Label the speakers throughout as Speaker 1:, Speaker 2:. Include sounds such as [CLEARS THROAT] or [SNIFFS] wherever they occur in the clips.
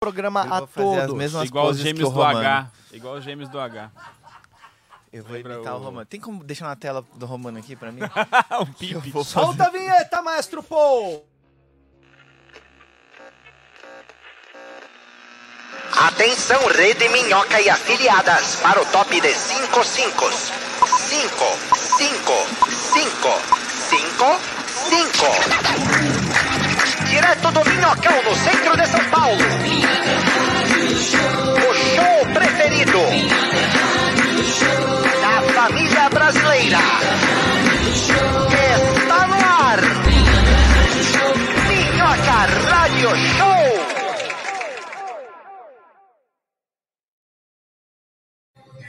Speaker 1: programa
Speaker 2: Eu vou
Speaker 1: a
Speaker 2: fazer as
Speaker 1: todos.
Speaker 2: mesmas
Speaker 3: Igual os
Speaker 2: poses que
Speaker 3: gêmeos
Speaker 2: o
Speaker 3: do H.
Speaker 2: Romano.
Speaker 3: Igual os gêmeos do [LAUGHS] H.
Speaker 2: Eu vou
Speaker 3: Lembra
Speaker 2: imitar o
Speaker 3: o-
Speaker 2: Romano. Tem como deixar na tela do Romano aqui pra mim?
Speaker 3: o Pipe.
Speaker 1: [LAUGHS] Solta a vinheta, maestro Paul!
Speaker 4: Atenção, Rede Minhoca e afiliadas, para o top de 5 5. 5, 5, 5, 5, 5. Direto do Minhocão, no centro de São Paulo. O show preferido da família brasileira. Está no ar. Minhoca Radio Show.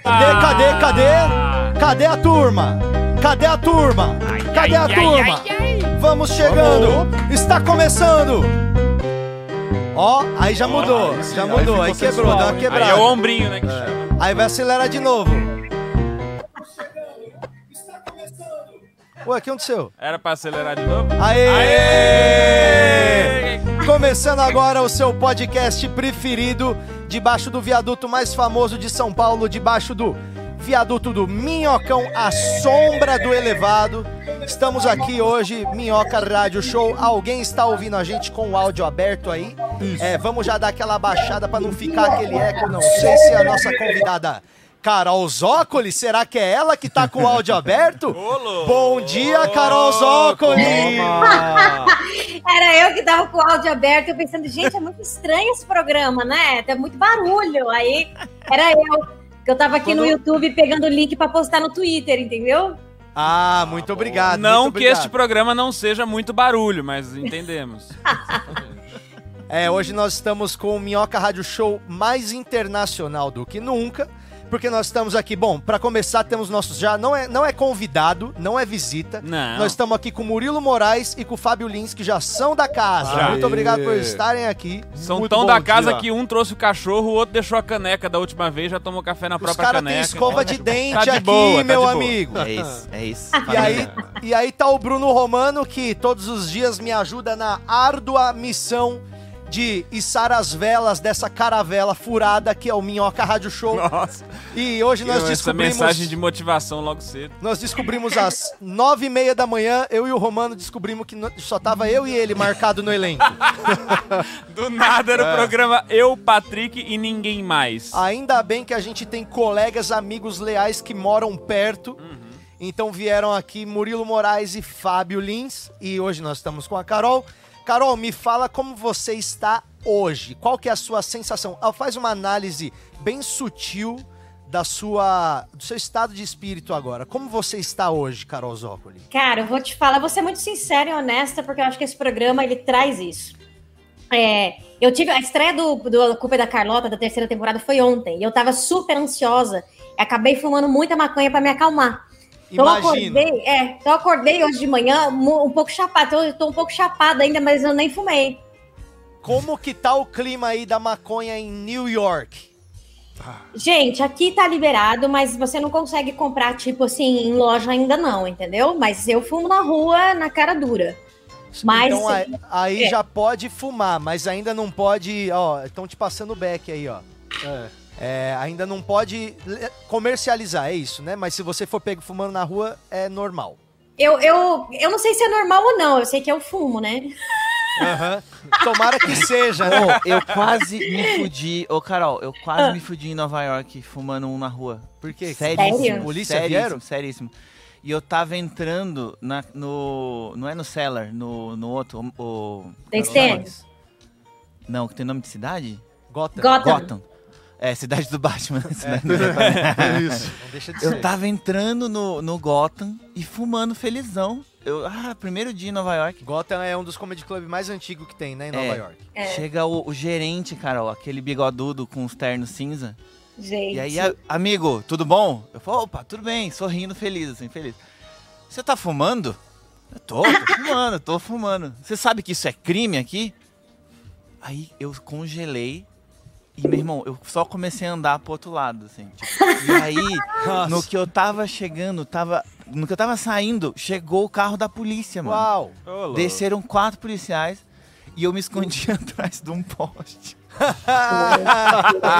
Speaker 1: Cadê, cadê, cadê? Cadê a turma? Cadê a turma? Cadê a turma? Vamos chegando! Está começando! Ó, aí já mudou, já mudou, aí quebrou, deu uma
Speaker 3: Aí é o
Speaker 1: quebrada.
Speaker 3: ombrinho, né? Que chama.
Speaker 1: Aí vai acelerar de novo. Ué, o que aconteceu?
Speaker 3: Era pra acelerar de novo?
Speaker 1: Aê!
Speaker 3: Aê!
Speaker 1: Começando agora o seu podcast preferido, debaixo do viaduto mais famoso de São Paulo, debaixo do viaduto do Minhocão, a sombra do elevado. Estamos aqui hoje, Minhoca Rádio Show. Alguém está ouvindo a gente com o áudio aberto aí? É, vamos já dar aquela baixada para não ficar aquele eco. Não sei se é a nossa convidada Carol Zócoli, será que é ela que tá com o áudio aberto? Bom dia, Carol Zócoli!
Speaker 5: Era eu que tava com o áudio aberto, eu pensando, gente, é muito estranho esse programa, né? Tem muito barulho. Aí era eu, que eu tava aqui no YouTube pegando o link pra postar no Twitter, entendeu?
Speaker 1: Ah, muito obrigado.
Speaker 3: Tá Não
Speaker 1: muito
Speaker 3: que
Speaker 1: obrigado.
Speaker 3: este programa não seja muito barulho,
Speaker 1: [LAUGHS]
Speaker 3: mas entendemos.
Speaker 1: É, hoje nós estamos com o Minhoca Rádio Show mais internacional do que nunca, porque nós estamos aqui, bom, pra começar temos nossos já, não é, não é convidado, não é visita.
Speaker 3: Não.
Speaker 1: Nós estamos aqui com o Murilo Moraes e com o Fábio Lins, que já são da casa.
Speaker 3: Já.
Speaker 1: Muito obrigado por estarem aqui.
Speaker 3: São
Speaker 1: Muito
Speaker 3: tão
Speaker 1: bom
Speaker 3: da casa
Speaker 1: dia.
Speaker 3: que um trouxe o cachorro, o outro deixou a caneca da última vez, já tomou café na
Speaker 1: Os
Speaker 3: própria
Speaker 1: caras têm
Speaker 3: caneca.
Speaker 1: escova de dente
Speaker 3: Tá de
Speaker 1: aqui,
Speaker 3: boa, tá
Speaker 1: meu
Speaker 3: de boa.
Speaker 1: amigo.
Speaker 2: É isso, é isso.
Speaker 1: E aí,
Speaker 2: Família.
Speaker 1: e aí tá o Bruno Romano, que todos os dias me ajuda na árdua missão de içar as velas dessa caravela furada que é o Minhoca Rádio Show.
Speaker 3: Nossa,
Speaker 1: E hoje nós
Speaker 3: essa
Speaker 1: descobrimos.
Speaker 3: mensagem de motivação logo cedo.
Speaker 1: Nós descobrimos às nove e meia da manhã, eu e o Romano descobrimos que no- só tava eu e ele marcado no elenco.
Speaker 3: [LAUGHS] Do nada era o programa Eu, Patrick e Ninguém Mais.
Speaker 1: Ainda bem que a gente tem colegas, amigos leais que moram perto. Então vieram aqui Murilo Moraes e Fábio Lins. E hoje nós estamos com a Carol. Carol, me fala como você está hoje. Qual que é a sua sensação? Ah, Faz uma análise bem sutil da sua, do seu estado de espírito agora. Como você está hoje, Carol Zócoli?
Speaker 5: Cara, eu vou te falar, eu vou ser muito sincera e honesta, porque eu acho que esse programa, ele traz isso. É, eu tive a estreia do, do Culpa é da Carlota, da terceira temporada, foi ontem. E eu tava super ansiosa. Acabei fumando muita maconha pra me acalmar. Então eu acordei, é, então eu acordei hoje de manhã mu- um pouco chapada. Então eu tô um pouco chapada ainda, mas eu nem fumei.
Speaker 1: Como que tá o clima aí da maconha em New York?
Speaker 5: Gente, aqui tá liberado, mas você não consegue comprar, tipo assim, em loja ainda não, entendeu? Mas eu fumo na rua, na cara dura. Mas
Speaker 1: então
Speaker 2: assim,
Speaker 1: aí, aí
Speaker 5: é.
Speaker 1: já pode fumar, mas ainda não pode. Ó, estão te passando o back aí, ó. É, ainda não pode le- comercializar, é isso, né? Mas se você for pego fumando na rua, é normal.
Speaker 5: eu, eu, eu não sei se é normal ou não, eu sei que eu fumo, né?
Speaker 1: Tomara que seja, né?
Speaker 2: Ô, [LAUGHS] eu quase me fudi. Ô, Carol, eu quase me fudi em Nova York fumando um na rua.
Speaker 1: Por quê?
Speaker 2: Seríssimo.
Speaker 5: Sério?
Speaker 1: Polícia
Speaker 2: seríssimo,
Speaker 1: vieram?
Speaker 2: Seríssimo. E eu tava entrando na, no. Não é no Cellar, no, no outro. o- O,
Speaker 5: Tem
Speaker 2: Carol,
Speaker 5: Stand.
Speaker 2: mas- Não, que tem nome de cidade?
Speaker 1: Gota.
Speaker 5: Gotham.
Speaker 2: Gotham. É, cidade do Batman. Cidade do [LAUGHS]
Speaker 6: Isso.
Speaker 1: É, Não deixa de
Speaker 2: Eu
Speaker 1: ser.
Speaker 2: tava entrando no, no Gotham e fumando felizão. Eu, ah, primeiro dia em Nova York.
Speaker 1: Gotham é um dos comedy club mais antigos que tem, né, em Nova
Speaker 2: É.
Speaker 1: York.
Speaker 5: É.
Speaker 2: Chega o, o gerente, Carol, aquele bigodudo com os ternos cinza.
Speaker 5: Gente.
Speaker 2: E aí, a- amigo, tudo bom? Eu falo, opa, tudo bem, sorrindo, feliz, assim, feliz. Você tá fumando? Eu tô,
Speaker 5: [LAUGHS]
Speaker 2: tô fumando, tô fumando. Você sabe que isso é crime aqui? Aí eu congelei e, meu irmão, eu só comecei a andar pro outro lado, assim. tipo. E aí, no que eu tava chegando, tava. No que eu tava saindo, chegou o carro da polícia,
Speaker 1: [LAUGHS]
Speaker 2: mano.
Speaker 1: Uau!
Speaker 3: Ô, louco.
Speaker 2: [LAUGHS] Desceram quatro policiais e eu me escondi atrás de um poste. e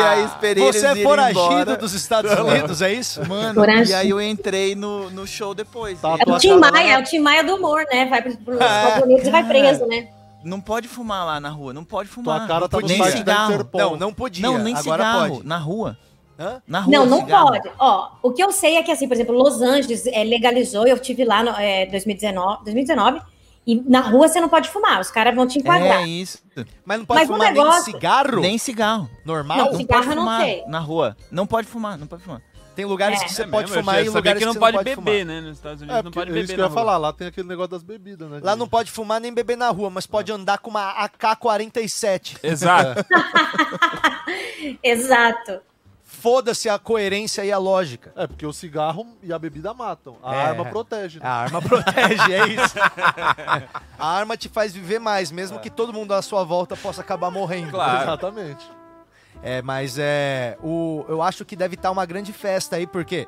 Speaker 2: aí esperei eles
Speaker 1: Você é
Speaker 2: irem
Speaker 1: foragido
Speaker 2: embora.
Speaker 1: dos Estados Unidos, é isso?
Speaker 2: Mano,
Speaker 5: Coragem.
Speaker 2: e aí eu entrei no, no show depois.
Speaker 1: Tá,
Speaker 2: E-
Speaker 5: É
Speaker 1: Tua
Speaker 5: o Tim
Speaker 1: calor.
Speaker 5: Maia, é o Tim Maia do humor, né? Vai pro pro- pros
Speaker 2: Ah,
Speaker 5: Estados Unidos e vai
Speaker 2: cara.
Speaker 5: preso, né?
Speaker 2: Não pode fumar lá na rua, não pode fumar.
Speaker 1: Tua cara tá
Speaker 2: não
Speaker 1: no
Speaker 2: nem
Speaker 1: site da
Speaker 2: cigarro.
Speaker 1: Interpol. Não, não podia.
Speaker 2: Não, nem
Speaker 1: Agora
Speaker 2: cigarro.
Speaker 1: pode.
Speaker 2: Na rua.
Speaker 1: Hã?
Speaker 2: Na rua,
Speaker 5: Não, não
Speaker 2: cigarro.
Speaker 5: pode. Ó, o que eu sei é que, assim, por exemplo, Los Angeles eh, legalizou, eu estive lá é, em 2019, 2019, e na rua você não pode fumar, os caras vão te enquadrar.
Speaker 2: É isso.
Speaker 1: Mas não pode
Speaker 5: Mas um
Speaker 1: fumar nem
Speaker 5: negócio-
Speaker 1: cigarro?
Speaker 2: Nem cigarro.
Speaker 1: Normal?
Speaker 5: Não,
Speaker 2: pode
Speaker 5: Cigarro eu não
Speaker 2: fumar
Speaker 5: sei.
Speaker 2: na rua. Não pode fumar, não pode fumar.
Speaker 1: Tem lugares
Speaker 5: É.
Speaker 1: que você
Speaker 3: É
Speaker 1: pode
Speaker 3: mesmo, eu
Speaker 1: fumar
Speaker 3: já
Speaker 1: e
Speaker 3: sabia
Speaker 1: lugares
Speaker 3: que
Speaker 1: que
Speaker 3: não
Speaker 1: você
Speaker 3: pode
Speaker 1: não pode
Speaker 3: beber,
Speaker 1: fumar.
Speaker 3: né? Nos Estados Unidos
Speaker 6: É,
Speaker 3: não
Speaker 6: porque
Speaker 3: pode
Speaker 6: é isso
Speaker 3: beber
Speaker 6: que
Speaker 3: na
Speaker 6: eu ia
Speaker 3: rua.
Speaker 6: falar, lá tem aquele negócio das bebidas, né?
Speaker 1: Lá
Speaker 6: que-
Speaker 1: não pode fumar nem beber na rua, mas pode andar com uma AK-47. [LAUGHS]
Speaker 3: Exato.
Speaker 5: Exato.
Speaker 1: Foda-se a coerência e a lógica.
Speaker 6: É, porque o cigarro e a bebida matam. A
Speaker 1: É.
Speaker 6: arma protege. né?
Speaker 1: A arma [LAUGHS] protege, é isso. a arma te faz viver mais, mesmo que todo mundo à sua volta possa acabar morrendo.
Speaker 3: Claro.
Speaker 6: Exatamente.
Speaker 1: É, mas é. O, eu acho que deve estar uma grande festa aí, porque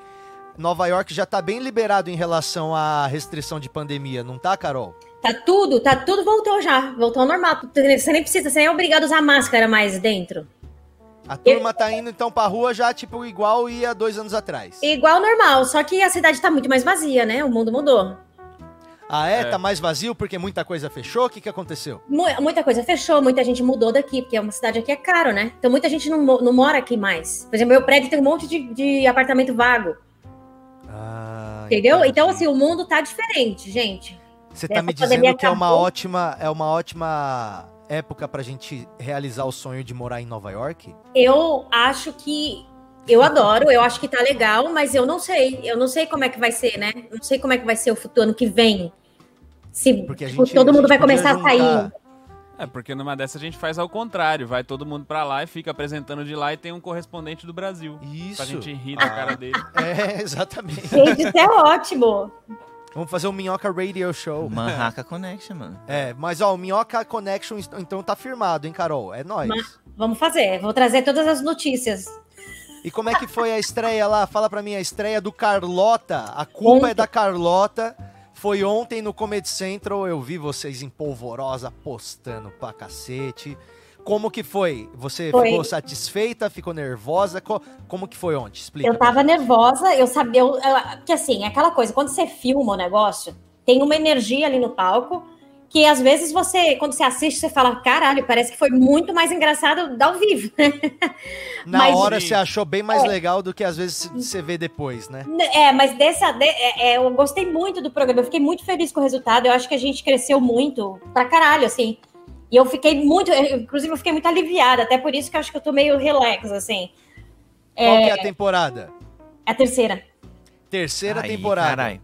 Speaker 1: Nova York já tá bem liberado em relação à restrição de pandemia, não tá, Carol?
Speaker 5: Tá tudo, tá tudo voltou já, voltou ao normal. Você nem precisa, você nem é obrigado a usar máscara mais dentro.
Speaker 1: A turma tá indo então pra rua já, tipo, igual ia dois anos atrás.
Speaker 5: Igual ao normal, só que a cidade tá muito mais vazia, né? O mundo mudou.
Speaker 1: Ah, é? Tá mais vazio porque muita coisa fechou? O que, que aconteceu?
Speaker 5: Mu- Muita coisa fechou, muita gente mudou daqui, porque uma cidade aqui é caro, né? Então muita gente não, mo- não mora aqui mais. Por exemplo, meu prédio tem um monte de, de apartamento vago, entendeu? Então, assim, o mundo tá diferente, gente.
Speaker 1: Você tá
Speaker 5: essa
Speaker 1: me
Speaker 5: pandemia
Speaker 1: dizendo que é uma
Speaker 5: acabou.
Speaker 1: ótima, é uma ótima época pra gente realizar o sonho de morar em Nova York?
Speaker 5: Eu acho que. Eu adoro, eu acho que tá legal, mas eu não sei. Eu não sei como é que vai ser, né? Não sei como é que vai ser o futuro ano que vem. Se
Speaker 1: Porque a
Speaker 5: tipo,
Speaker 1: gente
Speaker 5: todo
Speaker 1: a
Speaker 5: mundo
Speaker 1: gente
Speaker 5: vai
Speaker 1: podia
Speaker 5: começar a sair.
Speaker 1: juntar-
Speaker 3: É, porque numa dessa a gente faz ao contrário. Vai todo mundo pra lá e fica apresentando de lá e tem um correspondente do Brasil. Pra
Speaker 1: Isso. Ah.
Speaker 3: gente rir na cara dele.
Speaker 1: É, [LAUGHS] exatamente.
Speaker 5: Gente, isso é ótimo.
Speaker 1: Vamos fazer um Minhoca Radio Show.
Speaker 2: Manhattan Connection, mano.
Speaker 1: É, mas ó, o Minhoca Connection est- então tá firmado, hein, Carol? É nóis.
Speaker 5: Vamos fazer. Vou trazer todas as notícias.
Speaker 1: E como é que foi a estreia lá? Fala pra mim, a estreia do Carlota. A culpa
Speaker 5: Ontem.
Speaker 1: é da Carlota. Foi ontem no Comedy Central, eu vi vocês em polvorosa postando pra cacete. Como que foi? Você
Speaker 5: Foi.
Speaker 1: ficou satisfeita? Ficou nervosa? Co- Como que foi ontem? Explica.
Speaker 5: Eu tava nervosa, eu sabia. eu- eu- que assim, é aquela coisa, quando você filma o negócio, tem uma energia ali no palco que às vezes você, quando você assiste, você fala: caralho, parece que foi muito mais engraçado ao vivo.
Speaker 1: Na
Speaker 5: mas-
Speaker 1: hora
Speaker 3: Sim.
Speaker 1: você achou bem mais
Speaker 5: É.
Speaker 1: legal do que às vezes c- você vê depois, né?
Speaker 5: é, mas dessa. de- é, é, eu gostei muito do programa, eu fiquei muito feliz com o resultado. Eu acho que a gente cresceu muito pra caralho, assim. E eu fiquei muito. eu- inclusive, eu fiquei muito aliviada, até por isso que eu acho que eu tô meio relax, assim.
Speaker 1: Qual que é a temporada?
Speaker 5: É a terceira.
Speaker 1: Terceira
Speaker 2: Aí,
Speaker 1: temporada.
Speaker 2: Caralho.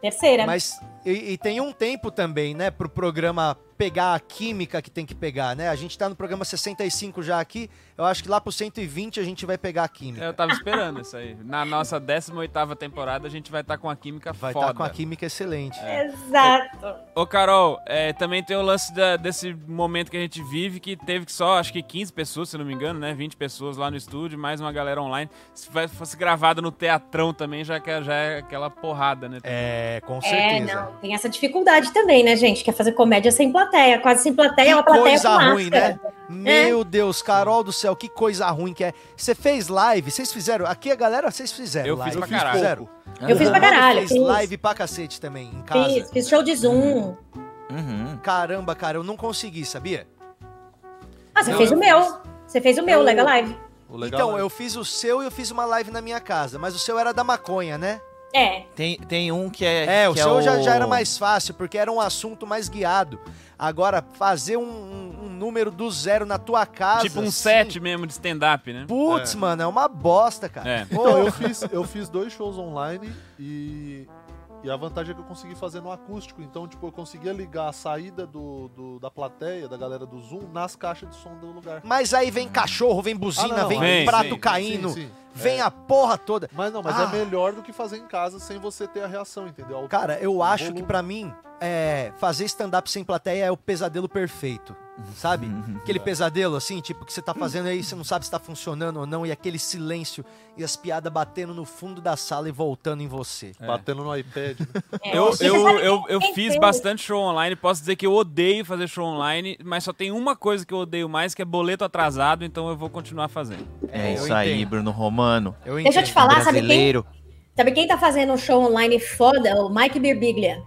Speaker 5: Terceira.
Speaker 1: Mas e, e tem um tempo também, né, pro programa pegar a química que tem que pegar, né? A gente tá no programa 65 já aqui. Eu acho que lá pro 120 a gente vai pegar a
Speaker 3: É, Eu
Speaker 1: química.
Speaker 3: tava esperando isso aí. Na nossa 18ª temporada, a gente vai estar com a química
Speaker 1: Vai estar
Speaker 3: foda. É.
Speaker 1: com a química excelente.
Speaker 5: Exato.
Speaker 3: Ô, Carol, é, também tem o lance da- desse momento que a gente vive, que teve que só, acho que 15 pessoas, se não me engano, né? 20 pessoas lá no estúdio, mais uma galera online. Se vai- fosse gravado no teatrão também, já, que, já é aquela porrada, né?
Speaker 1: É, com
Speaker 5: É,
Speaker 1: certeza.
Speaker 5: não, tem essa dificuldade também, né, gente? Quer fazer comédia sem plateia, quase sem plateia, é uma
Speaker 1: Que
Speaker 5: plateia
Speaker 1: coisa
Speaker 5: com
Speaker 1: ruim,
Speaker 5: máscara. É.
Speaker 1: né? Meu Deus, Carol do céu, que coisa ruim que é. Você fez live, vocês fizeram. Aqui a galera, vocês fizeram.
Speaker 3: Eu
Speaker 1: live.
Speaker 3: fiz pra caralho.
Speaker 1: Fizeram.
Speaker 5: Eu fiz pra
Speaker 1: Ronaldo
Speaker 5: caralho,
Speaker 1: Fez
Speaker 5: fiz.
Speaker 1: live pra cacete também, em casa.
Speaker 5: Fiz, fiz show de Zoom.
Speaker 2: Uhum.
Speaker 1: Caramba, cara, eu não consegui, sabia?
Speaker 5: Ah, você
Speaker 1: Não,
Speaker 5: fez
Speaker 1: eu
Speaker 5: o meu. Você fez o meu,
Speaker 6: Eu-
Speaker 5: Lega Live.
Speaker 6: O legal
Speaker 1: então,
Speaker 6: é-
Speaker 1: eu fiz o seu e eu fiz uma live na minha casa, mas o seu era da maconha, né?
Speaker 5: É,
Speaker 2: Tem, tem um que é.
Speaker 1: É, o
Speaker 2: que
Speaker 1: seu Já, já era mais fácil, porque era um assunto mais guiado. Agora, fazer um, um- um número do zero na tua casa.
Speaker 3: tipo um
Speaker 1: assim,
Speaker 3: set mesmo de stand-up, né?
Speaker 1: Putz, mano, é uma bosta, cara.
Speaker 3: É.
Speaker 6: [LAUGHS] Então, eu fiz, eu fiz dois shows online e, e a vantagem é que eu consegui fazer no acústico. Então, tipo, eu conseguia ligar a saída do, do- da plateia, da galera do Zoom, nas caixas de som do lugar.
Speaker 1: Mas aí vem cachorro, vem buzina,
Speaker 6: não,
Speaker 1: vem,
Speaker 3: aí-
Speaker 1: prato
Speaker 3: sim,
Speaker 1: caindo,
Speaker 6: Sim, sim.
Speaker 1: vem
Speaker 6: É.
Speaker 1: a porra toda.
Speaker 6: Mas não, mas
Speaker 1: Ah.
Speaker 6: é melhor do que fazer em casa sem você ter a reação, entendeu?
Speaker 2: Tá
Speaker 1: Cara, eu acho
Speaker 6: Volume.
Speaker 1: que pra mim, é, fazer stand-up sem plateia é o pesadelo perfeito. sabe?
Speaker 2: Uhum.
Speaker 1: Aquele pesadelo, assim, tipo, que você tá fazendo aí, você não sabe se tá funcionando ou não, e aquele silêncio e as piadas batendo no fundo da sala e voltando em você.
Speaker 6: Batendo no iPad. né?
Speaker 5: É,
Speaker 3: Eu,
Speaker 5: você
Speaker 3: eu,
Speaker 5: sabe que
Speaker 3: eu, eu
Speaker 5: quem
Speaker 3: fiz
Speaker 5: fez-
Speaker 3: bastante show online, posso dizer que eu odeio fazer show online, mas só tem uma coisa que eu odeio mais, que é boleto atrasado, então eu vou continuar fazendo.
Speaker 2: É
Speaker 1: eu
Speaker 2: isso aí,
Speaker 1: entendo.
Speaker 2: Bruno Romano.
Speaker 1: Eu
Speaker 5: Deixa eu
Speaker 1: entendo.
Speaker 5: te falar, sabe quem,
Speaker 2: Brasileiro.
Speaker 5: sabe quem tá fazendo um show online foda? É O Mike Birbiglia.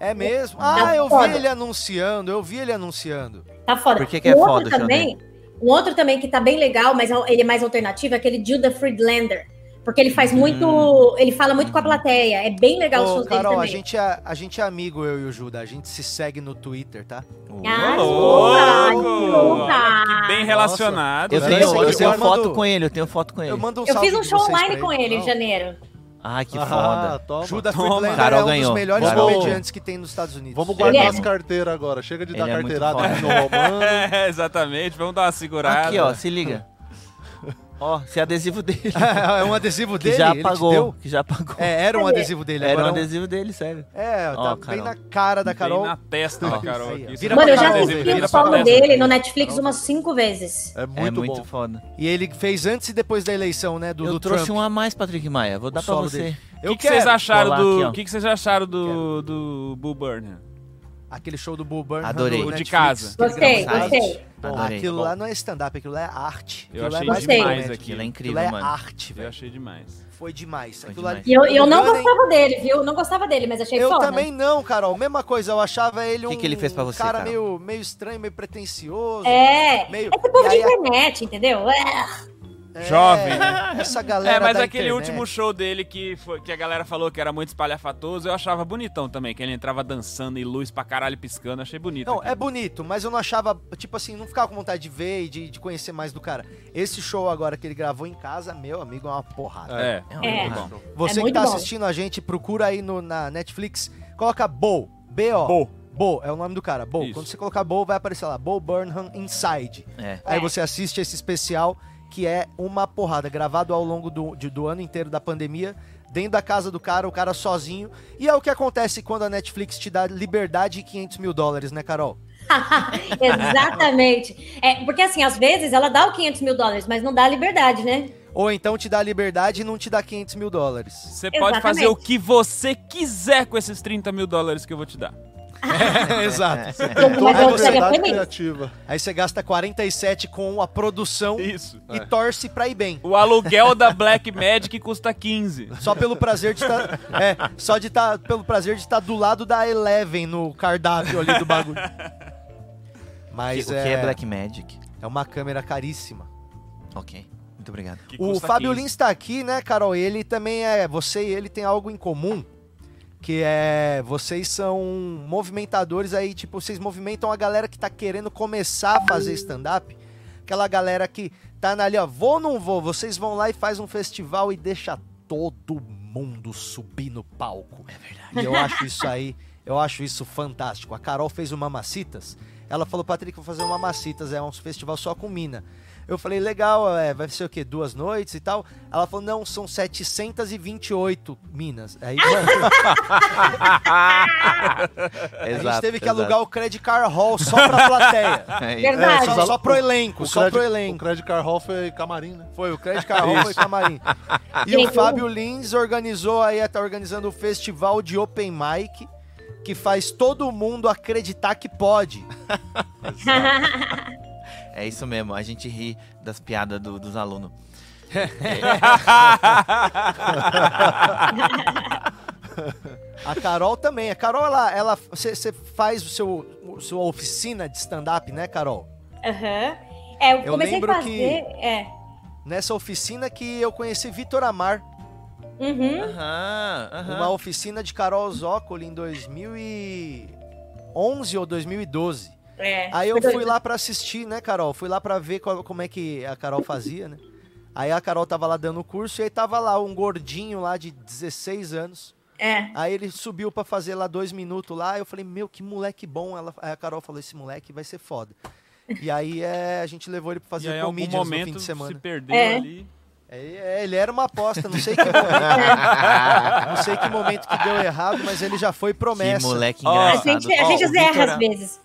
Speaker 1: É mesmo?
Speaker 5: Tá
Speaker 1: Ah, eu
Speaker 5: foda.
Speaker 1: vi ele anunciando, eu vi ele anunciando.
Speaker 5: Tá foda.
Speaker 2: Por que que é
Speaker 5: um
Speaker 2: foda,
Speaker 5: outro também, Um outro também que tá bem legal, mas ele é mais alternativo, é aquele Judah Friedlander. Porque ele faz muito. Ele fala muito com a plateia. É bem legal os
Speaker 1: Hum. Ô,
Speaker 5: shows dele
Speaker 1: Carol, a
Speaker 5: também.
Speaker 1: gente, é, a gente é amigo, eu e o Juda. A gente se segue no Twitter,
Speaker 2: É
Speaker 1: tá?
Speaker 5: Ah,
Speaker 3: Ô,
Speaker 5: que
Speaker 3: louco!
Speaker 5: louco!
Speaker 3: Olha que
Speaker 5: Ah,
Speaker 3: bem relacionado.
Speaker 2: Eu
Speaker 1: Nossa,
Speaker 2: tenho,
Speaker 1: eu
Speaker 2: eu tenho
Speaker 1: mando-
Speaker 2: foto com ele, eu tenho foto com ele.
Speaker 1: Eu mando um
Speaker 5: Eu
Speaker 1: salve
Speaker 5: fiz um
Speaker 1: de
Speaker 5: show
Speaker 1: vocês
Speaker 5: online
Speaker 1: pra
Speaker 5: com ele em janeiro.
Speaker 2: Ai, que
Speaker 6: Ah,
Speaker 2: foda.
Speaker 6: toma.
Speaker 1: Juda
Speaker 3: Toma.
Speaker 1: Friedlander
Speaker 2: Carol
Speaker 1: é um
Speaker 2: ganhou.
Speaker 1: dos melhores
Speaker 2: Carol.
Speaker 1: comediantes que tem nos Estados Unidos.
Speaker 6: Vamos
Speaker 5: Ele
Speaker 6: guardar
Speaker 5: é-
Speaker 6: as carteiras agora. Chega de
Speaker 2: Ele
Speaker 6: dar
Speaker 2: é muito
Speaker 6: carteirada
Speaker 2: foda.
Speaker 6: aqui no Romano.
Speaker 3: [LAUGHS] [LAUGHS] É, exatamente, vamos dar uma segurada.
Speaker 1: tá
Speaker 2: Aqui, ó,
Speaker 1: [LAUGHS]
Speaker 2: se liga. Ó, esse é adesivo dele.
Speaker 1: é um adesivo
Speaker 2: que
Speaker 1: dele,
Speaker 2: já
Speaker 1: ele te
Speaker 2: apagou.
Speaker 1: deu?
Speaker 2: Que já apagou.
Speaker 1: É, era um
Speaker 5: Cadê?
Speaker 1: adesivo dele.
Speaker 2: Era um
Speaker 1: agora é
Speaker 2: adesivo dele, sério.
Speaker 1: É, tá
Speaker 2: Ó,
Speaker 1: bem
Speaker 2: Carol.
Speaker 1: na cara da
Speaker 3: Carol.
Speaker 1: Carol.
Speaker 3: na testa da Carol
Speaker 1: Aí, ó.
Speaker 3: aqui. tá
Speaker 1: Vira
Speaker 5: Mano, eu já
Speaker 1: Carol,
Speaker 5: assisti
Speaker 1: vira
Speaker 5: o
Speaker 1: pra
Speaker 5: solo
Speaker 1: Carol.
Speaker 5: dele no Netflix umas cinco vezes.
Speaker 6: É muito
Speaker 2: é muito
Speaker 6: bom.
Speaker 2: foda.
Speaker 1: E ele fez antes e depois da eleição, né? Do,
Speaker 2: eu
Speaker 1: do
Speaker 2: trouxe
Speaker 1: Trump.
Speaker 2: um a mais, Patrick Maia. Vou dar pra
Speaker 1: solo
Speaker 2: você.
Speaker 1: dele.
Speaker 3: O
Speaker 1: Eu
Speaker 3: que, que vocês
Speaker 1: quero
Speaker 3: acharam
Speaker 2: Colar
Speaker 3: do.
Speaker 2: aqui, ó.
Speaker 3: O que, que vocês acharam do. do Bull Burner?
Speaker 1: aquele show do Bull Burner.
Speaker 2: Adorei.
Speaker 1: do
Speaker 2: O
Speaker 3: de
Speaker 1: Netflix,
Speaker 3: casa.
Speaker 1: que ele
Speaker 5: Gostei,
Speaker 1: gravou.
Speaker 2: engraçado.
Speaker 5: gostei.
Speaker 6: Bom,
Speaker 2: Adorei.
Speaker 1: Aquilo lá não é stand-up, aquilo lá é arte.
Speaker 3: Eu
Speaker 1: Aquilo lá não
Speaker 3: achei
Speaker 1: é
Speaker 5: Gostei.
Speaker 3: demais
Speaker 1: comédia.
Speaker 3: aquilo.
Speaker 2: Aquilo é
Speaker 1: Aquilo
Speaker 2: incrível,
Speaker 1: lá é
Speaker 2: mano.
Speaker 1: arte,
Speaker 3: Eu
Speaker 1: velho.
Speaker 3: achei demais.
Speaker 1: Foi demais.
Speaker 2: Foi
Speaker 1: Aquilo lá-
Speaker 2: demais.
Speaker 5: E eu, eu não
Speaker 1: Bull Burner-
Speaker 5: gostava dele, viu? Eu Não gostava dele, mas achei
Speaker 1: Eu
Speaker 5: foda.
Speaker 1: também não, Carol. Mesma coisa, eu achava ele um
Speaker 2: Que que ele fez pra você,
Speaker 1: cara
Speaker 2: Carol?
Speaker 1: meio, meio estranho, meio pretencioso.
Speaker 5: É.
Speaker 1: Meio-
Speaker 5: Esse povo
Speaker 1: E
Speaker 5: de
Speaker 1: aí a-
Speaker 5: internet, entendeu? É.
Speaker 1: É,
Speaker 3: Jovem.
Speaker 1: Essa galera
Speaker 3: É, mas
Speaker 1: da
Speaker 3: aquele
Speaker 1: internet.
Speaker 3: último show dele que, foi- que a galera falou que era muito espalhafatoso, eu achava bonitão também, que ele entrava dançando e luz pra caralho piscando, achei bonito.
Speaker 1: Não,
Speaker 3: aquilo.
Speaker 1: é bonito, mas eu não achava, tipo assim, não ficava com vontade de ver e de, de conhecer mais do cara. Esse show agora que ele gravou em casa, meu amigo, é uma porrada.
Speaker 3: É,
Speaker 2: um
Speaker 5: É.
Speaker 3: muito bom.
Speaker 1: Você que
Speaker 5: muito
Speaker 1: tá
Speaker 5: bom.
Speaker 1: assistindo a gente, procura aí no, na Netflix, coloca Bo, B-O.
Speaker 3: Bo.
Speaker 1: Bo, é o nome do cara, Bo.
Speaker 3: Isso.
Speaker 1: Quando você colocar Bo, vai aparecer lá, Bo Burnham Inside.
Speaker 2: É.
Speaker 1: Aí
Speaker 5: É.
Speaker 1: você assiste esse especial, que é uma porrada, gravado ao longo do, de- do ano inteiro da pandemia, dentro da casa do cara, o cara sozinho. E é o que acontece quando a Netflix te dá liberdade e 500 mil dólares, né, Carol?
Speaker 5: [LAUGHS] Exatamente. É, porque assim, às vezes ela dá o 500 mil dólares, mas não dá a liberdade, né?
Speaker 1: Ou então te dá liberdade e não te dá 500 mil
Speaker 3: [LAUGHS]
Speaker 1: dólares.
Speaker 3: Você pode
Speaker 5: Exatamente.
Speaker 3: fazer o que você quiser com esses 30 mil dólares que eu vou te dar.
Speaker 1: Exato.
Speaker 5: Mas
Speaker 1: É. Aí
Speaker 5: eu
Speaker 1: você
Speaker 5: gostaria
Speaker 1: dá-
Speaker 5: também.
Speaker 6: criativa.
Speaker 1: Aí você gasta 47 com a produção
Speaker 3: Isso. É.
Speaker 1: e torce pra ir bem.
Speaker 3: O aluguel da Black Magic custa 15.
Speaker 1: Só pelo prazer de estar. é, só de estar. pelo prazer de estar do lado da Eleven no cardápio ali do bagulho.
Speaker 2: O
Speaker 1: Mas
Speaker 2: que
Speaker 1: é,
Speaker 2: é Black Magic?
Speaker 1: é uma câmera caríssima.
Speaker 2: Ok. Muito obrigado.
Speaker 3: que
Speaker 1: O
Speaker 3: custa
Speaker 1: Fábio
Speaker 3: 15.
Speaker 1: Lins tá aqui, né, Carol? Ele também é. Você e ele tem algo em comum. Que é. Vocês são movimentadores aí, tipo, vocês movimentam a galera que tá querendo começar a fazer stand-up. Aquela galera que tá na ali, ó, vou ou não vou? Vocês vão lá e faz um festival e deixa todo mundo subir no palco. É verdade. E eu acho isso aí, eu acho isso fantástico. A Carol fez o Mamacitas. Ela falou, Patrick, vou fazer o Mamacitas, é um festival só com mina. Eu falei, legal, é, vai ser o quê? Duas noites e tal? Ela falou, não, são 728 minas. Aí a gente teve que alugar o Credit Car Hall só pra plateia.
Speaker 2: É,
Speaker 5: Verdade.
Speaker 1: só, só pro elenco,
Speaker 6: O
Speaker 1: só
Speaker 6: Credit,
Speaker 1: pro
Speaker 6: O
Speaker 1: elenco.
Speaker 6: Credit Card Hall foi camarim, né?
Speaker 1: Foi, o Credit Car Hall foi camarim. E
Speaker 5: Gente,
Speaker 1: o
Speaker 5: eu-
Speaker 1: Fábio Lins organizou aí, tá organizando o festival de Open Mic, que faz todo mundo acreditar que pode.
Speaker 2: é isso mesmo. A gente ri das piadas do- dos alunos.
Speaker 3: [LAUGHS]
Speaker 1: A Carol também. A Carol, ela, ela você você faz o seu o- sua oficina de stand-up, né, Carol?
Speaker 5: Aham. É, eu,
Speaker 1: Eu
Speaker 5: comecei a
Speaker 1: lembro
Speaker 5: fazer. É.
Speaker 1: Nessa oficina que eu conheci Vitor Amar,
Speaker 5: Uhum.
Speaker 2: Aham, aham.
Speaker 1: uma oficina de Carol Zócoli em 2011 ou 2012.
Speaker 5: É.
Speaker 1: Aí eu fui lá pra assistir, né, Carol? Fui lá pra ver qual- como é que a Carol fazia, né? Aí a Carol tava lá dando o curso e aí tava lá um gordinho lá de 16 anos.
Speaker 5: É.
Speaker 1: Aí ele subiu pra fazer lá dois minutos lá. Eu falei, meu, que moleque bom. Ela, aí a Carol falou, esse moleque vai ser foda. E aí é, a gente levou ele pra
Speaker 3: E aí,
Speaker 1: fazer
Speaker 3: em algum
Speaker 1: comedians no fim
Speaker 3: momento,
Speaker 1: de
Speaker 3: se
Speaker 1: semana.
Speaker 3: perdeu
Speaker 5: É.
Speaker 3: ali.
Speaker 1: Aí, é, ele era uma aposta, não sei que
Speaker 3: [LAUGHS]
Speaker 1: momento, não sei que momento que deu errado, mas ele já foi
Speaker 2: Que
Speaker 1: promessa.
Speaker 2: moleque
Speaker 3: Ó,
Speaker 5: A
Speaker 1: Ah,
Speaker 2: engraçado.
Speaker 5: gente, a
Speaker 2: Ó,
Speaker 5: gente
Speaker 2: o
Speaker 5: erra
Speaker 2: Vitor-
Speaker 5: às vezes.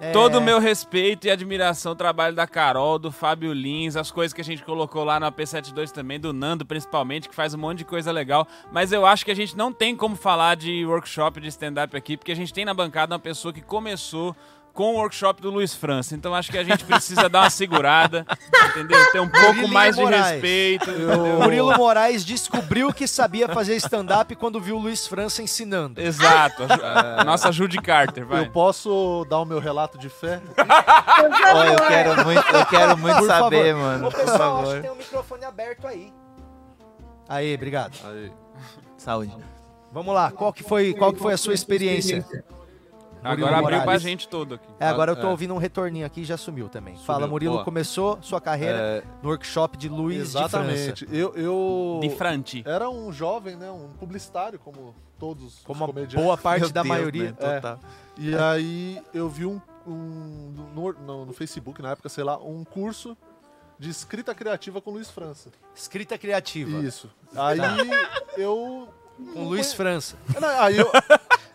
Speaker 1: É,
Speaker 3: Todo o meu respeito e admiração ao trabalho da Carol, do Fábio Lins, as coisas que a gente colocou lá na P72 também, do Nando principalmente, que faz um monte de coisa legal. Mas eu acho que a gente não tem como falar de workshop de stand-up aqui, porque a gente tem na bancada uma pessoa que começou com o workshop do Luiz França. Então acho que a gente precisa dar uma segurada, entendeu? Ter um pouco
Speaker 1: Murilo
Speaker 3: mais de
Speaker 1: Moraes.
Speaker 3: respeito.
Speaker 1: O
Speaker 3: entendeu?
Speaker 1: Murilo Moraes descobriu que sabia fazer stand-up quando viu o Luiz França ensinando.
Speaker 3: Exato. a Ju- a Nossa Judy Carter, vai.
Speaker 6: [LAUGHS] Eu posso dar o meu relato de fé?
Speaker 2: Ó, eu quero muito, eu
Speaker 1: [LAUGHS]
Speaker 2: quero muito
Speaker 1: Por
Speaker 2: saber,
Speaker 1: favor.
Speaker 2: mano.
Speaker 1: Ô,
Speaker 2: Por
Speaker 1: pessoal, acho
Speaker 2: favor.
Speaker 1: que tem um microfone aberto aí. Aí, obrigado.
Speaker 6: Aí.
Speaker 2: Saúde.
Speaker 1: Vamos lá, qual que foi, qual que foi a sua experiência? Murilo
Speaker 3: Agora abriu pra
Speaker 1: Moraes.
Speaker 3: gente todo aqui.
Speaker 1: É, agora eu tô
Speaker 6: É.
Speaker 1: ouvindo um retorninho aqui e já sumiu também. Fala,
Speaker 6: Sumiu,
Speaker 1: Murilo
Speaker 6: boa. É.
Speaker 1: começou sua carreira no workshop de Luiz de França.
Speaker 6: Exatamente. Eu, eu
Speaker 3: De Franti.
Speaker 6: era um jovem, né? Um publicitário, como todos
Speaker 1: Como
Speaker 6: os
Speaker 1: a
Speaker 6: comediantes.
Speaker 1: boa parte
Speaker 2: Meu
Speaker 1: da
Speaker 2: Deus,
Speaker 1: maioria.
Speaker 2: né? Total.
Speaker 6: E aí eu vi um, um- no, no- no Facebook, na época, sei lá, um curso de escrita criativa com Luiz França.
Speaker 1: É. Escrita criativa.
Speaker 6: Isso. Aí eu.
Speaker 1: né? Com Luiz França.
Speaker 6: Não, Aí eu-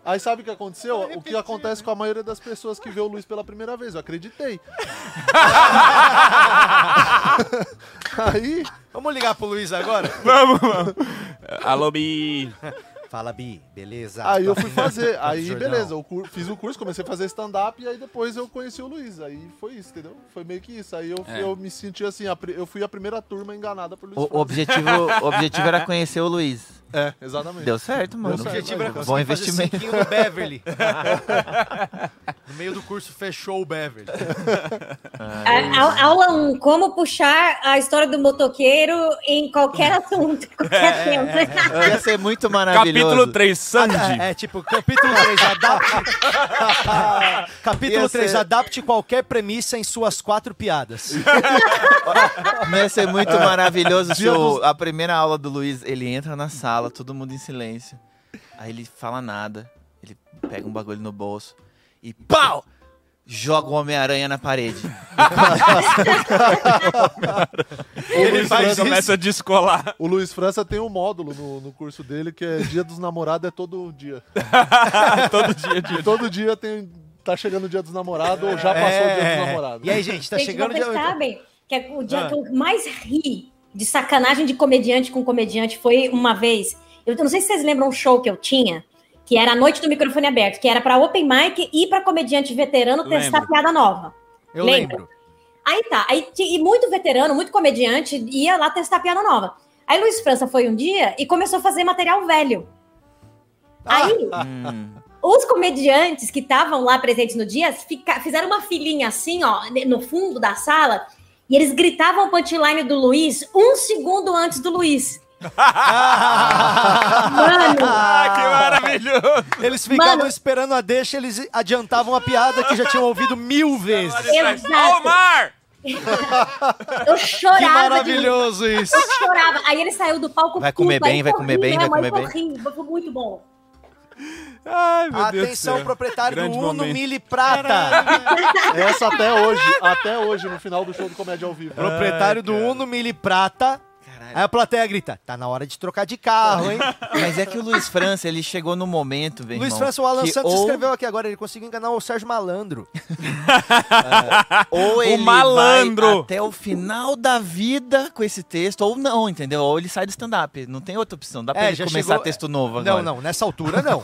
Speaker 6: Aí sabe o que aconteceu? O que acontece com a maioria das pessoas que vê o Luiz pela primeira vez? Eu acreditei. aí,
Speaker 1: Vamos ligar pro Luiz
Speaker 6: [LAUGHS]
Speaker 1: agora?
Speaker 3: Vamos, vamos. Alô, Bi.
Speaker 1: Fala, Bi, beleza? Tá.
Speaker 6: aí eu fui fazer. Aí,
Speaker 1: Jordão.
Speaker 6: beleza, eu cur- fiz o curso, comecei a fazer stand-up e aí depois eu conheci o Luiz. Aí foi isso, entendeu? Foi meio que isso. Aí eu,
Speaker 3: É.
Speaker 6: eu me senti assim, a pri- eu fui a primeira turma enganada por Luiz
Speaker 2: O, o
Speaker 6: França.
Speaker 2: objetivo, o objetivo era conhecer o Luiz.
Speaker 6: É, exatamente.
Speaker 2: Deu certo, mano.
Speaker 1: O objetivo era
Speaker 2: Tá Bom
Speaker 1: conseguir fazer
Speaker 2: investimento.
Speaker 1: cinquinho no Beverly. no meio do curso, fechou o Beverly. Ah,
Speaker 5: A- a- aula 1, como puxar a história do motoqueiro em
Speaker 1: [LAUGHS]
Speaker 5: qualquer assunto, qualquer
Speaker 1: É,
Speaker 5: tempo.
Speaker 2: [LAUGHS] Ia ser muito maravilhoso.
Speaker 3: Capítulo 3, Sandy.
Speaker 1: É, é tipo, capítulo 3, adapte... capítulo
Speaker 2: Ia
Speaker 1: 3,
Speaker 2: ser-
Speaker 1: adapte qualquer premissa em suas quatro piadas.
Speaker 2: Ia ser muito maravilhoso se o- a primeira aula do Luiz, ele entra na sala, todo mundo em silêncio. Aí ele fala nada, ele pega um bagulho no bolso e pau! Joga o Homem-Aranha na parede.
Speaker 3: Ele faz
Speaker 6: França
Speaker 3: começa a descolar. [LAUGHS]
Speaker 6: O Luiz França tem um módulo no, no curso dele que é Dia dos Namorados, é todo dia.
Speaker 3: Todo É dia de É.
Speaker 6: E todo dia tem. Tá chegando o dia dos namorados, ou já passou o dia dos namorados.
Speaker 1: É, E aí, gente, tá
Speaker 5: Gente,
Speaker 1: chegando...
Speaker 5: vocês
Speaker 1: dia-
Speaker 5: sabem que é o dia
Speaker 1: Ah.
Speaker 5: que eu mais ri de sacanagem de comediante com comediante foi uma vez. Eu não sei se vocês lembram um show que eu tinha, que era a noite do microfone aberto, que era para open mic e para comediante veterano testar
Speaker 3: Lembro.
Speaker 5: piada nova.
Speaker 1: Eu
Speaker 5: Lembra?
Speaker 1: lembro.
Speaker 5: Aí tá, aí, ti- e muito veterano, muito comediante, ia lá testar piada nova. Aí Luiz França foi um dia e começou a fazer material velho.
Speaker 1: Ah.
Speaker 5: Aí,
Speaker 1: [LAUGHS]
Speaker 2: Hum.
Speaker 5: os comediantes que estavam lá presentes no dia fica- fizeram uma filinha assim, ó, no fundo da sala, e eles gritavam o punchline do Luiz um segundo antes do Luiz. Mano,
Speaker 3: Ah, que maravilhoso!
Speaker 1: Eles ficavam
Speaker 5: Mano.
Speaker 1: esperando a deixa, eles adiantavam a piada que já tinham ouvido mil vezes.
Speaker 5: Exato.
Speaker 3: Omar!
Speaker 5: eu
Speaker 1: [LAUGHS] Que
Speaker 5: chorava de rir,
Speaker 1: maravilhoso isso!
Speaker 5: eu chorava. Aí ele saiu do palco.
Speaker 2: Vai comer
Speaker 5: puto, aí
Speaker 2: bem,
Speaker 5: né,
Speaker 2: vai comer bem,
Speaker 5: minha
Speaker 2: vai
Speaker 5: mãe
Speaker 2: comer
Speaker 5: sorrindo, Foi muito bom.
Speaker 3: Ai, meu Deus do
Speaker 1: Atenção,
Speaker 3: céu.
Speaker 1: proprietário
Speaker 3: Grande
Speaker 1: do Uno
Speaker 3: momento.
Speaker 1: Mille Prata.
Speaker 6: Essa até hoje, até hoje, no final do show do Comédia ao Vivo.
Speaker 1: Proprietário do Uno Mille Prata. Aí a plateia grita, tá na hora de trocar de carro,
Speaker 2: [LAUGHS]
Speaker 1: hein?
Speaker 2: Mas é que o Luiz França, ele chegou no momento, velho.
Speaker 1: Luiz
Speaker 2: irmão,
Speaker 1: França, o Alan
Speaker 2: que
Speaker 1: Santos
Speaker 2: ou,
Speaker 1: escreveu aqui agora, ele conseguiu enganar o Sérgio Malandro.
Speaker 2: Ou ele
Speaker 3: malandro.
Speaker 2: vai até o final da vida com esse texto, ou não, entendeu? Ou ele sai do stand-up. Não tem outra opção. Dá pra
Speaker 1: É,
Speaker 2: ele
Speaker 1: já
Speaker 2: começar
Speaker 1: chegou-
Speaker 2: texto novo
Speaker 1: Não,
Speaker 2: agora. [LAUGHS]
Speaker 1: não, nessa altura não.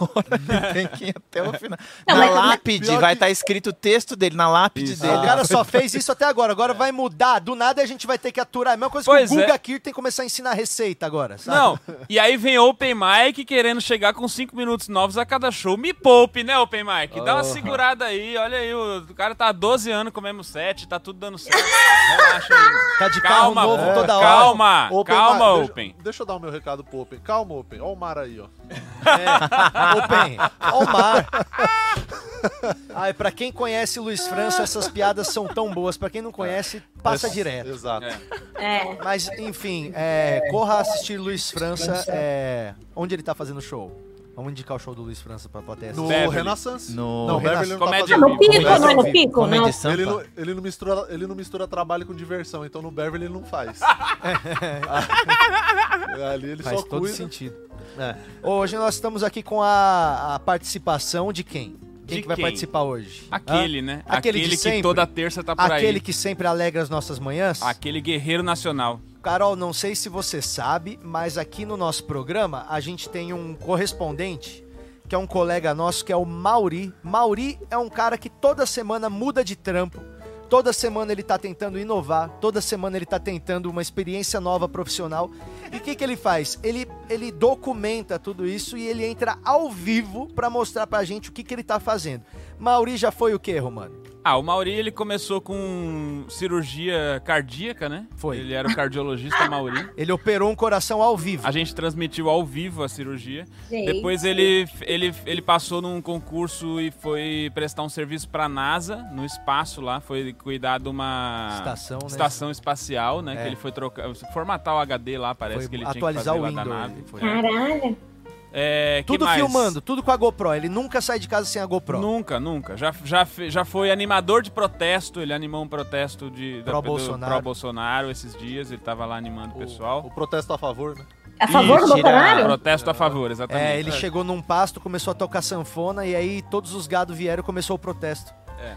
Speaker 2: tem que ir até o final. na
Speaker 5: Não, mas- é mas-
Speaker 2: lápide
Speaker 6: pior
Speaker 2: vai
Speaker 6: que-
Speaker 2: estar escrito o texto dele, na lápide
Speaker 3: Isso.
Speaker 2: dele.
Speaker 1: O cara só fez isso até agora, agora vai mudar, do nada a gente vai ter que aturar. É a mesma coisa
Speaker 3: Pois
Speaker 1: que
Speaker 3: é.
Speaker 1: o Guga Kir tem que começar a ensinar receita agora, sabe?
Speaker 3: Não, e aí vem Open Mic querendo chegar com 5 minutos novos a cada show. Me poupe, né, Open Mic? Dá uma segurada aí, olha aí, o, o cara tá há 12 anos comendo 7, tá tudo dando certo. Relaxa aí.
Speaker 1: Tá de
Speaker 3: Calma,
Speaker 1: carro novo
Speaker 3: pô,
Speaker 1: toda hora.
Speaker 3: calma, calma,
Speaker 6: Mar- deixa-
Speaker 3: Open.
Speaker 6: Deixa, eu dar o meu recado pro Open. Calma, Open. Ó o mar aí, ó.
Speaker 1: Open, ao
Speaker 3: [LAUGHS]
Speaker 1: mar. Ai, pra quem conhece Luiz França, essas piadas são tão boas. Pra quem não conhece, passa direto.
Speaker 6: Exato.
Speaker 3: É.
Speaker 5: É.
Speaker 1: Mas, enfim, é, corra assistir Luiz França. é, onde ele tá fazendo show? Vamos indicar o show do Luiz França pra plateia.
Speaker 6: No
Speaker 3: Beverly.
Speaker 6: Renaissance.
Speaker 2: No-
Speaker 6: Não, Beverly não tá
Speaker 3: Comédia
Speaker 5: Ah,
Speaker 6: fazendo.
Speaker 5: no
Speaker 3: ao vivo.
Speaker 5: pico, não é
Speaker 1: ao
Speaker 5: no
Speaker 1: vivo.
Speaker 5: pico,
Speaker 2: Comédia
Speaker 5: não.
Speaker 2: Sampa.
Speaker 6: Ele não, ele, não mistura, ele não mistura trabalho com diversão, então no Beverly ele
Speaker 1: [LAUGHS]
Speaker 6: não faz. [LAUGHS] Ali ele
Speaker 1: Faz
Speaker 6: só
Speaker 1: todo
Speaker 6: cuida.
Speaker 1: sentido. É. Hoje nós estamos aqui com a, a participação de quem? Quem
Speaker 3: De
Speaker 1: que vai
Speaker 3: quem?
Speaker 1: participar hoje?
Speaker 3: Aquele, né?
Speaker 1: Aquele de
Speaker 3: Aquele,
Speaker 1: sempre.
Speaker 3: que toda terça tá
Speaker 1: Hã?
Speaker 3: por
Speaker 1: Aquele
Speaker 3: aí.
Speaker 1: que sempre alegra as nossas manhãs?
Speaker 3: Aquele guerreiro nacional.
Speaker 1: Carol, não sei se você sabe, mas aqui no nosso programa a gente tem um correspondente que é um colega nosso que é o Mauri. Mauri é um cara que toda semana muda de trampo. Toda semana ele tá tentando inovar, toda semana ele tá tentando uma experiência nova profissional. E o que, que ele faz? Ele, ele documenta tudo isso e ele entra ao vivo pra mostrar pra gente o que, que ele tá fazendo. Mauri já foi o quê, Romano?
Speaker 3: Ah, o Mauri, ele começou com cirurgia cardíaca, né?
Speaker 1: Foi.
Speaker 3: Ele era o cardiologista Mauri.
Speaker 1: Ele operou um coração ao vivo.
Speaker 3: A gente transmitiu ao vivo a cirurgia.
Speaker 5: Gente.
Speaker 3: Depois ele, ele, ele passou num concurso e foi prestar um serviço pra NASA, no espaço lá. Foi cuidar de uma...
Speaker 1: Estação, né?
Speaker 3: Estação espacial, né?
Speaker 1: É.
Speaker 3: Que ele foi trocar... Formatar o HD lá, parece
Speaker 1: Foi
Speaker 3: que ele tinha que
Speaker 1: atualizar
Speaker 3: fazer
Speaker 1: o
Speaker 3: lá da
Speaker 1: Windows,
Speaker 3: nave.
Speaker 1: ele foi.
Speaker 5: Caralho.
Speaker 3: É, que
Speaker 1: Tudo
Speaker 3: mais?
Speaker 1: filmando, tudo com a GoPro. Ele nunca sai de casa sem a GoPro.
Speaker 3: Nunca, nunca. Já, já, fe- já foi animador de protesto, ele animou um protesto de,
Speaker 1: Pró
Speaker 3: do-
Speaker 1: Bolsonaro.
Speaker 3: pró Bolsonaro esses dias, ele tava lá animando o
Speaker 6: O
Speaker 3: pessoal.
Speaker 6: protesto a favor, né?
Speaker 5: A favor do
Speaker 2: Mentira.
Speaker 5: Bolsonaro?
Speaker 3: Protesto a favor, exatamente.
Speaker 1: É, ele chegou num pasto, começou a tocar sanfona e aí todos os gado vieram e começou o protesto.
Speaker 3: É.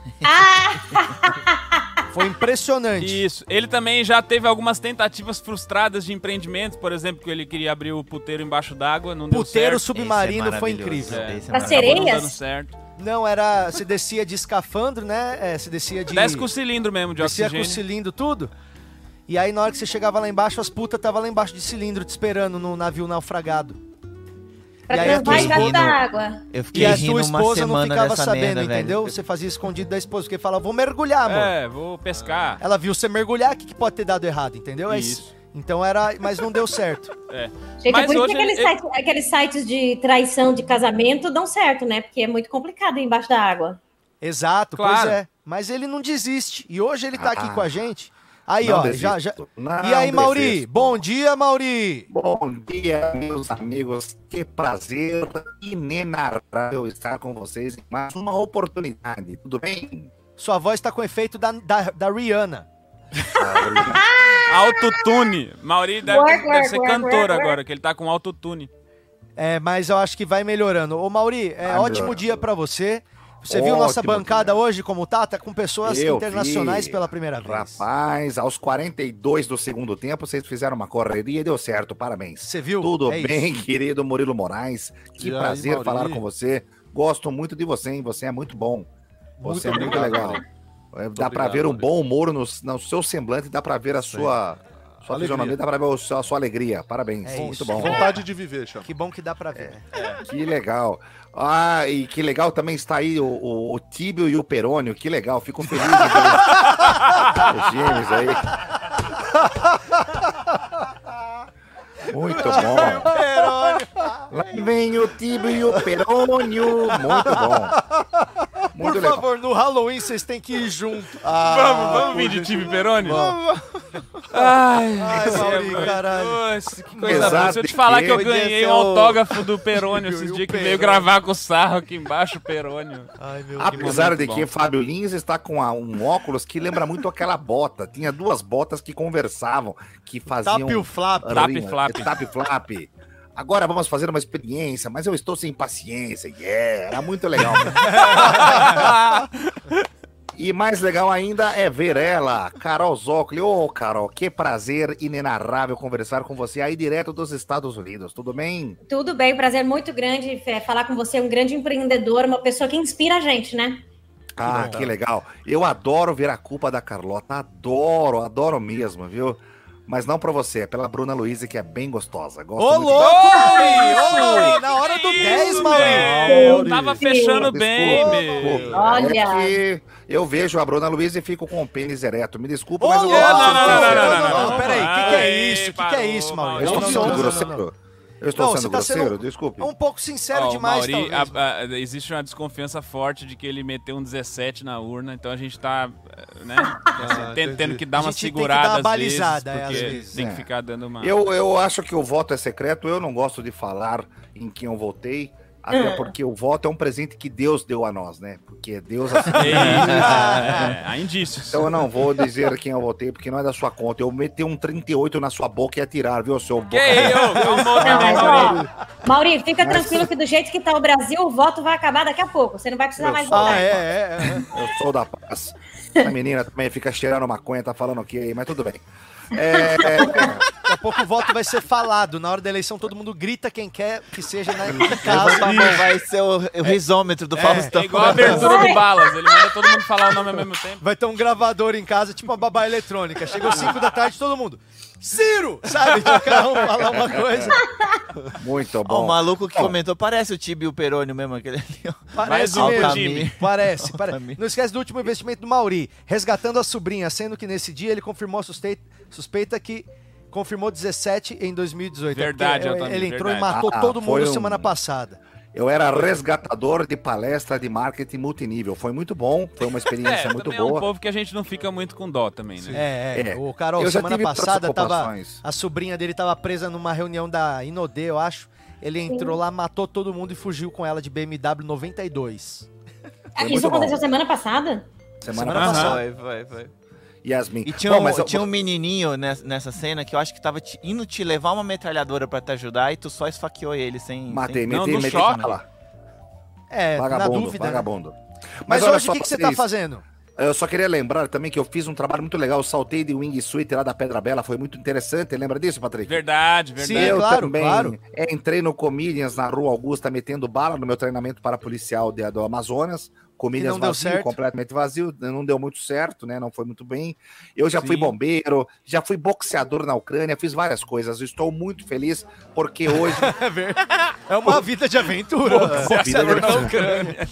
Speaker 1: [LAUGHS] Foi impressionante.
Speaker 3: Isso. Ele também já teve algumas tentativas frustradas de empreendimentos, por exemplo, que ele queria abrir o puteiro embaixo d'água, não
Speaker 1: Puteiro
Speaker 3: deu certo.
Speaker 1: submarino
Speaker 2: Esse é
Speaker 1: foi
Speaker 2: maravilhoso.
Speaker 1: incrível.
Speaker 2: É.
Speaker 5: Pra
Speaker 2: Esse é
Speaker 5: sereia?
Speaker 3: Não
Speaker 5: Sereias?
Speaker 3: dando certo.
Speaker 1: Não, era. Se descia de escafandro, né? É, se descia de.
Speaker 3: Desce com o cilindro mesmo de
Speaker 1: descia com
Speaker 3: oxigênio.
Speaker 1: cilindro, tudo. E aí, na hora que você chegava lá embaixo, as putas estavam lá embaixo de cilindro te esperando no navio naufragado.
Speaker 5: Pra
Speaker 1: E aí
Speaker 5: trampar
Speaker 1: aquele
Speaker 5: e gastar
Speaker 2: menino-
Speaker 5: água.
Speaker 2: Eu
Speaker 1: E
Speaker 2: fiquei
Speaker 1: a
Speaker 2: rindo
Speaker 1: sua
Speaker 2: uma
Speaker 1: esposa não
Speaker 2: semana
Speaker 1: ficava
Speaker 2: dessa
Speaker 1: sabendo,
Speaker 2: merda,
Speaker 1: entendeu?
Speaker 2: [LAUGHS] velho.
Speaker 1: Você fazia escondido da esposa, porque falava, vou mergulhar, amor.
Speaker 3: É, vou pescar.
Speaker 1: Ela viu você mergulhar, o que, que pode ter dado errado, entendeu? É
Speaker 3: Isso.
Speaker 1: isso. Então era. Mas não deu
Speaker 7: [LAUGHS]
Speaker 1: certo.
Speaker 5: Gente,
Speaker 3: Mas
Speaker 5: é por isso
Speaker 3: hoje
Speaker 5: que aqueles,
Speaker 3: ele-
Speaker 5: sites, aqueles sites de traição de casamento dão certo, né? Porque é muito complicado embaixo da água.
Speaker 1: Exato, pois
Speaker 3: Claro.
Speaker 1: é. Mas ele não desiste. E hoje ele tá aqui
Speaker 7: Ah.
Speaker 1: com a gente. Aí,
Speaker 7: Não
Speaker 1: ó,
Speaker 7: desisto. Ah,
Speaker 1: já. já...
Speaker 7: Não
Speaker 1: e aí, Mauri?
Speaker 7: desisto.
Speaker 1: Bom dia, Mauri!
Speaker 7: Bom dia, meus amigos. Que prazer inenarrável estar com vocês em mais uma oportunidade. Tudo bem?
Speaker 1: Sua voz tá com efeito da, da, da Rihanna.
Speaker 3: Autotune. Mauri deve,
Speaker 5: Work,
Speaker 3: deve
Speaker 5: work,
Speaker 3: ser
Speaker 5: work,
Speaker 3: cantor
Speaker 5: work, work.
Speaker 3: agora, que ele tá com autotune.
Speaker 1: É, mas eu acho que vai melhorando. Ô, Mauri, é
Speaker 7: Vai
Speaker 1: ótimo
Speaker 7: melhorando.
Speaker 1: dia pra você. Você viu nossa
Speaker 7: Ótimo
Speaker 1: bancada
Speaker 7: dia.
Speaker 1: hoje como tá? Tá com pessoas
Speaker 7: Eu
Speaker 1: internacionais
Speaker 7: vi.
Speaker 1: pela primeira vez.
Speaker 7: Rapaz, aos 42 do segundo tempo, vocês fizeram uma correria e deu certo. Parabéns.
Speaker 1: Você viu?
Speaker 7: Tudo
Speaker 1: É isso.
Speaker 7: bem, querido Murilo Moraes? Que
Speaker 6: E aí,
Speaker 7: prazer
Speaker 6: Mauri?
Speaker 7: falar com você. Gosto muito de você, hein? Você é muito bom. Você é muito legal.
Speaker 6: Mauri.
Speaker 7: É, dá pra
Speaker 6: obrigado,
Speaker 7: ver um
Speaker 6: Maurício.
Speaker 7: bom humor no, no seu semblante, dá pra ver a sua, sua
Speaker 6: Alegria.
Speaker 7: fisionomia, dá pra ver a sua, a sua alegria. Parabéns,
Speaker 1: É
Speaker 7: muito
Speaker 1: isso.
Speaker 7: bom.
Speaker 6: Vontade de viver, chama.
Speaker 1: Que bom que dá pra ver. né?
Speaker 7: Que legal. Ah, e que legal também está aí o, o, o Tíbio e o Perônio. Que legal, fico feliz de ver
Speaker 3: [LAUGHS]
Speaker 7: os gêmeos aí. Muito bom. Lá vem o Tíbio e o Perônio. Muito bom.
Speaker 1: Por
Speaker 7: Muito legal.
Speaker 1: favor, no Halloween vocês têm que ir junto.
Speaker 3: vamos, vamos vir de time Peroni? Ai,
Speaker 1: Ai, Mauri,
Speaker 3: mano.
Speaker 1: Tá caralho.
Speaker 3: Nossa, que coisa
Speaker 7: Apesar
Speaker 3: boa. Se eu
Speaker 7: de
Speaker 3: te falar
Speaker 7: que
Speaker 3: que eu
Speaker 7: eu
Speaker 3: ganhei
Speaker 1: ia ser
Speaker 3: um
Speaker 1: o-
Speaker 3: autógrafo
Speaker 1: [LAUGHS]
Speaker 3: do Perônio esses
Speaker 1: o
Speaker 3: dias, que
Speaker 1: Perônio.
Speaker 3: veio gravar com o sarro aqui embaixo,
Speaker 1: [LAUGHS]
Speaker 3: o Perônio.
Speaker 1: Ai, meu Deus.
Speaker 7: Apesar
Speaker 3: momento
Speaker 7: de
Speaker 3: bom.
Speaker 7: que Fábio Lins está com a- um óculos que lembra muito aquela bota. Tinha duas botas que conversavam, que
Speaker 3: Tá
Speaker 7: faziam.
Speaker 1: Tap e o flap.
Speaker 7: rima.
Speaker 3: Tap e flap.
Speaker 7: Tap e é flap. Agora vamos fazer uma experiência, mas eu estou sem paciência. Yeah, era muito legal. e mais legal ainda é ver ela, Carol Zócoli. Ô, Carol, que prazer inenarrável conversar com você aí direto dos Estados Unidos. Tudo bem?
Speaker 5: Tudo bem, prazer muito grande é, falar com você, um grande empreendedor, uma pessoa que inspira a gente, né?
Speaker 7: Ah, que legal. Eu adoro ver a culpa da Carlota. Adoro, adoro mesmo, viu? Mas não pra você, é pela Bruna Luiz, que é bem gostosa. Gosto
Speaker 1: Ô,
Speaker 7: muito
Speaker 1: louco, Mauri!
Speaker 3: Ô,
Speaker 1: Ô,
Speaker 3: louco,
Speaker 1: Na hora do
Speaker 3: que
Speaker 1: 10,
Speaker 3: isso,
Speaker 1: Mauri!
Speaker 3: meu?
Speaker 6: Mauri.
Speaker 3: Eu tava
Speaker 5: Desculpa,
Speaker 3: fechando
Speaker 7: Desculpa,
Speaker 3: bem,
Speaker 7: desculpa.
Speaker 3: meu.
Speaker 5: Olha.
Speaker 7: É que eu vejo a Bruna Luiz e fico com o pênis ereto. Me desculpa,
Speaker 1: Ô,
Speaker 7: mas eu
Speaker 1: louco!
Speaker 7: gosto.
Speaker 3: não, não, não, não, não,
Speaker 1: não,
Speaker 3: não,
Speaker 1: não,
Speaker 3: não,
Speaker 1: peraí, o que, que
Speaker 3: parou,
Speaker 1: é isso? O que, que é isso,
Speaker 3: parou,
Speaker 1: Mauri?
Speaker 7: Eu estou
Speaker 1: Não,
Speaker 7: sendo
Speaker 1: não, não, não,
Speaker 7: grosseiro? Eu estou
Speaker 1: Não, você
Speaker 7: sendo
Speaker 1: tá sendo-
Speaker 7: grosseiro? Desculpe.
Speaker 1: não. Um pouco sincero
Speaker 3: Ó, o
Speaker 1: demais,
Speaker 3: Mauri,
Speaker 1: talvez.
Speaker 3: a- a- existe uma desconfiança forte de que ele meteu um 17 na urna, então a gente tá,
Speaker 1: [LAUGHS]
Speaker 3: né, assim, ten-
Speaker 6: entendi.
Speaker 3: tendo que dar
Speaker 1: A
Speaker 3: uma
Speaker 1: gente tem que dar
Speaker 3: segurada
Speaker 1: uma
Speaker 3: às vezes,
Speaker 1: balizada, é, às
Speaker 3: porque
Speaker 1: vezes.
Speaker 3: tem
Speaker 7: É.
Speaker 3: que [LAUGHS] ficar dando uma...
Speaker 7: Eu, eu acho que o voto é secreto, eu não gosto de falar em quem eu votei. Até
Speaker 5: Ah.
Speaker 7: porque o voto é um presente que Deus deu a nós, né?
Speaker 1: [LAUGHS]
Speaker 7: Porque Deus assim.
Speaker 3: É, há indícios.
Speaker 7: Então eu não vou dizer quem eu votei, porque não é da sua conta. Eu meti um 38 na sua boca e atirar, viu, seu
Speaker 3: Que
Speaker 7: boca?
Speaker 3: aí, ô, calma, ô,
Speaker 5: Mas,
Speaker 3: calma,
Speaker 5: ó,
Speaker 3: calma.
Speaker 5: Mauri, fica tranquilo que do jeito que tá o Brasil, o voto vai acabar daqui a pouco. Você não vai precisar
Speaker 7: Eu
Speaker 5: mais votar.
Speaker 1: Ah, é, é, é.
Speaker 7: Eu sou da paz. A menina também fica cheirando maconha, tá falando o quê aí, mas tudo bem. É,
Speaker 1: Daqui a pouco o voto vai ser falado. Na hora da eleição, todo mundo grita quem quer que seja na em
Speaker 2: Levanta a
Speaker 1: casa. Tá
Speaker 2: mão, Tá vai ser o, o rizômetro do Faustão.
Speaker 3: É
Speaker 2: [LAUGHS]
Speaker 3: igual a abertura do Balas, ele manda todo mundo falar o nome ao mesmo tempo.
Speaker 1: Vai ter um gravador em casa, tipo a babá eletrônica. Chegou 5 da tarde, todo mundo. Ciro! Sabe? Então, cada um falar uma
Speaker 7: [LAUGHS]
Speaker 1: coisa.
Speaker 7: muito
Speaker 2: Ó,
Speaker 7: bom.
Speaker 2: o maluco que comentou, parece o Tibio Perônio mesmo, aquele ali. ó.
Speaker 1: Parece
Speaker 2: Mais um
Speaker 1: mesmo.
Speaker 2: pra mim.
Speaker 1: Parece, parece.
Speaker 2: mim.
Speaker 1: Não esquece do último investimento do Mauri, resgatando a sobrinha, sendo que nesse dia ele confirmou a suspeita, suspeita que confirmou 17 em 2018. É porque
Speaker 3: Verdade,
Speaker 1: ele-
Speaker 3: Altamir,
Speaker 1: Ele entrou
Speaker 3: verdade.
Speaker 1: e matou
Speaker 7: Ah,
Speaker 1: todo
Speaker 7: foi
Speaker 1: mundo
Speaker 7: um-
Speaker 1: semana passada.
Speaker 7: Eu era resgatador de palestra de marketing multinível. Foi muito bom, foi uma experiência
Speaker 3: [LAUGHS] É,
Speaker 7: muito
Speaker 3: também é um
Speaker 7: boa.
Speaker 3: povo que a gente não fica muito com dó também, né?
Speaker 1: É, é.
Speaker 7: É.
Speaker 1: O Carol,
Speaker 7: Eu já
Speaker 1: semana
Speaker 7: tive outras
Speaker 1: passada, tava,
Speaker 7: ocupações.
Speaker 1: a sobrinha dele tava presa numa reunião da Inodê, eu acho. Ele entrou lá, matou todo mundo e fugiu com ela de BMW 92.
Speaker 5: Ah,
Speaker 7: Foi
Speaker 5: Isso
Speaker 7: muito
Speaker 5: aconteceu
Speaker 7: bom.
Speaker 5: semana passada?
Speaker 7: Semana
Speaker 1: Semana
Speaker 7: passada.
Speaker 3: Ah.
Speaker 1: passada.
Speaker 2: Vai, vai, vai.
Speaker 7: Yasmin.
Speaker 2: E tinha,
Speaker 7: Bom,
Speaker 2: um,
Speaker 7: mas eu-
Speaker 2: tinha um menininho nes- nessa cena que eu acho que tava te- indo te levar uma metralhadora pra te ajudar e tu só esfaqueou ele sem...
Speaker 7: Matei,
Speaker 2: sem...
Speaker 3: Não,
Speaker 7: matei,
Speaker 3: no
Speaker 7: matei.
Speaker 3: shopping.
Speaker 7: fala.
Speaker 1: É,
Speaker 7: Vagabundo,
Speaker 1: na dúvida. né?
Speaker 7: vagabundo.
Speaker 1: Mas,
Speaker 7: olha
Speaker 1: hoje
Speaker 7: só
Speaker 1: o que, que você tá
Speaker 7: pra vocês.
Speaker 1: fazendo?
Speaker 7: Eu só queria lembrar também que eu fiz um trabalho muito legal. Eu saltei de wingsuit lá da Pedra Bela, foi muito interessante. Lembra disso, Patrick?
Speaker 3: Verdade, verdade.
Speaker 1: Sim, é
Speaker 7: eu
Speaker 1: claro,
Speaker 7: também
Speaker 1: claro.
Speaker 7: é, entrei no Comedians na Rua Augusta, metendo bala no meu treinamento para policial de- do Amazonas. Comedians
Speaker 1: Que não deu
Speaker 7: vazio,
Speaker 1: certo.
Speaker 7: completamente vazio, não deu muito certo, né? Não foi muito bem. Eu já fui
Speaker 3: Sim.
Speaker 7: bombeiro, já fui boxeador na Ucrânia, fiz várias coisas. Estou muito feliz porque
Speaker 1: [LAUGHS]
Speaker 7: hoje
Speaker 1: É uma vida de aventura.
Speaker 7: vida de
Speaker 3: Não,
Speaker 7: aventura.
Speaker 3: cara.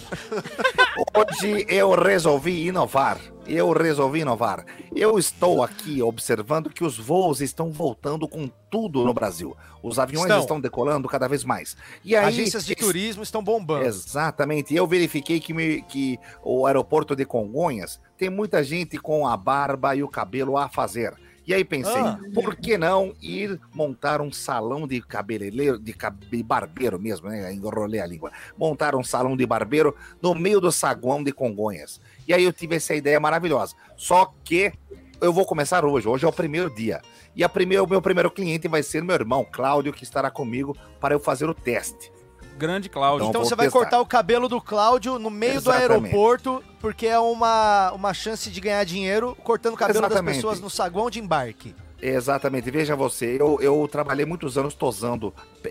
Speaker 7: Hoje eu resolvi inovar. Eu resolvi inovar. Eu estou aqui observando que os voos estão voltando com tudo no Brasil. Os aviões
Speaker 1: Estão.
Speaker 7: estão, decolando cada vez mais. E aí,
Speaker 1: Agências de turismo estão bombando.
Speaker 7: Exatamente. Eu verifiquei que, me- que o aeroporto de Congonhas tem muita gente com a barba e o cabelo a fazer. E aí pensei,
Speaker 1: Ah.
Speaker 7: por que não ir montar um salão de cabeleireiro, de cabe- barbeiro mesmo, né? Enrolei a língua. Montar um salão de barbeiro no meio do saguão de Congonhas. E aí eu tive essa ideia maravilhosa. Só que eu vou começar hoje. Hoje é o primeiro dia. E a primeiro, o meu primeiro cliente vai ser meu irmão, Cláudio, que estará comigo para eu fazer o teste.
Speaker 3: Grande Cláudio.
Speaker 1: Então
Speaker 7: vou
Speaker 1: você vai
Speaker 7: testar.
Speaker 1: cortar o cabelo do Cláudio no meio do
Speaker 7: Exatamente.
Speaker 1: aeroporto, porque é uma, uma chance de ganhar dinheiro cortando o cabelo das
Speaker 7: Exatamente.
Speaker 1: pessoas no saguão de embarque.
Speaker 7: Exatamente, veja você, eu, eu trabalhei muitos anos tosando é,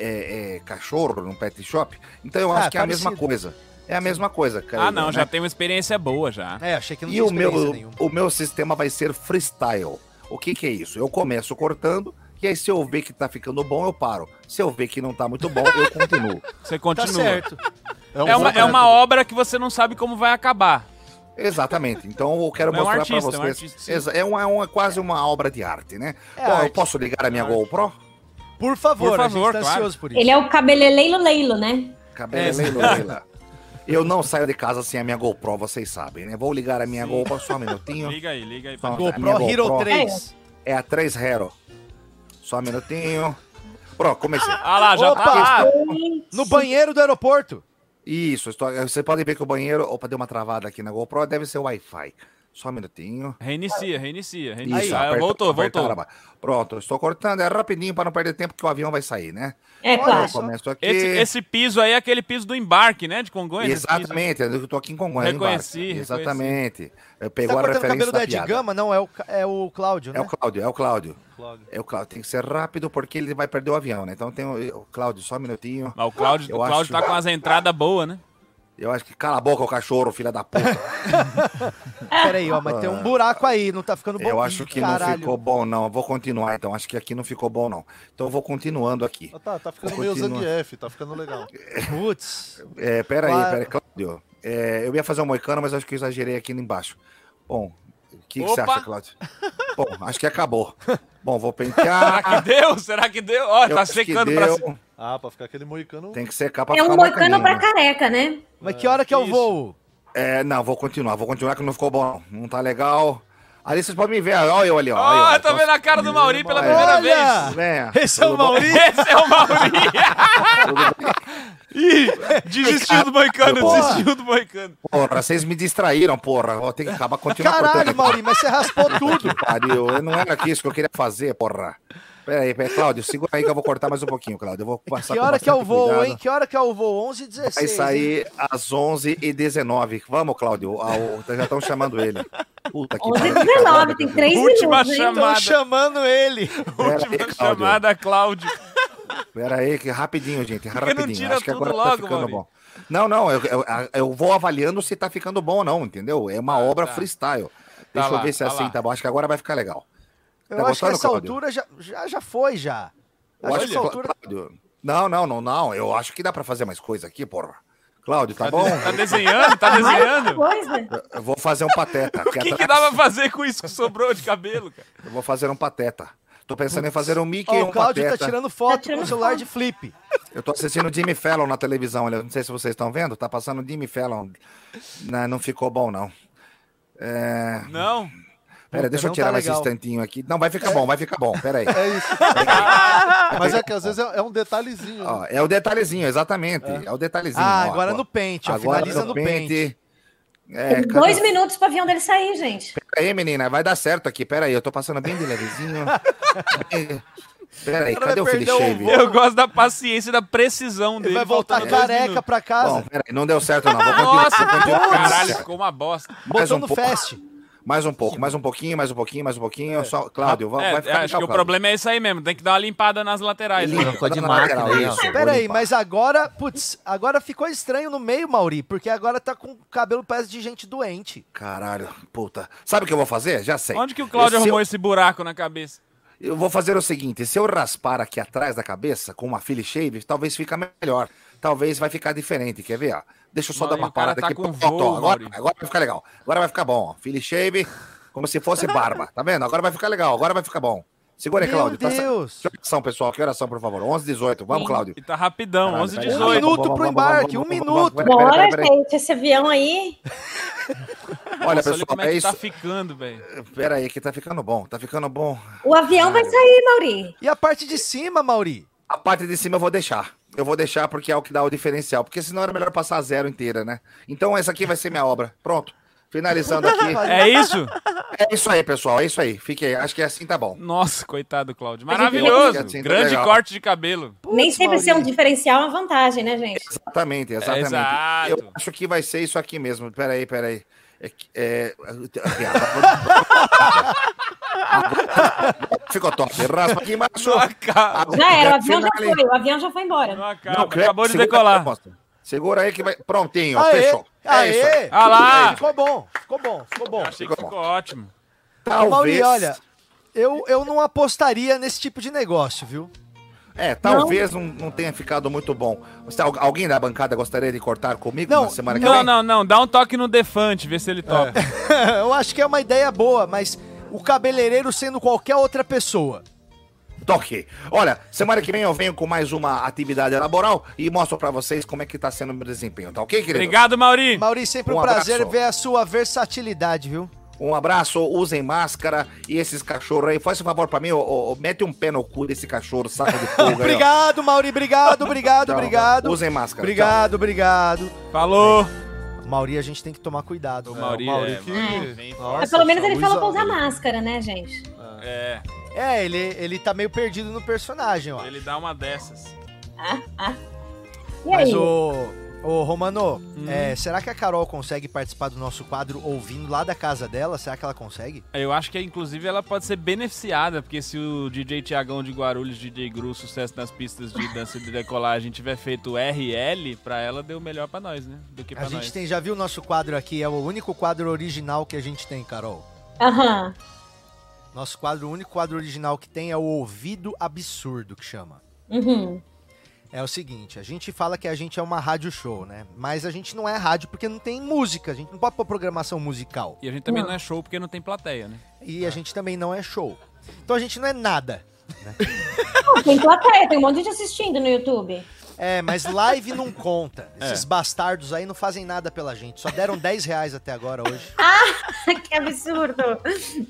Speaker 7: é, cachorro num pet shop, então eu
Speaker 1: Ah,
Speaker 7: acho que é a
Speaker 1: parecido.
Speaker 7: mesma coisa. É a mesma coisa, cara. né?
Speaker 3: Ah, não, já tem uma experiência boa já.
Speaker 1: É, achei que não
Speaker 7: E
Speaker 1: tinha
Speaker 7: o meu,
Speaker 1: experiência nenhuma.
Speaker 7: o meu sistema vai ser freestyle. O que, que é isso? Eu começo cortando, e aí se eu ver que tá ficando bom, eu paro. Se eu ver que não tá muito bom, eu
Speaker 3: [LAUGHS]
Speaker 7: continuo.
Speaker 3: Você
Speaker 1: Tá
Speaker 3: continua.
Speaker 1: certo.
Speaker 7: Então
Speaker 3: É uma, é
Speaker 6: método.
Speaker 3: uma obra que você não sabe como vai acabar.
Speaker 7: Exatamente. Então eu quero
Speaker 3: É um
Speaker 7: mostrar
Speaker 3: artista,
Speaker 7: pra
Speaker 3: é um
Speaker 7: vocês.
Speaker 3: artista, sim.
Speaker 7: Exa- É, uma, é uma- quase uma obra de arte, né?
Speaker 1: É
Speaker 7: bom,
Speaker 1: arte.
Speaker 7: eu posso ligar a minha
Speaker 3: É
Speaker 7: GoPro?
Speaker 1: Por favor,
Speaker 3: Por
Speaker 1: a
Speaker 3: favor,
Speaker 1: gente tá
Speaker 3: claro.
Speaker 1: ansioso por isso.
Speaker 5: Ele é o cabeleleilo leilo, né?
Speaker 7: Cabelo Leila, Leila. Eu não saio de casa sem a minha GoPro, vocês sabem, né? Vou ligar a minha
Speaker 3: Sim.
Speaker 7: GoPro só um minutinho.
Speaker 3: Liga aí, liga aí.
Speaker 7: Só-
Speaker 3: pra-
Speaker 7: a minha
Speaker 1: GoPro Hero 3.
Speaker 7: É a 3 Hero. Só um minutinho. Pronto, comecei.
Speaker 3: Ah lá, já
Speaker 1: Opa!
Speaker 3: tá lá.
Speaker 5: é
Speaker 1: No banheiro do aeroporto.
Speaker 7: Isso, estou... vocês podem ver que o banheiro. Opa, deu uma travada aqui na GoPro, deve ser o Wi-Fi. Só um minutinho.
Speaker 3: Reinicia, reinicia, reinicia.
Speaker 7: Isso,
Speaker 3: Ah,
Speaker 7: aperta-
Speaker 3: voltou,
Speaker 7: aperta
Speaker 3: voltou.
Speaker 7: a barra. Pronto, estou cortando, é rapidinho para não perder tempo que o avião vai sair, né?
Speaker 5: É,
Speaker 7: Olha, eu
Speaker 5: claro.
Speaker 7: começo aqui.
Speaker 3: Esse, esse piso aí é aquele piso do embarque, né? De Congonhas. esse piso aí.
Speaker 7: Exatamente, eu estou aqui em Congonhas. em Vargas.
Speaker 3: Reconheci, reconheci.
Speaker 7: Exatamente. Eu
Speaker 1: Você tá
Speaker 7: pegou a
Speaker 1: cortando o
Speaker 7: referência
Speaker 1: cabelo do
Speaker 7: da
Speaker 1: Ed
Speaker 7: piada.
Speaker 1: Gama? Não, é o, Ca- é o Cláudio, né?
Speaker 7: É o Cláudio, é o Cláudio.
Speaker 6: Cláudio.
Speaker 7: É o Cláudio. Tem que ser rápido porque ele vai perder o avião, né? Então tem o o Cláudio, só um minutinho.
Speaker 3: Mas o Cláudio,
Speaker 7: Eu
Speaker 3: o Cláudio
Speaker 7: acho-
Speaker 3: tá com as entradas boas,
Speaker 7: [LAUGHS]
Speaker 3: né?
Speaker 7: Eu acho que cala a boca o cachorro, filha
Speaker 3: [LAUGHS]
Speaker 7: da puta.
Speaker 1: Peraí, ó, mas tem um buraco aí, não tá ficando bom.
Speaker 7: Ah. Eu acho que não
Speaker 1: Caralho.
Speaker 7: ficou bom, não. Eu Vou continuar, então. Acho que aqui não ficou bom, não. Então eu vou continuando aqui.
Speaker 6: Ah, tá, tá ficando
Speaker 7: Vou
Speaker 6: meio
Speaker 7: continuar.
Speaker 6: Zangief, tá ficando legal.
Speaker 1: Putz.
Speaker 7: É, pera
Speaker 1: Claro.
Speaker 7: aí, pera aí, Cláudio. É, eu ia fazer um moicano, mas acho que eu exagerei aqui embaixo. Bom, o que, que você
Speaker 3: Opa! [LAUGHS]
Speaker 7: acha, Cláudio? Bom, acho que acabou. Bom,
Speaker 3: [LAUGHS]
Speaker 7: vou pentear.
Speaker 3: Deu? Será que deu? Ó,
Speaker 7: Eu
Speaker 3: tá
Speaker 7: acho que
Speaker 3: secando pra
Speaker 7: deu.
Speaker 3: cima.
Speaker 6: [LAUGHS] Ah, pra ficar aquele moicano.
Speaker 7: Tem que secar pra
Speaker 5: É um
Speaker 7: ficar
Speaker 5: moicano
Speaker 7: moicaninho,
Speaker 5: pra
Speaker 7: né?
Speaker 5: careca, né?
Speaker 1: Mas que hora que eu
Speaker 6: isso.
Speaker 1: vou?
Speaker 7: É, não, vou continuar, vou continuar que não ficou bom, não. Não tá legal. Ali vocês podem me ver, olha eu ali, ó. olha eu,
Speaker 1: Ah,
Speaker 3: Ó,
Speaker 7: ó.
Speaker 3: eu
Speaker 1: tá
Speaker 3: tô vendo a cara do Mauri pela
Speaker 7: É.
Speaker 3: primeira
Speaker 1: Olha!
Speaker 3: vez.
Speaker 7: Venha.
Speaker 1: Esse é o
Speaker 7: Tudo bom? [LAUGHS]
Speaker 1: Maurício?
Speaker 3: Esse é o Mauri.
Speaker 7: Tudo bem?
Speaker 3: Ih, desistiu do Moicano,
Speaker 7: Porra.
Speaker 3: desistiu do Moicano.
Speaker 7: Porra, vocês me distraíram, porra. Ó, Tem que acabar, continuar
Speaker 1: Caralho,
Speaker 7: cortando aqui.
Speaker 1: Mauri, mas você
Speaker 7: [LAUGHS]
Speaker 1: raspou tudo.
Speaker 7: Pariu, eu não era aqui isso que eu queria fazer, porra. Pera aí, pera aí, Cláudio, segura aí que eu vou cortar mais um pouquinho, Cláudio. Eu vou passar
Speaker 1: Que
Speaker 7: com
Speaker 1: hora que é o
Speaker 7: bastante
Speaker 1: voo,
Speaker 7: tá cuidado.
Speaker 1: hein? Que hora que é o voo? 11 e 16
Speaker 7: Vai sair às 11h19. Vamos, Cláudio. ao- já estão chamando ele. Puta que
Speaker 5: 11
Speaker 7: pariu,
Speaker 5: h 19 tem
Speaker 7: Cláudio.
Speaker 5: 3
Speaker 3: Última
Speaker 5: minutos. hein?
Speaker 3: chamada.
Speaker 1: Estão chamando ele.
Speaker 7: Pera aí,
Speaker 3: Última
Speaker 7: Cláudio.
Speaker 3: chamada, Cláudio.
Speaker 7: Pera aí, que rapidinho, gente.
Speaker 3: que não
Speaker 7: Rapidinho.
Speaker 3: tira
Speaker 7: Acho que
Speaker 3: tudo
Speaker 7: agora tá
Speaker 3: logo,
Speaker 7: ficando
Speaker 3: Mauri?
Speaker 7: bom. Não, não, eu, eu- eu vou avaliando se tá ficando bom ou não, entendeu? É uma obra
Speaker 3: tá.
Speaker 7: freestyle. Deixa eu
Speaker 3: lá,
Speaker 7: ver se
Speaker 3: tá
Speaker 7: assim
Speaker 3: lá.
Speaker 7: tá bom. Acho que agora vai ficar legal.
Speaker 1: Eu
Speaker 7: Tá
Speaker 1: acho que
Speaker 7: gostando,
Speaker 1: essa
Speaker 7: Claudio?
Speaker 1: altura já, já, já foi, já.
Speaker 7: Eu acho que, Tá Clá- Cláudio. Não, não, não, não. Eu acho que dá pra fazer mais coisa aqui, porra. Cláudio, tá bom?
Speaker 3: Tá desenhando, tá
Speaker 5: Mais
Speaker 3: desenhando.
Speaker 5: coisa.
Speaker 1: É,
Speaker 7: Eu vou fazer um pateta.
Speaker 3: [LAUGHS] O
Speaker 7: aqui
Speaker 3: que, que
Speaker 7: atrás.
Speaker 3: dava pra fazer com isso que sobrou de cabelo, cara?
Speaker 7: Eu vou fazer um pateta. Tô pensando em fazer um
Speaker 1: Ó,
Speaker 7: Mickey e
Speaker 1: o
Speaker 7: um
Speaker 1: Cláudio
Speaker 7: pateta.
Speaker 1: tá tirando foto
Speaker 5: Tá tirando
Speaker 1: com o celular
Speaker 5: foto.
Speaker 1: de flip.
Speaker 7: Eu tô assistindo Jimmy Fallon na televisão, olha, não sei se vocês estão vendo, tá passando Jimmy Fallon. Não, não ficou bom, não. É...
Speaker 3: Não.
Speaker 7: Pera, deixa eu
Speaker 1: não
Speaker 7: tirar
Speaker 1: tá
Speaker 7: mais esse
Speaker 1: legal.
Speaker 7: instantinho aqui. Não, vai ficar bom, vai ficar bom,
Speaker 1: [LAUGHS]
Speaker 7: pera aí.
Speaker 6: É isso. Mas é que às vezes é, é um detalhezinho. né?
Speaker 7: Ó, é o detalhezinho, exatamente, é, o detalhezinho.
Speaker 1: Ah,
Speaker 7: ó,
Speaker 1: agora
Speaker 7: ó.
Speaker 1: no pente, ó,
Speaker 7: Agora
Speaker 1: finaliza no pente.
Speaker 7: É, cara,
Speaker 5: Dois minutos pro avião dele sair, gente.
Speaker 7: pera aí, menina, vai dar certo aqui, pera aí, eu tô passando bem
Speaker 1: [LAUGHS]
Speaker 7: de levezinho. É, pera aí,
Speaker 1: O cara vai
Speaker 7: cadê o Philly
Speaker 1: perder o
Speaker 7: Shave?
Speaker 1: voo.
Speaker 3: Eu gosto da paciência e da precisão
Speaker 1: Ele
Speaker 3: dele.
Speaker 1: vai voltar
Speaker 3: faltando dois
Speaker 1: careca
Speaker 3: minutos.
Speaker 1: pra
Speaker 7: Bom,
Speaker 1: casa,
Speaker 7: pera aí, não deu certo
Speaker 1: [LAUGHS]
Speaker 7: não, vou continuar.
Speaker 3: Nossa,
Speaker 7: vou continuar.
Speaker 3: caralho, ficou uma bosta.
Speaker 7: mais um
Speaker 1: botando
Speaker 7: pouco.
Speaker 1: fest.
Speaker 7: Mais um pouco, mais um pouquinho, mais um pouquinho, mais um pouquinho. Só, Cláudio, vai,
Speaker 3: É,
Speaker 7: vai ficar
Speaker 3: acho que
Speaker 7: legal,
Speaker 3: o problema é isso aí mesmo, tem que dar uma limpada nas laterais.
Speaker 7: Cláudio.
Speaker 3: né?
Speaker 2: Ficou de
Speaker 7: Na
Speaker 2: máquina
Speaker 7: lateral,
Speaker 2: aí, ó.
Speaker 7: isso, vou
Speaker 1: Pera aí,
Speaker 7: limpar.
Speaker 1: mas agora, putz, agora ficou estranho no meio, Mauri, porque agora tá com o cabelo parece de gente doente.
Speaker 7: Caralho, puta. Sabe o que eu vou fazer? Já sei.
Speaker 3: Onde que o Cláudio
Speaker 7: Se
Speaker 3: arrumou
Speaker 7: eu,
Speaker 3: esse buraco na cabeça?
Speaker 7: eu vou fazer o seguinte: se eu raspar aqui atrás da cabeça com uma Philly Shave, talvez fica melhor. Talvez vai ficar diferente, quer ver? Ó? Deixa eu só
Speaker 3: Maurinho,
Speaker 7: dar uma
Speaker 3: o cara
Speaker 7: parada
Speaker 3: tá
Speaker 7: aqui.
Speaker 3: com
Speaker 7: Pronto,
Speaker 3: voo,
Speaker 7: agora,
Speaker 3: Maurinho.
Speaker 7: agora vai ficar legal. Agora vai ficar bom. ó. Philly Shave, como se fosse barba. Tá vendo? Agora vai ficar legal. Agora vai ficar bom. Segura aí,
Speaker 1: Meu
Speaker 7: Cláudio. Tá sa-
Speaker 1: Deus.
Speaker 7: Que oração, pessoal? Que oração, por favor? 11 18 Vamos, Cláudio.
Speaker 3: E tá rapidão,
Speaker 7: Caralho,
Speaker 3: 11
Speaker 7: peraí.
Speaker 3: 18
Speaker 1: Um minuto pro embarque, um minuto.
Speaker 7: Peraí, peraí,
Speaker 5: Bora,
Speaker 7: peraí, peraí.
Speaker 5: gente, esse avião aí.
Speaker 7: Olha,
Speaker 3: Nossa, olha
Speaker 7: pessoal,
Speaker 3: como
Speaker 7: é
Speaker 3: é que tá
Speaker 7: isso.
Speaker 3: ficando, velho.
Speaker 7: Pera aí, que tá ficando bom, tá ficando bom.
Speaker 5: O avião vai sair, Mauri.
Speaker 1: E a parte de cima, Mauri?
Speaker 7: A parte de cima eu vou deixar. Eu vou deixar porque é o que dá o diferencial. Porque senão era melhor passar a zero inteira, né? Então essa aqui vai ser minha obra. Pronto.
Speaker 5: [LAUGHS]
Speaker 7: Finalizando aqui.
Speaker 3: É isso?
Speaker 7: É isso aí, pessoal. É isso aí. Fiquei. Acho que assim tá bom.
Speaker 3: Nossa, coitado, Cláudio.
Speaker 7: Assim,
Speaker 3: Maravilhoso.
Speaker 7: assim, tá
Speaker 3: Grande
Speaker 7: legal.
Speaker 3: corte de cabelo.
Speaker 5: Nem sempre ser um diferencial é uma vantagem, né, gente?
Speaker 7: Exatamente, exatamente.
Speaker 3: Exato.
Speaker 7: Eu acho que vai ser isso aqui mesmo. Pera aí, pera aí. É que- é-
Speaker 3: [LAUGHS]
Speaker 7: Ficou top. Raspa aqui embaixo.
Speaker 3: Não acaba.
Speaker 5: Já era, o avião já
Speaker 7: Finale-
Speaker 5: foi, o avião já foi embora.
Speaker 3: Não acaba.
Speaker 7: Não, Cleber,
Speaker 3: Acabou de
Speaker 7: segura aí,
Speaker 3: decolar.
Speaker 7: moça. Segura aí que vai. Prontinho,
Speaker 1: Aê,
Speaker 7: fechou. É isso aí.
Speaker 1: aê.
Speaker 3: Ah lá.
Speaker 1: Ficou bom, ficou bom, ficou bom.
Speaker 3: Achei que ficou ótimo.
Speaker 1: Ô,
Speaker 7: Talvez.
Speaker 1: Mauri, tá olha, eu, eu não apostaria nesse tipo de negócio, viu? [LAUGHS]
Speaker 7: É, talvez não. não tenha ficado muito bom. Você- al- alguém da bancada gostaria de cortar comigo
Speaker 1: Não,
Speaker 7: na semana que
Speaker 3: Não,
Speaker 7: vem?
Speaker 3: não, não. Dá um toque no Defante, vê se ele topa.
Speaker 1: eu acho que é uma ideia boa, mas o cabeleireiro sendo qualquer outra pessoa.
Speaker 7: Toque. Olha, semana que vem eu venho com mais uma atividade laboral e mostro pra vocês como é que tá sendo o meu desempenho, tá ok, querido?
Speaker 3: Obrigado, Mauri.
Speaker 1: Mauri, sempre um,
Speaker 7: Um abraço.
Speaker 1: prazer ver a sua versatilidade, viu?
Speaker 7: Um abraço, usem máscara e esses cachorros aí, faz um favor pra mim, ô, ô, ô, mete um pé no cu desse cachorro, saco de fogo aí, ó.
Speaker 1: Obrigado, Mauri, obrigado, obrigado,
Speaker 7: [LAUGHS] Tchau,
Speaker 1: obrigado.
Speaker 7: Usem máscara.
Speaker 1: Obrigado, obrigado.
Speaker 3: Falou.
Speaker 1: Mauri, a gente tem que tomar cuidado.
Speaker 3: O
Speaker 1: né?
Speaker 3: Mauri,
Speaker 1: O
Speaker 3: é,
Speaker 1: que-
Speaker 3: Mauri, vem.
Speaker 5: Mas
Speaker 1: Nossa,
Speaker 5: pelo menos ele
Speaker 1: Luísa-
Speaker 5: falou pra usar máscara, né, gente?
Speaker 3: É,
Speaker 1: É, ele, ele tá meio perdido no personagem, ó.
Speaker 3: ele dá uma dessas.
Speaker 5: E
Speaker 1: Mas
Speaker 5: aí?
Speaker 1: o, o Romano,
Speaker 3: Hum.
Speaker 1: é, será que a Carol consegue participar do nosso quadro ouvindo lá da casa dela? Será que ela consegue?
Speaker 3: Eu acho que, inclusive, ela pode ser beneficiada, porque se o DJ Tiagão de Guarulhos, DJ Gru, sucesso nas pistas de dança de decolagem, tiver feito RL, pra ela deu melhor pra nós, né? Do que pra
Speaker 1: A gente
Speaker 3: nós.
Speaker 1: tem, já viu o nosso quadro aqui, é o único quadro original que a gente tem, Carol.
Speaker 5: Aham.
Speaker 1: Nosso quadro, o único quadro original que tem é o ouvido absurdo que chama.
Speaker 5: Uhum.
Speaker 1: É o seguinte, a gente fala que a gente é uma rádio show, né? Mas a gente não é rádio porque não tem música, a gente não pode pôr programação musical.
Speaker 3: E a gente também não.
Speaker 5: Não.
Speaker 3: é show porque não tem plateia, né?
Speaker 1: E a gente também não é show. Então a gente não é nada.
Speaker 5: Pô, Tem plateia, tem um monte de gente assistindo no YouTube.
Speaker 1: É, mas live não
Speaker 3: [LAUGHS]
Speaker 1: conta.
Speaker 3: É.
Speaker 1: Esses bastardos aí não fazem nada pela gente. Só deram 10 reais até agora hoje.
Speaker 5: [LAUGHS] que absurdo.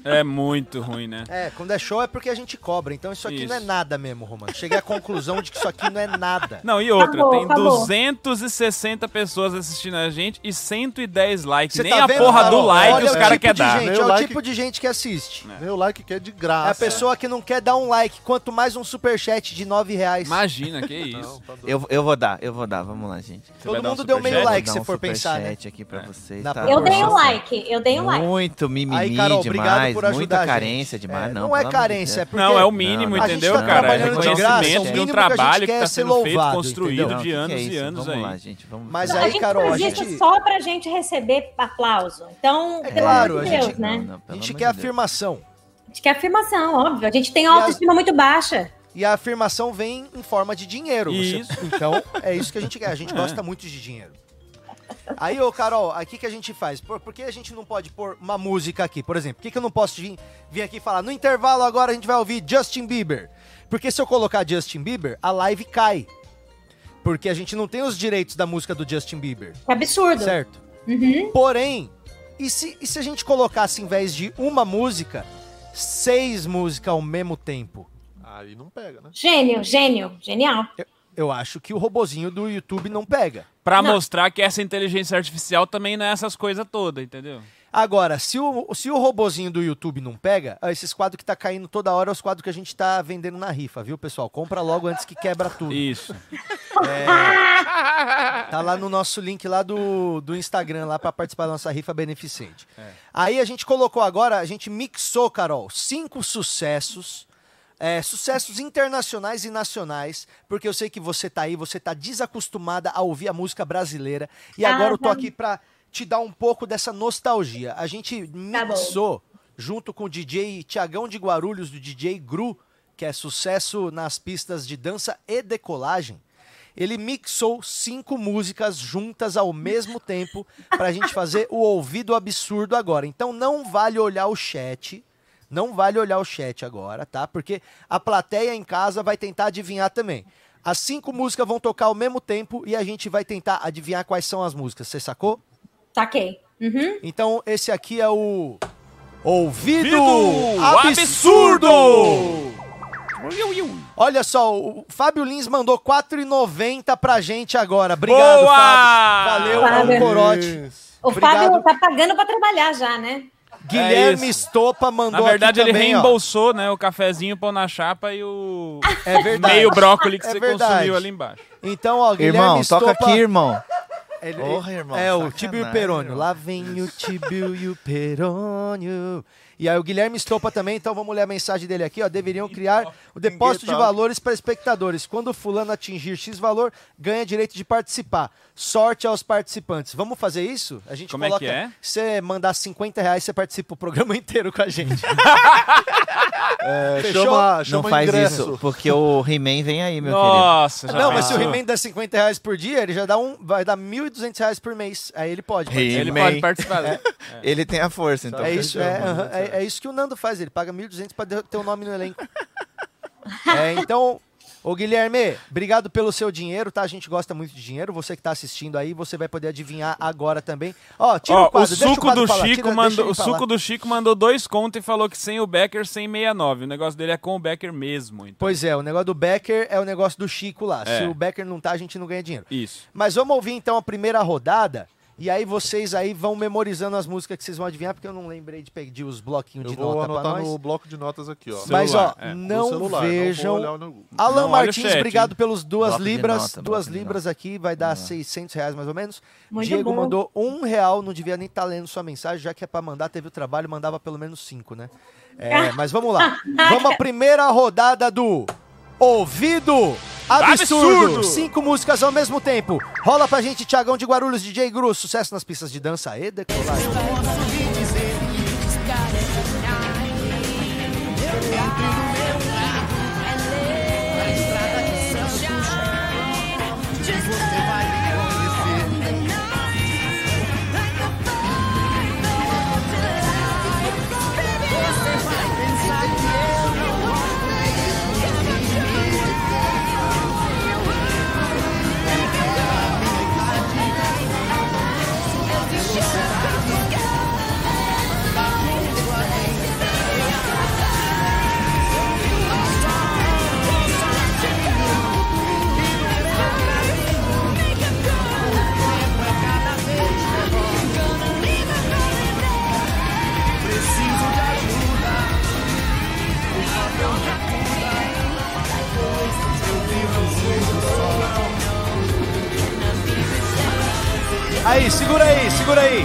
Speaker 3: É muito ruim, né?
Speaker 1: É, quando é show é porque a gente cobra. Então isso aqui não é
Speaker 3: Isso.
Speaker 1: nada mesmo, Romano. Cheguei à conclusão de que isso aqui não é
Speaker 3: [LAUGHS]
Speaker 1: nada.
Speaker 3: Não, e outra,
Speaker 5: Acabou,
Speaker 3: tem
Speaker 5: acabou.
Speaker 3: 260 pessoas assistindo a gente e 110 likes.
Speaker 1: Você
Speaker 3: Nem
Speaker 1: tá
Speaker 3: a
Speaker 1: vendo,
Speaker 3: porra
Speaker 1: Carol?
Speaker 3: do like
Speaker 1: Olha
Speaker 3: os
Speaker 1: o
Speaker 3: caras
Speaker 1: tipo
Speaker 3: querem
Speaker 1: de
Speaker 3: dar.
Speaker 1: Gente,
Speaker 6: Meu
Speaker 1: é o
Speaker 6: like-
Speaker 1: tipo de gente que assiste.
Speaker 6: Nem o like que é de
Speaker 1: É a
Speaker 6: graça.
Speaker 1: pessoa que não quer dar um like, quanto mais um superchat de 9 reais.
Speaker 3: Imagina, que isso.
Speaker 2: Eu, eu vou dar, eu vou dar, vamos lá, gente.
Speaker 3: Você vai
Speaker 1: Todo
Speaker 3: dar um
Speaker 1: mundo deu meio
Speaker 3: superchat?
Speaker 1: like,
Speaker 2: Vou
Speaker 1: se
Speaker 2: dar um
Speaker 1: for pensar, né?
Speaker 2: superchat aqui pra vocês,
Speaker 1: Na
Speaker 2: tá?
Speaker 1: proporção.
Speaker 5: Eu dei um
Speaker 2: Nossa,
Speaker 5: like, eu dei um like.
Speaker 2: Muito mimimi
Speaker 1: Aí, Carol, obrigado
Speaker 2: demais,
Speaker 1: por ajudar a
Speaker 2: muita
Speaker 1: gente.
Speaker 2: carência demais.
Speaker 1: É,
Speaker 2: Não,
Speaker 1: não é
Speaker 2: pelo amor de
Speaker 1: carência, é
Speaker 2: Deus.
Speaker 1: porque...
Speaker 3: Não, é o mínimo,
Speaker 2: a gente
Speaker 3: entendeu,
Speaker 2: tá
Speaker 3: cara? É
Speaker 2: trabalhando de graça, é o
Speaker 3: reconhecimento de um
Speaker 1: mínimo que a gente
Speaker 3: trabalho que
Speaker 1: quer
Speaker 3: tá
Speaker 1: ser
Speaker 3: sendo feito,
Speaker 1: louvado,
Speaker 3: construído
Speaker 1: entendeu?
Speaker 3: de
Speaker 2: Não, o que que é
Speaker 3: anos e
Speaker 2: isso?
Speaker 3: anos
Speaker 2: Vamos lá,
Speaker 3: aí.
Speaker 2: gente, vamos
Speaker 1: Mas
Speaker 5: Não,
Speaker 1: aí,
Speaker 5: a gente
Speaker 1: Carol, a
Speaker 5: faz isso
Speaker 1: gente-
Speaker 5: só pra gente receber aplauso. Então,
Speaker 1: É
Speaker 5: pelo
Speaker 1: claro,
Speaker 5: amor de
Speaker 1: a
Speaker 5: Deus,
Speaker 1: gente-
Speaker 5: né?
Speaker 2: Não, não,
Speaker 1: A
Speaker 2: pelo
Speaker 1: gente
Speaker 2: amor
Speaker 1: quer
Speaker 2: de Deus.
Speaker 1: afirmação.
Speaker 5: A gente quer afirmação, óbvio. A gente tem
Speaker 1: a-
Speaker 5: autoestima muito baixa.
Speaker 1: E a afirmação vem em forma de dinheiro. você-
Speaker 3: Isso.
Speaker 1: [LAUGHS] Então, é isso que a gente quer. A gente
Speaker 3: É.
Speaker 1: gosta muito de dinheiro. Aí, ô Carol, aqui que a gente faz? Por, por que a gente não pode pôr uma música aqui? Por exemplo, por que, que eu não posso vir, vir aqui e falar? No intervalo agora a gente vai ouvir Justin Bieber. Porque se eu colocar Justin Bieber, a live cai. Porque a gente não tem os direitos da música do Justin Bieber,
Speaker 5: É absurdo.
Speaker 1: certo? Porém, e se, e se a gente colocasse, em vez de uma música, seis músicas ao mesmo tempo?
Speaker 6: Aí não pega, né?
Speaker 5: Gênio, gênio, genial.
Speaker 1: Eu acho que o robozinho do YouTube não pega.
Speaker 3: Pra
Speaker 5: Não.
Speaker 3: mostrar que essa inteligência artificial também não é essas coisas todas, entendeu?
Speaker 1: Agora, se o, se o robozinho do YouTube não pega, ah, esses quadros que tá caindo toda hora é os quadros que a gente tá vendendo na rifa, viu, pessoal? Compra logo antes que quebra tudo.
Speaker 3: Isso.
Speaker 1: [LAUGHS] Tá lá no nosso link lá do, do Instagram, lá pra participar da nossa rifa beneficente. Aí a gente colocou agora, a gente mixou, Carol, cinco sucessos. é, sucessos internacionais e nacionais, porque eu sei que você tá aí, você tá desacostumada a ouvir a música brasileira. E
Speaker 5: Ah,
Speaker 1: agora eu tô
Speaker 5: tá.
Speaker 1: aqui pra te dar um pouco dessa nostalgia. A gente mixou junto com o DJ Tiagão de Guarulhos, do DJ Gru, que é sucesso nas pistas de dança e decolagem. Ele mixou cinco músicas juntas ao mesmo tempo pra gente fazer o ouvido absurdo agora. Então não vale olhar o chat. Não vale olhar o chat agora, tá? Porque a plateia em casa vai tentar adivinhar também. As cinco músicas vão tocar ao mesmo tempo e a gente vai tentar adivinhar quais são as músicas. Você sacou?
Speaker 5: Saquei. Uhum.
Speaker 1: Então esse aqui é o Ouvido
Speaker 3: Ouvido
Speaker 1: Absurdo!
Speaker 3: Absurdo!
Speaker 1: Olha só, o Fábio Lins mandou 4,90 pra gente agora. Obrigado,
Speaker 3: Boa!
Speaker 1: Fábio. Valeu, é um
Speaker 5: Fábio.
Speaker 1: corote.
Speaker 5: O
Speaker 1: Obrigado.
Speaker 5: Fábio tá pagando pra trabalhar já, né?
Speaker 1: Guilherme
Speaker 3: isso.
Speaker 1: Estopa
Speaker 3: Na
Speaker 1: mandou
Speaker 3: verdade,
Speaker 1: aqui
Speaker 3: ele
Speaker 1: também, ó.
Speaker 3: reembolsou, né, o cafezinho, o pão na chapa e o
Speaker 1: É verdade.
Speaker 3: meio brócolis que
Speaker 1: É
Speaker 3: você
Speaker 1: verdade.
Speaker 3: consumiu ali embaixo.
Speaker 1: Então, ó, Guilherme
Speaker 2: Irmão,
Speaker 1: Estopa...
Speaker 2: toca aqui, irmão.
Speaker 1: Ele-
Speaker 2: Porra, irmão,
Speaker 1: é, o
Speaker 2: sacanagem,
Speaker 1: Tibio e Perônio.
Speaker 2: irmão.
Speaker 1: Lá vem o Tibio e o Perônio. E aí o Guilherme Estopa também, então vamos ler a mensagem dele aqui, ó. Deveriam criar o depósito
Speaker 3: tá.
Speaker 1: de valores para espectadores. Quando o fulano atingir X valor, ganha direito de participar. Sorte aos participantes. Vamos fazer isso? A gente
Speaker 3: Como é que
Speaker 1: coloca.
Speaker 3: é?
Speaker 1: Se você mandar 50 reais, você participa o programa [LAUGHS] inteiro com a
Speaker 3: [LAUGHS]
Speaker 1: gente.
Speaker 6: É,
Speaker 1: Fechou?
Speaker 6: chama,
Speaker 2: Não
Speaker 6: chama
Speaker 2: faz
Speaker 6: ingresso.
Speaker 2: isso, porque o He-Man vem aí, meu querido.
Speaker 3: Nossa, já
Speaker 1: Não, mas se o
Speaker 3: pensou?
Speaker 1: He-Man der 50 reais por dia, ele já dá um. Vai dar 1.200 reais por mês. Aí ele pode. participar.
Speaker 3: Ele
Speaker 2: He-Man.
Speaker 3: pode participar. né?
Speaker 2: Ele tem a força,
Speaker 3: Tá
Speaker 2: então.
Speaker 1: É isso, é,
Speaker 2: fechou.
Speaker 1: aham, é, é isso que o Nando faz, ele paga 1.200 para ter o nome no elenco. É, então, ô Guilherme, obrigado pelo seu dinheiro, tá? A gente gosta muito de dinheiro, você que tá assistindo aí, você vai poder adivinhar agora também. Ó, tira
Speaker 3: Ó,
Speaker 1: o quadro,
Speaker 3: o
Speaker 1: deixa
Speaker 3: suco
Speaker 1: quadro
Speaker 3: do
Speaker 1: falar,
Speaker 3: Chico
Speaker 1: tira- deixa
Speaker 3: mandou,
Speaker 1: ele
Speaker 3: o
Speaker 1: falar.
Speaker 3: suco do Chico mandou dois contos e falou que sem o Becker, sem 69. O negócio dele é com o Becker mesmo, então.
Speaker 1: Pois é, o negócio do Becker é o negócio do Chico lá. Se
Speaker 3: É.
Speaker 1: o Becker não tá, a gente não ganha dinheiro.
Speaker 3: Isso.
Speaker 1: Mas vamos ouvir então a primeira rodada. E aí vocês aí vão memorizando as músicas que vocês vão adivinhar, porque eu não lembrei de pedir os bloquinhos
Speaker 6: Eu
Speaker 1: de
Speaker 6: vou
Speaker 1: nota pra
Speaker 6: anotar
Speaker 1: nós.
Speaker 6: no bloco de notas aqui, ó.
Speaker 3: Celular,
Speaker 1: Mas ó,
Speaker 3: é.
Speaker 6: No
Speaker 1: não
Speaker 6: celular, não vou
Speaker 1: vejam
Speaker 6: olhar no Google.
Speaker 1: Alan
Speaker 3: Não, olha o
Speaker 1: Martins,
Speaker 3: chat,
Speaker 1: obrigado pelos duas
Speaker 2: Bloco de
Speaker 1: libras.
Speaker 2: nota,
Speaker 1: duas
Speaker 2: bloco de
Speaker 1: libras aqui vai dar 600 reais mais ou menos.
Speaker 5: Muito
Speaker 1: Diego
Speaker 5: bom.
Speaker 1: mandou um real, não devia nem estar lendo sua mensagem, já que é pra mandar, teve o trabalho, mandava pelo menos cinco, né?
Speaker 5: [LAUGHS]
Speaker 1: É, mas vamos lá. Vamos à primeira rodada do Ouvido Absurdo.
Speaker 3: Absurdo.
Speaker 1: Cinco músicas ao mesmo tempo. Rola pra gente, Tiagão de Guarulhos, DJ Gru, sucesso nas pistas de dança e decolagem. Aí, segura aí, segura aí.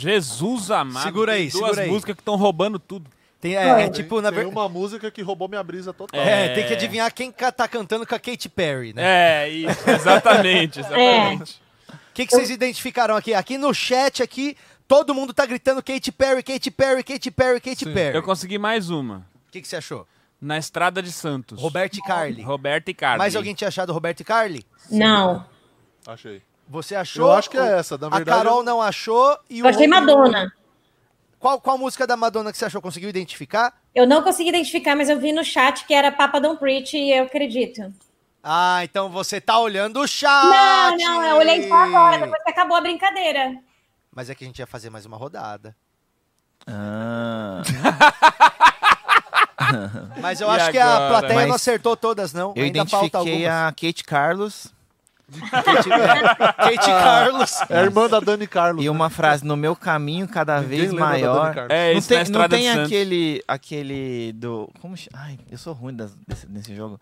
Speaker 3: Jesus amado.
Speaker 1: Segura aí,
Speaker 3: tem duas
Speaker 1: segura aí.
Speaker 3: músicas que estão roubando tudo.
Speaker 1: Tem, é, é
Speaker 6: Tem-
Speaker 1: tipo, na
Speaker 6: tem
Speaker 1: verdade.
Speaker 6: uma música que roubou minha brisa total.
Speaker 1: É, tem que adivinhar quem ca- tá cantando com a Katy Perry, né?
Speaker 3: É, isso, exatamente, exatamente.
Speaker 1: O que, que vocês identificaram aqui? Aqui no chat, aqui, todo mundo tá gritando Katy Perry, Katy Perry, Katy Perry, Katy Perry.
Speaker 3: Eu consegui mais uma.
Speaker 1: O que, que você achou?
Speaker 3: Na Estrada de Santos.
Speaker 1: Roberto e Carly.
Speaker 3: Roberto e Carlos.
Speaker 1: Mais alguém tinha achado Roberto e Carly?
Speaker 5: Não.
Speaker 6: Achei.
Speaker 1: Você achou?
Speaker 6: Eu acho que é essa, na
Speaker 1: A
Speaker 6: verdade,
Speaker 1: Carol
Speaker 6: eu-
Speaker 1: não achou e
Speaker 5: Eu achei Madonna.
Speaker 1: Qual, qual música da Madonna que você achou? Conseguiu identificar?
Speaker 5: Eu não consegui identificar, mas eu vi no chat que era Papa Don't Preach e eu acredito.
Speaker 1: Ah, então você tá olhando o chat!
Speaker 5: Não, não, eu olhei só agora, depois que acabou a brincadeira.
Speaker 1: Mas é que a gente ia fazer mais uma rodada.
Speaker 2: Ah,
Speaker 1: [LAUGHS] Mas eu
Speaker 3: E
Speaker 1: acho que a
Speaker 3: agora?
Speaker 1: plateia não
Speaker 2: Mas
Speaker 1: acertou todas, não.
Speaker 2: eu
Speaker 1: Ainda falta
Speaker 2: identifiquei
Speaker 1: algumas.
Speaker 2: a Kate Carlos
Speaker 1: Kate, Kate Carlos.
Speaker 6: É a irmã da Dani Carlos.
Speaker 2: e
Speaker 6: né?
Speaker 2: uma frase no meu caminho cada
Speaker 6: Ninguém
Speaker 2: vez
Speaker 6: lembra da Dani
Speaker 2: maior.
Speaker 6: Carlos.
Speaker 3: É
Speaker 2: não
Speaker 3: isso,
Speaker 2: tem,
Speaker 3: na Estrada
Speaker 2: não tem
Speaker 3: de Santos.
Speaker 2: aquele aquele do como chama? Ai, eu sou ruim das- desse, nesse jogo.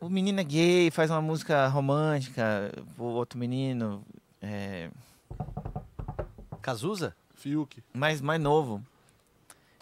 Speaker 2: O menino é gay, faz uma música romântica, o outro menino é
Speaker 1: Cazuza?
Speaker 6: Fiuk.
Speaker 2: mais mais novo.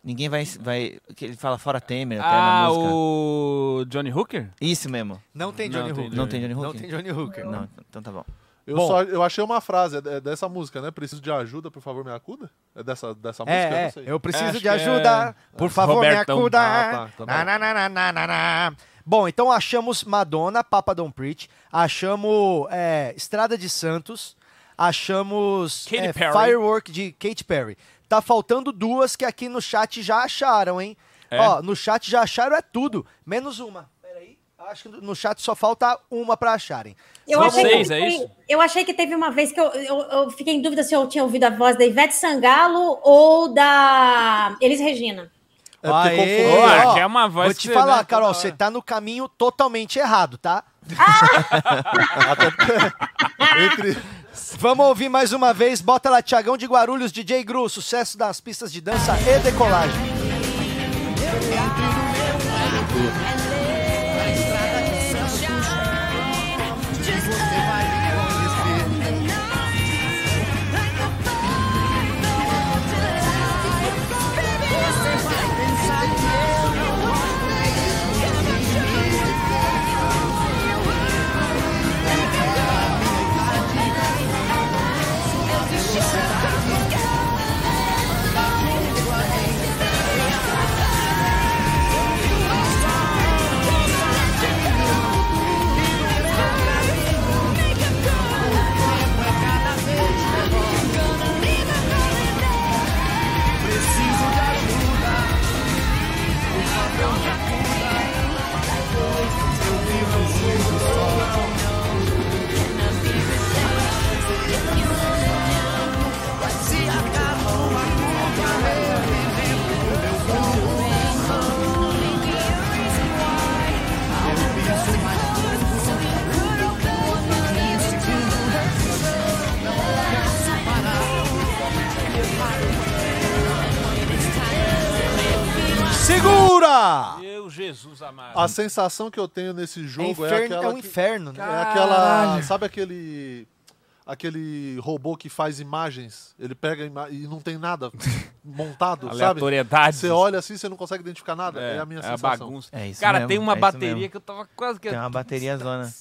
Speaker 2: Ninguém vai vai que ele fala fora Temer até
Speaker 3: Ah,
Speaker 2: na música.
Speaker 3: o Johnny Hooker?
Speaker 2: Isso mesmo.
Speaker 1: Não tem
Speaker 3: Não
Speaker 1: Johnny
Speaker 3: tem
Speaker 1: Hooker.
Speaker 2: Não tem Johnny
Speaker 1: Não
Speaker 2: Hooker.
Speaker 1: tem Johnny Hooker.
Speaker 2: Não, então tá bom.
Speaker 6: Eu,
Speaker 1: Bom.
Speaker 6: só, eu achei uma frase, é de- é dessa música, né? Preciso de ajuda, por favor, me acuda? É dessa, dessa música?
Speaker 1: É, é,
Speaker 6: não sei.
Speaker 1: eu preciso
Speaker 3: Acho
Speaker 1: de
Speaker 3: que
Speaker 1: ajuda. Por favor,
Speaker 3: Robertão.
Speaker 1: me acuda.
Speaker 6: Ah, tá, tá
Speaker 1: Na,
Speaker 3: é?
Speaker 6: bom.
Speaker 1: na, na, na, na, na, na. Bom, então achamos Madonna, Papa Don't Preach, achamos é, Estrada de Santos, achamos
Speaker 3: Katy
Speaker 1: é,
Speaker 3: Perry.
Speaker 1: Firework de Katy Perry. Tá faltando duas que aqui no chat já acharam, hein?
Speaker 3: É?
Speaker 1: Ó, no chat já acharam é tudo, menos uma. Peraí, acho que no chat só falta uma pra acharem.
Speaker 5: Eu
Speaker 3: São
Speaker 5: achei
Speaker 3: seis,
Speaker 5: que,
Speaker 3: é
Speaker 5: teve-
Speaker 3: isso?
Speaker 5: Eu achei que teve uma vez que eu, eu, eu fiquei em dúvida se eu tinha ouvido a voz da Ivete Sangalo ou da Elis Regina.
Speaker 6: É porque
Speaker 1: Aê,
Speaker 6: confunde-
Speaker 3: Olha,
Speaker 1: ó,
Speaker 3: que é uma voz
Speaker 1: Vou
Speaker 3: que
Speaker 1: te
Speaker 3: você,
Speaker 1: falar,
Speaker 3: né,
Speaker 1: Carol,
Speaker 3: toda
Speaker 1: você
Speaker 3: hora.
Speaker 1: tá no caminho totalmente errado, tá? [LAUGHS]
Speaker 6: Entre...
Speaker 1: Vamos ouvir mais uma vez. Bota lá, Tiagão de Guarulhos, DJ Gru, sucesso das pistas de dança e decolagem. Segura!
Speaker 3: Meu Jesus amado.
Speaker 6: A sensação que eu tenho nesse
Speaker 1: É,
Speaker 6: jogo é
Speaker 1: inferno, é,
Speaker 6: aquela.
Speaker 1: um
Speaker 6: que-
Speaker 1: inferno, né?
Speaker 6: É aquela. Sabe aquele. Aquele robô que faz imagens? Ele pega ima- e não
Speaker 3: [LAUGHS]
Speaker 6: tem nada montado, sabe?
Speaker 3: Aleatoriedade.
Speaker 6: Você olha assim, você não consegue identificar nada. É,
Speaker 3: É,
Speaker 6: a minha
Speaker 3: é a
Speaker 6: sensação.
Speaker 3: bagunça.
Speaker 2: É isso
Speaker 3: Cara,
Speaker 2: mesmo,
Speaker 3: tem uma
Speaker 2: é isso
Speaker 3: bateria
Speaker 2: mesmo.
Speaker 3: que eu tava quase que.
Speaker 2: Tem
Speaker 3: [LAUGHS]
Speaker 2: uma bateria zona.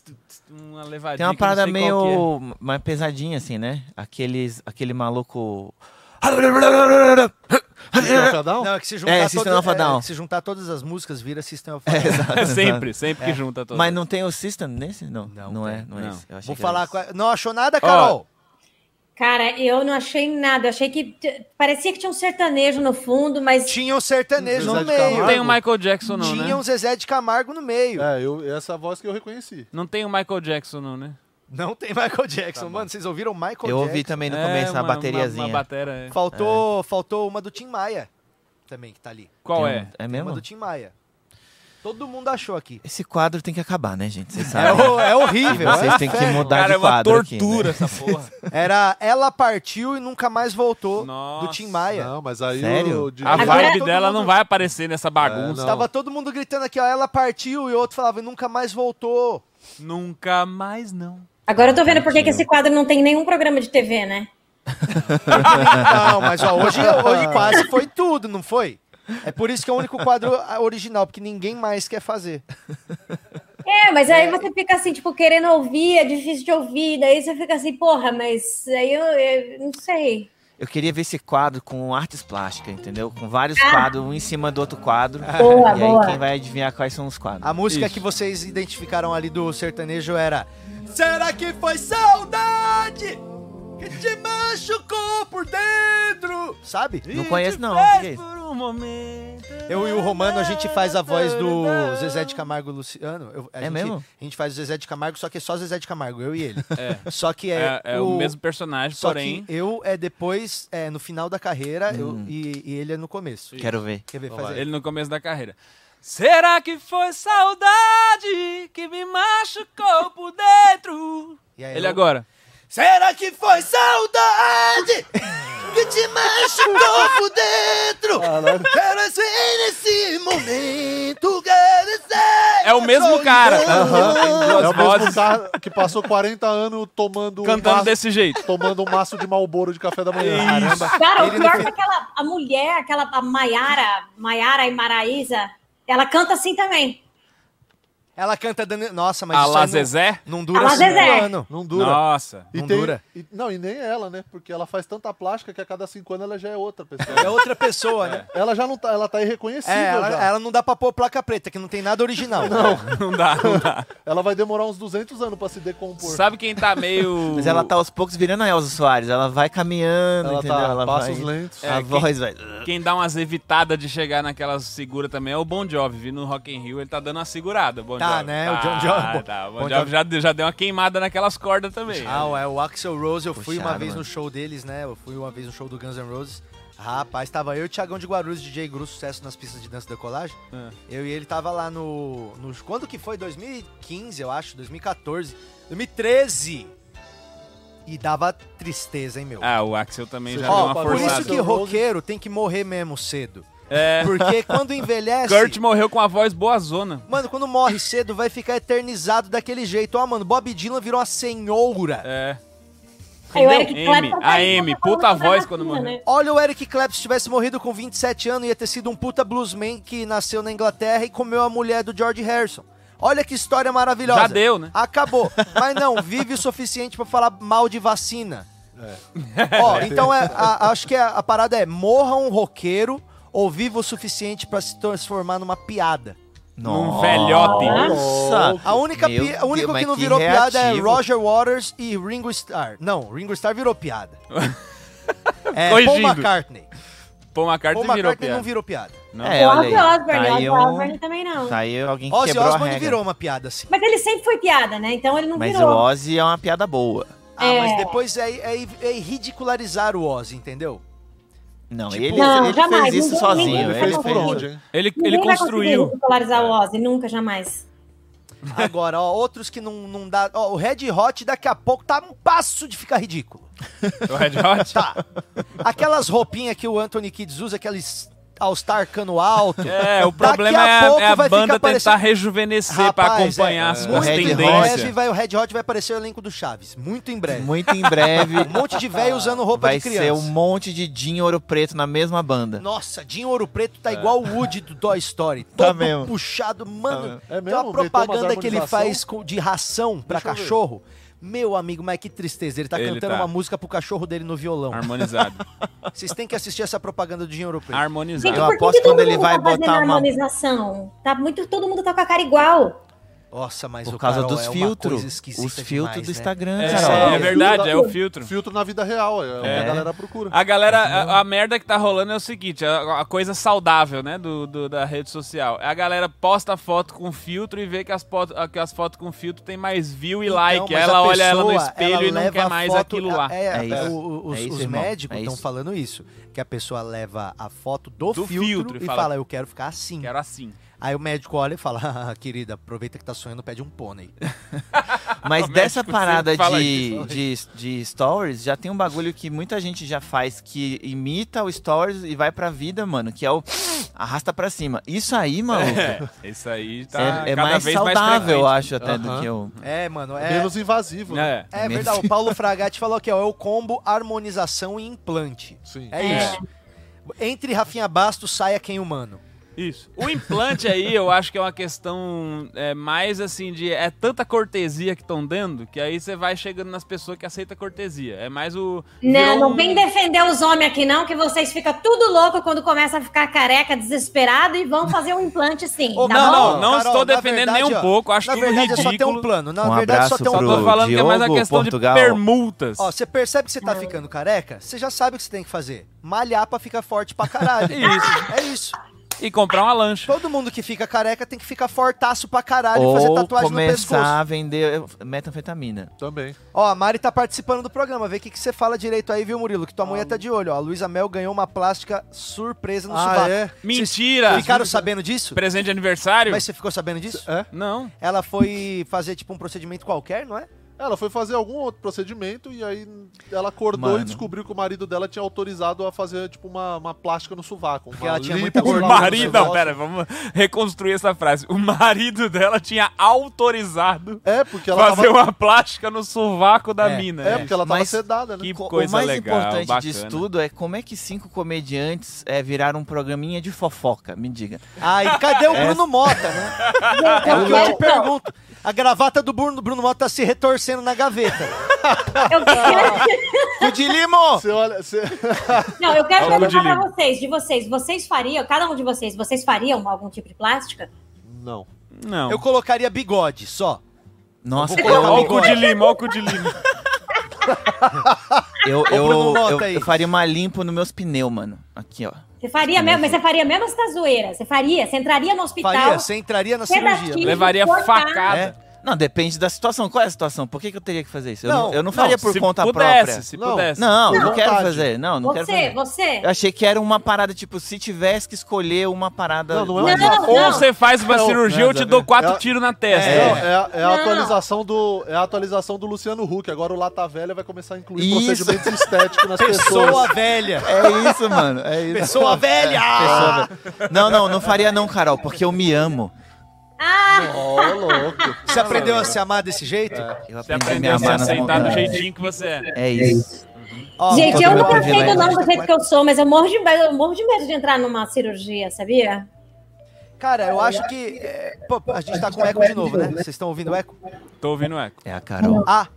Speaker 3: Uma
Speaker 2: Tem uma
Speaker 3: levadinha. que eu não
Speaker 2: parada
Speaker 3: sei qual que é.
Speaker 2: meio mais pesadinha, assim, né? Aqueles, aquele maluco.
Speaker 6: Sistema Fadão?
Speaker 1: Não, é que se
Speaker 2: É,
Speaker 1: juntar,
Speaker 2: System
Speaker 1: todas-
Speaker 2: of a Down.
Speaker 1: é, que se juntar todas as músicas, vira System
Speaker 3: É,
Speaker 1: of a Down.
Speaker 3: sempre, sempre que junta todos.
Speaker 2: É. Mas não tem o System nesse? Não,
Speaker 1: Não
Speaker 2: não,
Speaker 1: tem.
Speaker 2: é. Não,
Speaker 3: Não.
Speaker 2: é isso. Eu achei
Speaker 1: Vou
Speaker 2: que
Speaker 1: falar
Speaker 2: era
Speaker 1: com a... Não achou nada, Carol?
Speaker 5: Cara, eu não achei nada. Eu achei que t- parecia que tinha um sertanejo no fundo, mas
Speaker 1: Tinha um sertanejo
Speaker 6: Zezé
Speaker 1: no
Speaker 6: de
Speaker 1: meio.
Speaker 3: Não
Speaker 6: Camargo?
Speaker 3: tem o Michael Jackson, não,
Speaker 1: Tinha
Speaker 3: né?
Speaker 1: um Zezé de Camargo no meio.
Speaker 6: É, eu, essa voz que eu reconheci.
Speaker 3: Não tem o Michael Jackson, não, né?
Speaker 1: Não tem
Speaker 6: Tá
Speaker 1: Michael Jackson. Mano, vocês ouviram Michael
Speaker 2: isso. Eu
Speaker 1: Jackson?
Speaker 2: ouvi também no começo
Speaker 3: É, uma-
Speaker 2: uma bateriazinha.
Speaker 3: Uma, uma batera, é.
Speaker 1: Faltou, faltou uma do Tim Maia também, que tá ali.
Speaker 3: Qual
Speaker 2: Tem um-
Speaker 3: é?
Speaker 2: É
Speaker 1: Tem Uma
Speaker 2: mesmo?
Speaker 1: do Tim Maia. Todo mundo achou aqui.
Speaker 2: Esse quadro tem que acabar, né, gente? Vocês
Speaker 1: É,
Speaker 2: sabem.
Speaker 1: ho- é horrível.
Speaker 2: Vocês
Speaker 1: é
Speaker 2: têm que
Speaker 1: inferno.
Speaker 2: mudar
Speaker 3: Cara, é
Speaker 2: de
Speaker 3: uma
Speaker 2: quadro aqui,
Speaker 3: tortura
Speaker 2: né?
Speaker 3: essa
Speaker 2: [LAUGHS]
Speaker 3: porra.
Speaker 1: Era Ela Partiu e Nunca Mais Voltou,
Speaker 3: Nossa.
Speaker 1: do Tim Maia.
Speaker 6: Não, mas aí
Speaker 2: Sério?
Speaker 6: o DJ
Speaker 3: A
Speaker 5: Agora-
Speaker 3: vibe
Speaker 1: Todo
Speaker 3: dela
Speaker 1: mundo-
Speaker 3: não vai aparecer nessa bagunça.
Speaker 2: É,
Speaker 6: não.
Speaker 1: Tava todo mundo
Speaker 6: [LAUGHS]
Speaker 1: gritando aqui, ó, Ela Partiu, e o outro falava, e Nunca Mais Voltou.
Speaker 3: Nunca mais não.
Speaker 5: Agora eu tô vendo porque que esse quadro não tem nenhum programa de TV, né?
Speaker 1: Não, mas ó, hoje, hoje quase foi tudo, não foi? É por isso que é o único quadro ah, original, porque ninguém mais quer fazer.
Speaker 5: É, mas aí você fica assim, tipo, querendo ouvir, é difícil de ouvir, daí você fica assim, porra, mas aí eu, eu não sei.
Speaker 2: Eu queria ver esse quadro com artes plásticas, entendeu? Com vários quadros, um em cima do outro quadro.
Speaker 5: Ah. Boa,
Speaker 2: e aí
Speaker 5: boa.
Speaker 2: quem vai adivinhar quais são os quadros.
Speaker 1: A música que vocês identificaram ali do sertanejo era Será que foi saudade que te machucou por dentro? Sabe?
Speaker 2: Não conheço não, o que que é isso?
Speaker 3: Por um momento.
Speaker 1: Eu e o Romano, a gente faz a voz do Zezé de Camargo e Luciano. Eu- a
Speaker 2: É
Speaker 1: gente,
Speaker 2: mesmo?
Speaker 1: A gente faz o Zezé de Camargo, só que é só Zezé de Camargo, eu e ele.
Speaker 3: É.
Speaker 1: Só que é,
Speaker 3: É, é o... mesmo personagem,
Speaker 1: Só
Speaker 3: porém. Hum.
Speaker 1: que eu é depois, é no final da carreira eu- e, e ele é no começo.
Speaker 2: Quero ver.
Speaker 1: Quer ver
Speaker 3: Vamos lá,
Speaker 1: fazer?
Speaker 3: Ele no começo da carreira. Será que foi saudade que me machucou por dentro?
Speaker 1: E aí
Speaker 3: Ele
Speaker 1: eu-
Speaker 3: agora.
Speaker 1: Será que foi saudade que te machucou por dentro? Quero ser nesse momento, quero ser.
Speaker 3: É o mesmo cara. Tem duas
Speaker 6: É o mesmo
Speaker 3: vozes
Speaker 6: cara que passou 40 anos tomando um
Speaker 3: cantando
Speaker 6: maço-
Speaker 3: desse jeito.
Speaker 6: tomando um maço de malboro de café da manhã.
Speaker 1: Caramba.
Speaker 3: Ah,
Speaker 5: Cara, o
Speaker 1: Ele
Speaker 5: pior
Speaker 1: não
Speaker 5: é que aquela a mulher, aquela a Maiara, Maiara e Maraísa, ela canta assim também.
Speaker 1: Ela canta dando. Nossa, mas
Speaker 3: A
Speaker 1: isso aí
Speaker 3: lá
Speaker 1: não-
Speaker 3: Zezé.
Speaker 1: não
Speaker 5: A
Speaker 1: dura
Speaker 5: lá Zezé.
Speaker 1: cinco anos.
Speaker 6: Não dura.
Speaker 3: Nossa.
Speaker 6: E
Speaker 1: Não
Speaker 6: tem-
Speaker 1: dura.
Speaker 6: e- não, e nem ela, né? Porque ela faz tanta plástica que a cada cinco anos ela já é outra pessoa.
Speaker 1: É
Speaker 6: [LAUGHS]
Speaker 1: outra pessoa, né?
Speaker 6: Ela já não tá, ela tá irreconhecível
Speaker 1: É, ela,
Speaker 6: já.
Speaker 1: ela não dá pra pôr placa preta, que não tem nada original. Não.
Speaker 3: Não dá, não dá.
Speaker 6: Ela vai demorar uns 200 anos pra se decompor.
Speaker 3: Sabe quem tá meio.
Speaker 2: Mas ela tá aos poucos virando a Elza Soares. Ela vai caminhando,
Speaker 6: Ela
Speaker 2: entendeu?
Speaker 6: tá
Speaker 2: ela
Speaker 6: passos
Speaker 2: vai...
Speaker 6: lentos.
Speaker 2: A
Speaker 3: É, quem-
Speaker 2: voz vai...
Speaker 3: Quem dá umas evitadas de chegar naquelas segura também é o Bon Jovi. Vi no Rock in Rio, ele tá dando uma segurada. o Bon
Speaker 1: Tá,
Speaker 3: Jovi.
Speaker 1: né? O John
Speaker 3: Tá,
Speaker 1: Jovi-
Speaker 3: Tá, o Bon,
Speaker 1: Bon
Speaker 3: Jovi
Speaker 1: Jovi.
Speaker 3: já, deu- já deu uma queimada naquelas cordas também.
Speaker 1: Ah, ué, o Axel Rose, eu fui
Speaker 2: Puxado,
Speaker 1: uma vez
Speaker 2: mano.
Speaker 1: no show deles, né? Eu fui uma vez no show do Guns N' Roses. Rapaz, tava eu e o Thiagão de Guarulhos, DJ Gru, sucesso nas pistas de dança da colagem.
Speaker 3: Ah.
Speaker 1: Eu e ele tava lá no, no. Quando que foi? 2015, eu acho, 2014, 2013. E dava tristeza, hein, meu?
Speaker 3: Ah, o Axel também já
Speaker 1: Ó,
Speaker 3: deu uma
Speaker 1: por
Speaker 3: forçada.
Speaker 1: isso que roqueiro tem que morrer mesmo cedo.
Speaker 3: É,
Speaker 1: Porque quando
Speaker 3: [LAUGHS]
Speaker 1: envelhece.
Speaker 3: Kurt morreu com a voz boa zona.
Speaker 1: Mano, quando morre cedo, vai ficar eternizado daquele jeito. Ó, mano, Bob Dylan virou uma senhora.
Speaker 3: É.
Speaker 5: Aí o
Speaker 1: Entendeu?
Speaker 5: Eric Clapton
Speaker 3: M,
Speaker 5: tá
Speaker 3: a
Speaker 5: aí,
Speaker 3: M,
Speaker 5: tá falando
Speaker 3: puta
Speaker 5: sobre a
Speaker 3: voz quando
Speaker 5: vacina,
Speaker 3: morreu.
Speaker 5: né?
Speaker 1: Olha o Eric Clapton, se tivesse morrido com 27 anos, ia ter sido um puta bluesman que nasceu na Inglaterra e comeu a mulher do George Harrison. Olha que história maravilhosa.
Speaker 3: Já deu, né?
Speaker 1: Acabou. Mas não, vive o suficiente pra falar mal de vacina. Ó, então é, a- acho que a, a parada é morra um roqueiro ou viva o suficiente pra se transformar numa piada.
Speaker 3: Um
Speaker 2: Nossa.
Speaker 3: velhote.
Speaker 2: Nossa.
Speaker 1: A única
Speaker 2: Meu
Speaker 1: pi- o único
Speaker 2: Deus,
Speaker 1: que
Speaker 2: mas
Speaker 1: não
Speaker 2: que
Speaker 1: virou piada é
Speaker 2: reativo.
Speaker 1: Roger Waters e Ringo Starr. Não, Ringo Starr virou
Speaker 3: [LAUGHS]
Speaker 1: piada. é Paul
Speaker 3: Corrigindo.
Speaker 1: McCartney.
Speaker 3: Pô, uma carta
Speaker 1: Paul
Speaker 3: virou
Speaker 1: McCartney
Speaker 3: piada.
Speaker 1: não virou piada.
Speaker 3: Não.
Speaker 2: É, olha aí.
Speaker 5: o Ozzy
Speaker 2: Tá
Speaker 5: Osbourne,
Speaker 2: aí
Speaker 5: Ozzy Osbourne
Speaker 2: um...
Speaker 5: também não.
Speaker 2: Tá aí alguém que
Speaker 1: Ozzy
Speaker 2: quebrou a
Speaker 1: Osbourne
Speaker 2: regra.
Speaker 1: virou uma piada, assim.
Speaker 5: Mas ele sempre foi piada, né? Então ele não
Speaker 2: Mas o
Speaker 5: virou.
Speaker 2: Ozzy é uma piada boa.
Speaker 1: Ah,
Speaker 5: É.
Speaker 1: mas depois é, é- é ridicularizar o Ozzy, entendeu?
Speaker 2: Não,
Speaker 1: Tipo-
Speaker 2: ele,
Speaker 5: Não,
Speaker 2: ele
Speaker 5: jamais,
Speaker 2: fez isso
Speaker 5: ninguém-
Speaker 2: sozinho.
Speaker 5: ninguém
Speaker 6: Ele
Speaker 5: vai
Speaker 6: fez
Speaker 5: não
Speaker 6: por
Speaker 5: fez.
Speaker 6: onde, hein?
Speaker 3: Ele,
Speaker 5: Ninguém
Speaker 3: ele
Speaker 5: vai conseguir
Speaker 3: construiu. É.
Speaker 5: popularizar o Ozzy, nunca, jamais.
Speaker 1: Agora, ó, outros que não, não dá. Ó, o Red Hot daqui a pouco tá um passo de ficar ridículo.
Speaker 3: O Red Hot? [LAUGHS]
Speaker 1: Tá. Aquelas roupinhas que o Anthony Kids usa, aqueles All-Star cano alto.
Speaker 3: É, o
Speaker 1: Daqui
Speaker 3: problema é
Speaker 1: pouco
Speaker 3: a, é a
Speaker 1: vai ficar
Speaker 3: banda tentar
Speaker 1: parecendo-
Speaker 3: rejuvenescer pra
Speaker 1: Rapaz,
Speaker 3: acompanhar
Speaker 1: é,
Speaker 3: as,
Speaker 1: muito
Speaker 3: as
Speaker 2: Red
Speaker 1: em
Speaker 2: tendências.
Speaker 1: breve
Speaker 3: tendências.
Speaker 1: vai, o Red Hot vai aparecer o elenco do Chaves. Muito em breve.
Speaker 2: Muito em
Speaker 1: [LAUGHS]
Speaker 2: breve
Speaker 1: Um monte de velho usando roupa
Speaker 2: vai
Speaker 1: de criança.
Speaker 2: ser um monte de Jim Ouro Preto na mesma banda.
Speaker 1: Nossa, Dinho Ouro Preto tá igual o Woody do Toy Story. Todo
Speaker 2: Tá mesmo.
Speaker 1: puxado, mano. Tem
Speaker 6: É mesmo?
Speaker 1: uma
Speaker 6: Meteu umas
Speaker 1: propaganda que ele
Speaker 6: harmonização?
Speaker 1: faz com- de ração pra
Speaker 6: Deixa eu ver.
Speaker 1: cachorro. Meu amigo, mas que tristeza. Ele tá
Speaker 3: Ele
Speaker 1: cantando
Speaker 3: tá.
Speaker 1: uma música pro cachorro dele no violão.
Speaker 3: Harmonizado.
Speaker 1: Vocês têm que assistir essa propaganda do Dinho Ouro Preto.
Speaker 3: Harmonizado.
Speaker 2: Eu
Speaker 5: por que
Speaker 2: aposto
Speaker 5: que todo
Speaker 2: quando ele
Speaker 5: mundo
Speaker 2: vai
Speaker 5: tá fazendo
Speaker 2: botar uma-
Speaker 5: harmonização? Tá muito, todo mundo tá com a cara igual.
Speaker 1: Nossa, mas
Speaker 2: Por
Speaker 1: o
Speaker 2: causa
Speaker 1: Carol
Speaker 2: dos
Speaker 1: é uma
Speaker 2: filtros.
Speaker 1: coisa esquisita
Speaker 2: Os filtros
Speaker 1: demais,
Speaker 2: do
Speaker 1: né?
Speaker 2: Instagram,
Speaker 3: É,
Speaker 2: Carol.
Speaker 3: é verdade, é o filtro.
Speaker 6: Filtro na vida real, é, o que a
Speaker 2: É.
Speaker 6: galera procura.
Speaker 3: A galera, a, a merda que tá rolando é o seguinte, a, a coisa saudável, né, do, do- da rede social. É A galera posta foto com filtro e vê que as, foto- que as fotos com filtro tem mais view e
Speaker 1: Então,
Speaker 3: like.
Speaker 1: mas
Speaker 3: Ela
Speaker 1: a
Speaker 3: olha ela no
Speaker 1: pessoa,
Speaker 3: espelho
Speaker 1: ela
Speaker 3: e não
Speaker 1: leva
Speaker 3: quer
Speaker 1: a
Speaker 3: mais
Speaker 1: foto-
Speaker 3: aquilo lá.
Speaker 1: É, é,
Speaker 2: É isso.
Speaker 1: o- o-
Speaker 2: É
Speaker 1: os,
Speaker 2: isso,
Speaker 1: os
Speaker 2: irmão.
Speaker 1: médicos
Speaker 2: É
Speaker 1: estão
Speaker 2: isso.
Speaker 1: falando isso, que a pessoa leva a foto do,
Speaker 3: Do
Speaker 1: filtro,
Speaker 3: filtro
Speaker 1: e
Speaker 3: e
Speaker 1: fala,
Speaker 3: fala,
Speaker 1: eu quero ficar assim.
Speaker 3: Quero assim.
Speaker 1: [LAUGHS] Aí o médico olha e fala, "Ah, querida, aproveita que tá sonhando, pede um pônei.
Speaker 3: [LAUGHS]
Speaker 2: Mas
Speaker 3: México,
Speaker 2: dessa parada
Speaker 3: fala
Speaker 2: de,
Speaker 3: isso. né?
Speaker 2: de, de stories, já tem um bagulho que muita gente já faz que imita o stories e vai pra vida, mano, que é o [SNIFFS] arrasta pra cima. Isso aí,
Speaker 3: [LAUGHS]
Speaker 2: mano, é,
Speaker 3: É, isso aí tá
Speaker 2: é
Speaker 3: cada
Speaker 2: mais
Speaker 3: vez
Speaker 2: saudável, eu
Speaker 3: mais
Speaker 2: acho, até do
Speaker 6: Aham.
Speaker 2: que eu.
Speaker 1: É, mano, é.
Speaker 6: Menos invasivo, né?
Speaker 3: frequente.
Speaker 1: É
Speaker 2: Menos-
Speaker 1: verdade, o Paulo Fragatti falou aqui, ó, é o combo harmonização e implante.
Speaker 6: Sim.
Speaker 1: É
Speaker 5: É.
Speaker 1: isso. Entre Rafinha Bastos, saia quem humano.
Speaker 3: É, isso. O implante aí, eu acho que é uma questão é, mais assim de. É tanta cortesia que estão dando que aí você vai chegando nas pessoas que aceitam cortesia. É mais o. virou
Speaker 5: Não, Né, não
Speaker 3: um-
Speaker 5: vem defender os homens aqui, não, que vocês ficam tudo louco quando começa a ficar careca, desesperado e vão fazer um implante sim.
Speaker 1: Ô,
Speaker 5: tá
Speaker 3: não, não,
Speaker 5: bom?
Speaker 3: não
Speaker 1: Carol,
Speaker 3: estou
Speaker 1: na
Speaker 3: defendendo
Speaker 1: verdade,
Speaker 3: nem um
Speaker 1: ó,
Speaker 3: pouco. Acho
Speaker 1: Na
Speaker 3: tudo
Speaker 1: verdade, é só ter um
Speaker 3: ridículo.
Speaker 1: plano. Na
Speaker 2: Um
Speaker 1: verdade, só
Speaker 2: abraço
Speaker 1: tem um
Speaker 2: pro-
Speaker 3: Tô
Speaker 1: plano.
Speaker 3: falando que é mais a
Speaker 2: Diogo,
Speaker 3: questão
Speaker 2: Portugal.
Speaker 3: de permutas.
Speaker 1: Ó, você percebe que você tá ficando careca? Você já sabe o que você tem que fazer. Malhar pra ficar forte pra caralho.
Speaker 3: Isso.
Speaker 1: É isso.
Speaker 3: E comprar uma lancha.
Speaker 1: Todo mundo que fica careca tem que ficar fortaço pra caralho e Tá fazer
Speaker 2: Ou
Speaker 1: tatuagem no
Speaker 2: começar
Speaker 1: pescoço.
Speaker 2: a vender metanfetamina.
Speaker 6: Também.
Speaker 1: Ó, a Mari tá participando do programa. Vê o que, que você fala direito aí, viu, Murilo? Que tua mulher tá de olho. Ó, a Luísa Mel ganhou uma plástica surpresa no
Speaker 6: Ah,
Speaker 1: sovaco.
Speaker 6: é?
Speaker 3: Mentira!
Speaker 1: Ficaram sabendo disso?
Speaker 3: Presente de aniversário?
Speaker 1: Mas você ficou sabendo disso?
Speaker 6: É?
Speaker 3: Não.
Speaker 1: Ela foi fazer, tipo, um procedimento qualquer, não é?
Speaker 6: Ela foi fazer algum outro procedimento e aí ela acordou
Speaker 2: Mano.
Speaker 6: e descobriu que o marido dela tinha autorizado a fazer, tipo, uma, uma plástica no sovaco. Uma
Speaker 1: Porque ela tinha
Speaker 6: lipo,
Speaker 2: tá
Speaker 1: muita
Speaker 6: sei lá,
Speaker 3: O
Speaker 1: gordura
Speaker 6: um
Speaker 1: no
Speaker 3: marido.
Speaker 6: negócio.
Speaker 3: Não, pera, vamos reconstruir essa frase. O marido dela tinha autorizado
Speaker 6: É, porque ela
Speaker 3: fazer
Speaker 6: tava,
Speaker 3: uma plástica no sovaco da
Speaker 2: É,
Speaker 3: mina.
Speaker 6: é, porque ela tava
Speaker 2: Mas
Speaker 6: sedada, né?
Speaker 3: que
Speaker 2: Co-
Speaker 3: coisa
Speaker 2: o mais
Speaker 3: legal,
Speaker 2: importante
Speaker 3: bacana.
Speaker 2: disso tudo é como é que cinco comediantes é, viraram um programinha de fofoca, me diga.
Speaker 1: Ai, cadê o Bruno Mota, né? É o que eu
Speaker 5: Então,
Speaker 1: te pergunto. A gravata do Bruno, Bruno Mota tá se retorcendo na gaveta.
Speaker 5: Eu quero,
Speaker 1: O de limo!
Speaker 6: Você olha, você-
Speaker 5: não, eu quero
Speaker 3: Algo de
Speaker 5: perguntar pra
Speaker 3: lindo.
Speaker 5: vocês, de vocês, vocês fariam, cada um de vocês, vocês fariam algum tipo de plástica?
Speaker 6: Não.
Speaker 3: Não.
Speaker 1: Eu colocaria bigode só.
Speaker 2: Nossa,
Speaker 1: vou
Speaker 2: eu,
Speaker 1: colocar
Speaker 3: Ó
Speaker 1: amigo,
Speaker 3: o cu de lima, ó o cu de lima. [LAUGHS]
Speaker 2: eu,
Speaker 1: Ô, Bruno,
Speaker 2: eu,
Speaker 1: nota
Speaker 2: eu-
Speaker 1: aí.
Speaker 2: eu faria uma limpo nos meus pneus, mano. Aqui, ó.
Speaker 5: Você faria mesmo, mas você faria mesmo essa zoeira? Você faria? Você entraria no hospital?
Speaker 1: Faria, você entraria na cirurgia.
Speaker 2: né?
Speaker 5: Pedacinho.
Speaker 3: Levaria
Speaker 5: Cortar.
Speaker 3: facada.
Speaker 2: É? Não, depende da situação. Qual é a situação? Por que, que eu teria que fazer isso? Eu
Speaker 1: Não,
Speaker 2: não, eu não faria por
Speaker 3: se
Speaker 2: conta
Speaker 3: pudesse,
Speaker 2: própria.
Speaker 3: Se
Speaker 6: Não.
Speaker 3: pudesse.
Speaker 2: Não,
Speaker 6: Por
Speaker 2: não, quero
Speaker 6: vontade.
Speaker 2: fazer. Não, não quero
Speaker 5: Você,
Speaker 2: fazer.
Speaker 5: você.
Speaker 2: Eu achei que era uma parada, tipo, se tivesse que escolher uma parada.
Speaker 6: Não, não é
Speaker 5: Não,
Speaker 6: uma
Speaker 5: não.
Speaker 3: Ou você faz uma
Speaker 6: Não,
Speaker 3: cirurgia
Speaker 2: não,
Speaker 3: ou eu te
Speaker 2: tá
Speaker 3: dou
Speaker 2: vendo?
Speaker 3: quatro
Speaker 6: É-
Speaker 3: tiros na testa.
Speaker 6: É, é a- é a
Speaker 5: Não.
Speaker 6: atualização do, é a atualização do Luciano Huck. Agora o Lata Velha vai começar a incluir
Speaker 2: Isso.
Speaker 6: procedimentos estéticos
Speaker 1: [LAUGHS]
Speaker 6: nas
Speaker 1: Pessoa
Speaker 6: pessoas.
Speaker 1: velha.
Speaker 2: É isso, mano. É isso.
Speaker 1: Pessoa velha!
Speaker 2: Pessoa velha. Não, não, não faria não, Carol, porque eu me amo.
Speaker 6: Ó, louco.
Speaker 1: Você aprendeu a se amar desse jeito?
Speaker 2: Eu
Speaker 3: Você
Speaker 2: aprendi a me
Speaker 3: aprendeu a se
Speaker 2: amar nas
Speaker 3: aceitar do
Speaker 2: montanhas.
Speaker 3: jeitinho que você é.
Speaker 2: É isso.
Speaker 1: Ó,
Speaker 5: Gente, eu
Speaker 2: todo mundo
Speaker 5: não aceito o
Speaker 1: é
Speaker 2: privilégio.
Speaker 5: nome do jeito que eu sou, mas eu morro, de, eu morro de medo de entrar numa cirurgia, sabia?
Speaker 1: Cara, eu acho que. é, pô, a gente tá com eco de novo, né? Vocês estão ouvindo eco?
Speaker 3: Tô ouvindo o eco.
Speaker 2: É a Carol.
Speaker 1: Ah!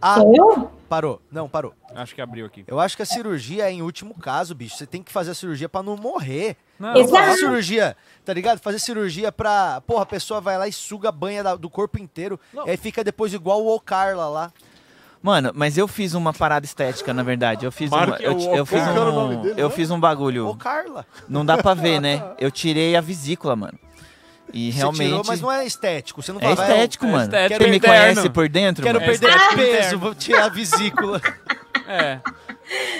Speaker 1: Ah!
Speaker 5: Sou eu?
Speaker 1: Parou. Não, parou.
Speaker 3: Acho que abriu aqui.
Speaker 1: Eu acho que a cirurgia é em último caso, bicho. Você tem que fazer a cirurgia pra não morrer.
Speaker 3: Não,
Speaker 1: Não fazer
Speaker 5: Exato.
Speaker 1: cirurgia, tá ligado? Fazer cirurgia pra. Porra, a pessoa vai lá e suga a banha da- do corpo inteiro. E aí fica depois igual o Ocarla lá.
Speaker 2: Mano, mas eu fiz uma parada estética, na verdade. Eu fiz uma,
Speaker 3: Marque
Speaker 2: eu,
Speaker 3: o-
Speaker 2: ti- eu
Speaker 3: o-
Speaker 2: fiz
Speaker 6: qual que era o nome
Speaker 2: um,
Speaker 6: dele,
Speaker 2: eu
Speaker 6: né?
Speaker 2: fiz um bagulho.
Speaker 1: Ocarla.
Speaker 2: Não dá pra ver, né? Eu tirei a vesícula, mano. E
Speaker 1: Você tirou,
Speaker 2: realmente
Speaker 1: mas não é estético. Você não
Speaker 2: é
Speaker 1: vai. vai,
Speaker 2: estético,
Speaker 3: é
Speaker 2: mano.
Speaker 3: estético,
Speaker 2: Você me
Speaker 3: interno.
Speaker 2: conhece por dentro?
Speaker 1: eu Quero
Speaker 2: mano? é
Speaker 1: perder
Speaker 3: estético
Speaker 1: peso,
Speaker 3: interno.
Speaker 1: vou tirar a vesícula.
Speaker 3: É.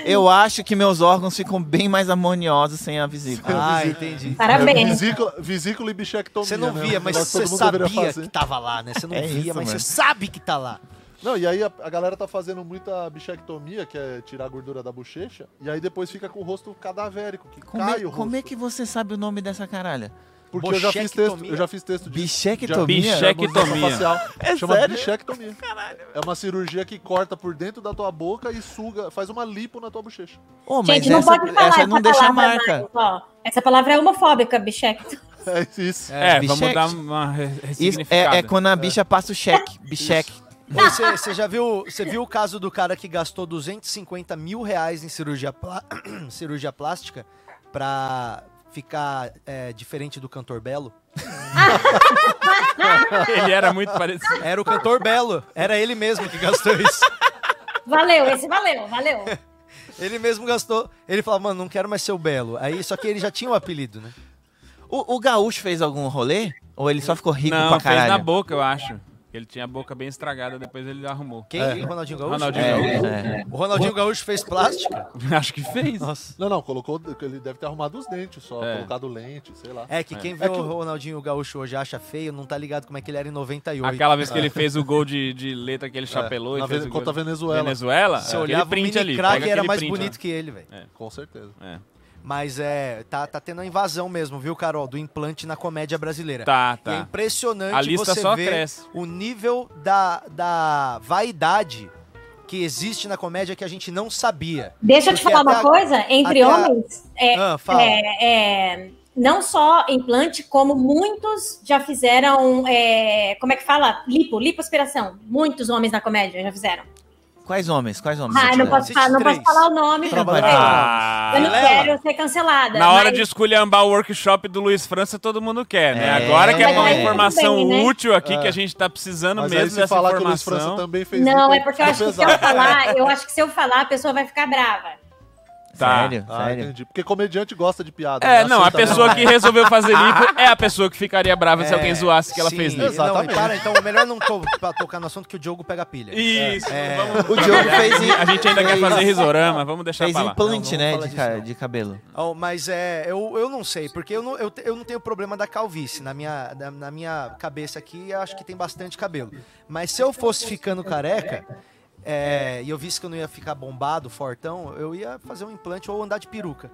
Speaker 2: Eu acho que meus órgãos ficam bem mais harmoniosos sem a vesícula.
Speaker 1: ah, entendi.
Speaker 5: Tá. Parabéns.
Speaker 6: Vesícula, vesícula e bichectomia.
Speaker 1: Você não
Speaker 6: né?
Speaker 1: via,
Speaker 6: Um
Speaker 1: mas
Speaker 6: negócio que
Speaker 1: você
Speaker 6: todo mundo deveria
Speaker 1: sabia
Speaker 6: fazer.
Speaker 1: que tava lá, né? Você não
Speaker 2: É
Speaker 1: via,
Speaker 2: isso,
Speaker 1: mas
Speaker 2: mano.
Speaker 1: você sabe que tá lá.
Speaker 6: Não, e aí a, a galera tá fazendo muita bichectomia, que é tirar a gordura da bochecha, e aí depois fica com o rosto cadavérico, que
Speaker 2: Como,
Speaker 6: cai
Speaker 2: é,
Speaker 6: o rosto.
Speaker 2: como é que você sabe o nome dessa caralha?
Speaker 6: Porque eu já fiz
Speaker 1: Bochectomia?
Speaker 6: texto, eu já fiz texto de
Speaker 2: Bichectomia?
Speaker 3: Biche-
Speaker 6: harmonização
Speaker 3: Bichectomia.
Speaker 6: facial.
Speaker 2: É
Speaker 6: Chama
Speaker 2: sério?
Speaker 6: bichectomia. É uma cirurgia que corta por dentro da tua boca e suga, faz uma lipo na tua bochecha.
Speaker 2: Oh, mas
Speaker 5: Gente, não
Speaker 2: essa,
Speaker 5: pode falar
Speaker 2: essa
Speaker 5: essa
Speaker 2: não deixa a
Speaker 5: palavra
Speaker 2: marca.
Speaker 5: mais, ó. Essa palavra é homofóbica, bicheque.
Speaker 6: [LAUGHS] É isso.
Speaker 3: É, vamos
Speaker 2: bichete.
Speaker 3: dar uma re-
Speaker 2: Isso
Speaker 3: ressignificada.
Speaker 2: é, é quando a bicha passa
Speaker 1: [LAUGHS]
Speaker 2: o cheque. Bicheque.
Speaker 1: Você, você já viu, você viu o caso do cara que gastou 250 mil reais em cirurgia, plá- [CLEARS THROAT] cirurgia plástica pra ficar é, diferente do cantor Belo?
Speaker 3: [LAUGHS] Ele era muito parecido.
Speaker 1: Era o cantor Belo, era ele mesmo que
Speaker 3: [LAUGHS]
Speaker 1: gastou isso.
Speaker 5: [LAUGHS] Valeu, esse valeu, valeu.
Speaker 1: Ele mesmo gastou. Ele falou, mano, não quero mais ser o Belo. Aí, só que ele já tinha o apelido, né?
Speaker 2: O, o gaúcho fez algum rolê? Ou ele só ficou rico
Speaker 3: Não,
Speaker 2: pra
Speaker 3: fez
Speaker 2: caralho?
Speaker 3: na boca, eu acho. Ele tinha a boca bem estragada, depois ele arrumou. [LAUGHS]
Speaker 1: Quem? O Ronaldinho Gaúcho?
Speaker 3: Ronaldinho
Speaker 2: É,
Speaker 3: Gaúcho. É.
Speaker 2: é.
Speaker 1: O Ronaldinho Gaúcho fez plástica?
Speaker 3: Acho que fez.
Speaker 6: Não, não, colocou. Ele deve ter arrumado os dentes só,
Speaker 3: É.
Speaker 6: colocado lente, sei lá.
Speaker 1: É que quem vê o Ronaldinho Gaúcho hoje acha feio, não tá ligado como é que ele era em 98.
Speaker 3: Aquela vez que ele fez o gol de, de letra que ele chapelou
Speaker 6: Na
Speaker 3: e fez
Speaker 6: Vene-
Speaker 3: o gol
Speaker 6: contra a
Speaker 3: de-
Speaker 6: Venezuela.
Speaker 3: Venezuela?
Speaker 1: Se
Speaker 3: aquele
Speaker 1: olhava o
Speaker 3: print
Speaker 1: mini
Speaker 3: ali.
Speaker 1: craque
Speaker 3: pega
Speaker 1: era
Speaker 3: aquele
Speaker 1: mais
Speaker 3: print né? lá.
Speaker 1: bonito que ele, velho.
Speaker 6: Com certeza.
Speaker 3: É.
Speaker 1: Mas é, tá, tá tendo a invasão mesmo, viu, Carol? Do implante na comédia brasileira.
Speaker 3: Tá,
Speaker 1: E é
Speaker 3: tá.
Speaker 1: impressionante
Speaker 3: A lista
Speaker 1: você
Speaker 3: só
Speaker 1: ver
Speaker 3: cresce.
Speaker 1: o nível da, da vaidade que existe na comédia que a gente não sabia.
Speaker 5: Deixa eu te
Speaker 1: Porque
Speaker 5: falar
Speaker 1: até
Speaker 5: uma
Speaker 1: a-
Speaker 5: coisa, entre
Speaker 1: até a-
Speaker 5: homens, é,
Speaker 1: ah, fala.
Speaker 5: é, é, não só implante, como muitos já fizeram, é, como é que fala? Lipo, lipoaspiração. Muitos homens na comédia já fizeram.
Speaker 2: Quais homens? Quais homens?
Speaker 5: Ah,
Speaker 2: eu
Speaker 5: não
Speaker 2: te-
Speaker 5: posso,
Speaker 1: Cite
Speaker 5: falar, não
Speaker 1: três.
Speaker 5: posso falar o nome, porque
Speaker 1: Trabalhar.
Speaker 3: Ah,
Speaker 5: eu não
Speaker 1: Vilela.
Speaker 5: quero ser cancelada.
Speaker 3: Na hora
Speaker 5: mas-
Speaker 3: de esculhambar o workshop do Luiz França, todo mundo quer, né?
Speaker 2: É.
Speaker 3: Agora que é uma
Speaker 2: Mas aí
Speaker 3: informação
Speaker 5: tudo bem, né?
Speaker 3: útil aqui,
Speaker 6: É.
Speaker 3: que a gente tá precisando
Speaker 6: Mas
Speaker 3: mesmo
Speaker 6: aí se
Speaker 3: dessa
Speaker 6: falar que o Luiz
Speaker 3: informação.
Speaker 6: França também fez
Speaker 5: Não,
Speaker 6: lipo,
Speaker 5: é porque eu
Speaker 6: fica
Speaker 5: acho que se eu
Speaker 6: pesado.
Speaker 5: falar, eu acho que se eu falar, a pessoa vai ficar brava.
Speaker 3: Tá.
Speaker 2: Sério,
Speaker 6: Ah,
Speaker 2: sério.
Speaker 6: entendi. Porque comediante gosta de piada.
Speaker 3: É,
Speaker 6: né?
Speaker 3: não, a
Speaker 6: Aceita
Speaker 3: pessoa
Speaker 6: mais.
Speaker 3: que resolveu fazer lipo é a pessoa que ficaria brava se
Speaker 1: É,
Speaker 3: alguém zoasse que ela
Speaker 1: sim,
Speaker 3: fez
Speaker 1: não,
Speaker 3: lipo.
Speaker 1: e
Speaker 6: Exatamente.
Speaker 1: para, então melhor não to- pra tocar no assunto que o Diogo pega pilha.
Speaker 3: Isso,
Speaker 1: É.
Speaker 3: vamos
Speaker 2: O Diogo
Speaker 3: trabalhar.
Speaker 2: fez em-
Speaker 3: A gente ainda quer
Speaker 2: fez-
Speaker 3: fazer risorama, vamos deixar
Speaker 2: Fez
Speaker 3: pra lá.
Speaker 2: implante,
Speaker 1: Não,
Speaker 2: né,
Speaker 1: vamos
Speaker 2: de,
Speaker 1: falar
Speaker 2: ca-
Speaker 1: disso,
Speaker 2: de cabelo.
Speaker 1: Oh, mas é, eu, eu não sei, porque eu não, eu, te- eu não tenho problema da calvície. Na minha, na, na minha cabeça aqui, eu acho que tem bastante cabelo. Mas se eu fosse ficando careca, é, e eu visse que eu não ia ficar bombado, fortão, eu ia fazer um implante ou andar de peruca.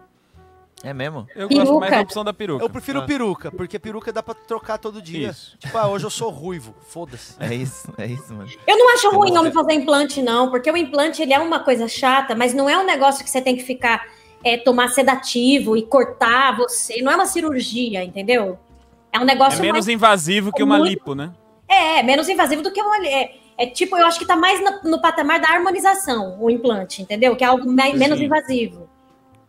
Speaker 2: É mesmo?
Speaker 3: Eu gosto mais
Speaker 5: Peruca.
Speaker 3: da opção da peruca.
Speaker 1: Eu prefiro peruca, porque peruca dá pra trocar todo dia.
Speaker 3: Isso.
Speaker 1: Tipo, ah, hoje eu sou ruivo,
Speaker 2: [LAUGHS]
Speaker 1: foda-se.
Speaker 2: É isso, é isso, mano.
Speaker 5: Eu não acho ruim homem fazer implante, não, porque o implante ele é uma coisa chata, mas não é um negócio que você tem que ficar é, tomar sedativo e cortar você. Não é uma cirurgia, entendeu? É um
Speaker 3: É
Speaker 5: negócio
Speaker 3: menos
Speaker 5: mais.
Speaker 3: invasivo que uma
Speaker 5: Muito.
Speaker 3: lipo, né?
Speaker 5: É, é, menos invasivo do que uma. É, é tipo, eu acho que tá mais na- no, patamar da harmonização o implante, entendeu? Que é algo me- menos invasivo.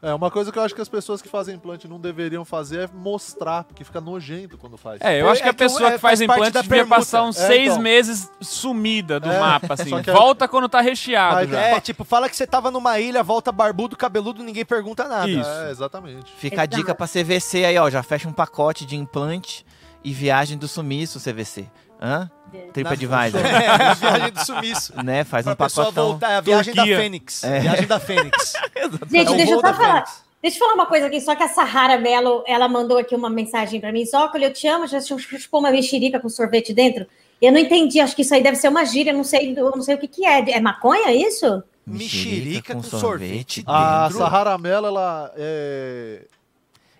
Speaker 6: É, uma coisa que eu acho que as pessoas que fazem implante não deveriam fazer é mostrar, porque fica nojento quando faz.
Speaker 3: É, eu
Speaker 1: É
Speaker 3: acho que a
Speaker 1: que o-
Speaker 3: pessoa
Speaker 1: é,
Speaker 3: que
Speaker 1: faz
Speaker 3: faz
Speaker 1: parte
Speaker 3: implante
Speaker 1: da
Speaker 3: devia
Speaker 1: permuta.
Speaker 3: passar uns
Speaker 6: É,
Speaker 3: seis
Speaker 6: então.
Speaker 3: meses sumida do
Speaker 6: É,
Speaker 3: mapa, assim.
Speaker 6: só que é-
Speaker 3: Volta quando tá
Speaker 6: Mas
Speaker 3: recheado já.
Speaker 1: É, tipo, fala que você tava numa ilha, volta barbudo, cabeludo, ninguém pergunta nada.
Speaker 3: Isso.
Speaker 6: É, exatamente.
Speaker 2: Fica a dica pra CVC aí, ó. Já fecha um pacote de implante e viagem do sumiço, CVC. Hã? Tripa
Speaker 1: [LAUGHS]
Speaker 2: de
Speaker 1: É, viagem do sumiço.
Speaker 2: [LAUGHS] Né? Faz um
Speaker 1: pra pessoa
Speaker 2: pacotão.
Speaker 1: voltar, é a viagem
Speaker 3: Turquia. É.
Speaker 1: da Fênix.
Speaker 2: É.
Speaker 1: Viagem da
Speaker 2: [LAUGHS]
Speaker 1: Fênix.
Speaker 5: Gente,
Speaker 1: É o
Speaker 5: deixa eu
Speaker 1: voo da
Speaker 5: só falar.
Speaker 1: Fênix.
Speaker 5: Deixa eu falar uma coisa aqui, só que a Sahara Mello, ela mandou aqui uma mensagem pra mim. Zócoli, eu te amo, já chu- chupou uma mexerica com sorvete dentro? Eu não entendi, acho que isso aí deve ser uma gíria, eu não sei, eu não sei o que que é. É maconha
Speaker 1: Tá
Speaker 5: isso?
Speaker 1: Mexerica com sorvete
Speaker 6: A
Speaker 1: dentro.
Speaker 6: Sahara Mello, ela é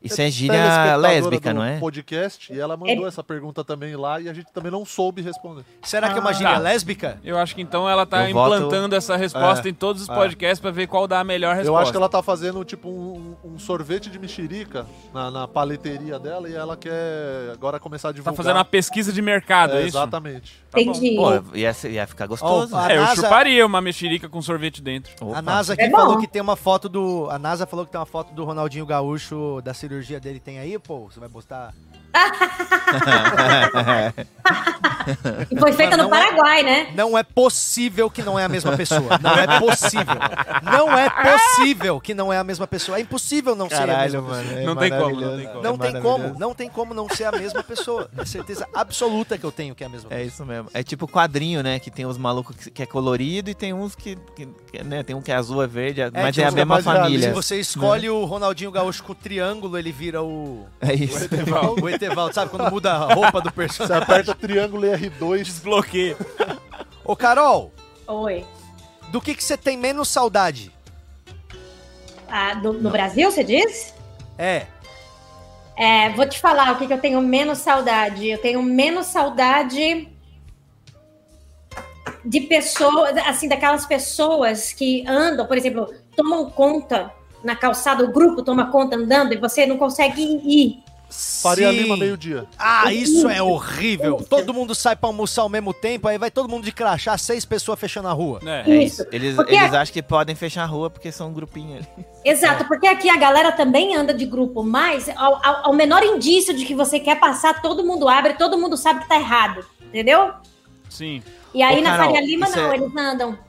Speaker 2: Isso é gíria
Speaker 6: telespectadora
Speaker 2: lésbica,
Speaker 6: do
Speaker 2: não é?
Speaker 6: podcast e ela mandou essa pergunta também lá e a gente também não soube responder.
Speaker 1: Será
Speaker 2: Ah,
Speaker 1: que é uma gíria
Speaker 3: Tá.
Speaker 1: lésbica?
Speaker 3: Eu acho que então ela tá
Speaker 2: Eu voto-
Speaker 3: implantando essa resposta em todos os podcasts pra ver qual dá a melhor resposta.
Speaker 6: Eu acho que ela tá fazendo tipo um, um sorvete de mexerica na, na paleteria dela e ela quer agora começar a
Speaker 3: Tá
Speaker 6: divulgar.
Speaker 3: fazendo uma pesquisa de mercado,
Speaker 6: é,
Speaker 3: é isso?
Speaker 6: Exatamente.
Speaker 3: Tá bom.
Speaker 5: entendi.
Speaker 1: é
Speaker 2: Pô, ia, ser- ia ficar gostoso.
Speaker 1: Ó, a-
Speaker 3: É, eu
Speaker 1: NASA-
Speaker 3: chuparia uma mexerica com sorvete dentro.
Speaker 2: Opa.
Speaker 1: A NASA aqui
Speaker 5: É bom.
Speaker 1: falou que tem uma foto do. A NASA falou que tem uma foto do Ronaldinho Gaúcho da cirurgia dele. Tem aí, pô? Você vai postar?
Speaker 5: E foi feita
Speaker 1: Mas
Speaker 5: no
Speaker 1: não é-
Speaker 5: Paraguai, né?
Speaker 1: Não é possível que não é a mesma
Speaker 2: [LAUGHS]
Speaker 1: pessoa. Não é possível. Não é possível que não é a mesma pessoa. É impossível não ser a mesma pessoa.
Speaker 2: É,
Speaker 3: Não tem como, né? não tem como.
Speaker 1: Não tem como, não tem como não ser a mesma pessoa. É certeza absoluta que eu tenho que é a mesma
Speaker 2: É isso mesmo. É tipo quadrinho, né? Que tem os malucos que, que é colorido e tem uns que, que- que, né? Tem um que é azul, é verde, é- mas
Speaker 1: tipo,
Speaker 2: é a
Speaker 1: os
Speaker 2: mesma
Speaker 6: capazes de
Speaker 2: família.
Speaker 1: Se você escolhe o Ronaldinho Gaúcho com o triângulo, ele vira o.
Speaker 2: É isso.
Speaker 1: [LAUGHS] O Etevaldo, sabe? Quando muda a roupa
Speaker 2: [LAUGHS]
Speaker 1: do
Speaker 6: Você
Speaker 1: personagem.
Speaker 6: aperta triângulo e
Speaker 3: [LAUGHS]
Speaker 6: R2.
Speaker 3: Desbloqueio.
Speaker 1: Ô, Carol,
Speaker 5: Oi.
Speaker 1: do que, que você tem menos saudade?
Speaker 5: Ah, do- no Brasil, você diz?
Speaker 1: É.
Speaker 5: É, vou te falar o que, que eu tenho menos saudade. Eu tenho menos saudade de pessoas, assim, daquelas pessoas que andam, por exemplo, tomam conta na calçada, o grupo toma conta andando e você não consegue ir.
Speaker 6: Faria
Speaker 1: Sim.
Speaker 6: Lima meio-dia.
Speaker 1: Ah, isso é horrível. Todo mundo sai pra almoçar ao mesmo tempo, aí vai todo mundo de crachá, seis pessoas fechando a rua.
Speaker 3: É.
Speaker 2: É
Speaker 5: Isso.
Speaker 2: isso. Eles,
Speaker 5: Porque-
Speaker 2: eles acham que podem fechar a rua porque são um grupinho ali.
Speaker 1: É.
Speaker 5: Exato, porque aqui a galera também anda de grupo, mas ao, ao- ao menor indício de que você quer passar, todo mundo abre, todo mundo sabe que tá errado, entendeu?
Speaker 3: Sim.
Speaker 5: E aí
Speaker 2: Ô,
Speaker 5: na
Speaker 2: Carol,
Speaker 5: Faria Lima
Speaker 2: isso
Speaker 5: não,
Speaker 2: é-
Speaker 5: eles andam.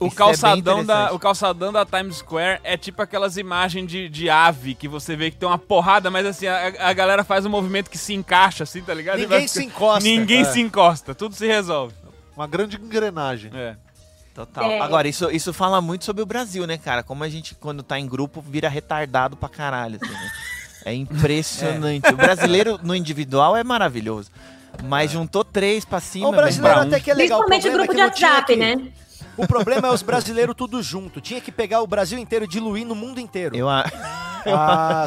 Speaker 3: O
Speaker 2: Isso é
Speaker 3: calçadão,
Speaker 2: bem
Speaker 3: da,
Speaker 2: interessante.
Speaker 3: o calçadão da Times Square é tipo aquelas imagens de, de ave que você vê que tem uma porrada, mas assim, a, a galera faz um movimento que se encaixa, assim, tá ligado? E vai
Speaker 1: Ninguém se
Speaker 3: fica-
Speaker 1: encosta.
Speaker 3: Ninguém se encosta, tudo se resolve.
Speaker 6: Uma grande engrenagem.
Speaker 3: É.
Speaker 2: Total.
Speaker 5: É.
Speaker 2: Agora, isso, isso fala muito sobre o Brasil, né, cara? Como a gente, quando tá em grupo, vira retardado pra caralho. assim, né? É impressionante.
Speaker 3: [LAUGHS]
Speaker 2: O brasileiro no individual é maravilhoso.
Speaker 3: É.
Speaker 2: Mas juntou três pra cima.
Speaker 1: o brasileiro
Speaker 2: velho, pra um.
Speaker 1: até que é legal.
Speaker 5: Principalmente
Speaker 1: problema
Speaker 5: o grupo de
Speaker 1: é que não tinha
Speaker 5: WhatsApp,
Speaker 1: que-
Speaker 5: né?
Speaker 1: O problema é os brasileiros tudo junto. Tinha que pegar o Brasil inteiro, e diluir no mundo inteiro.
Speaker 2: Eu, a-
Speaker 6: Ah,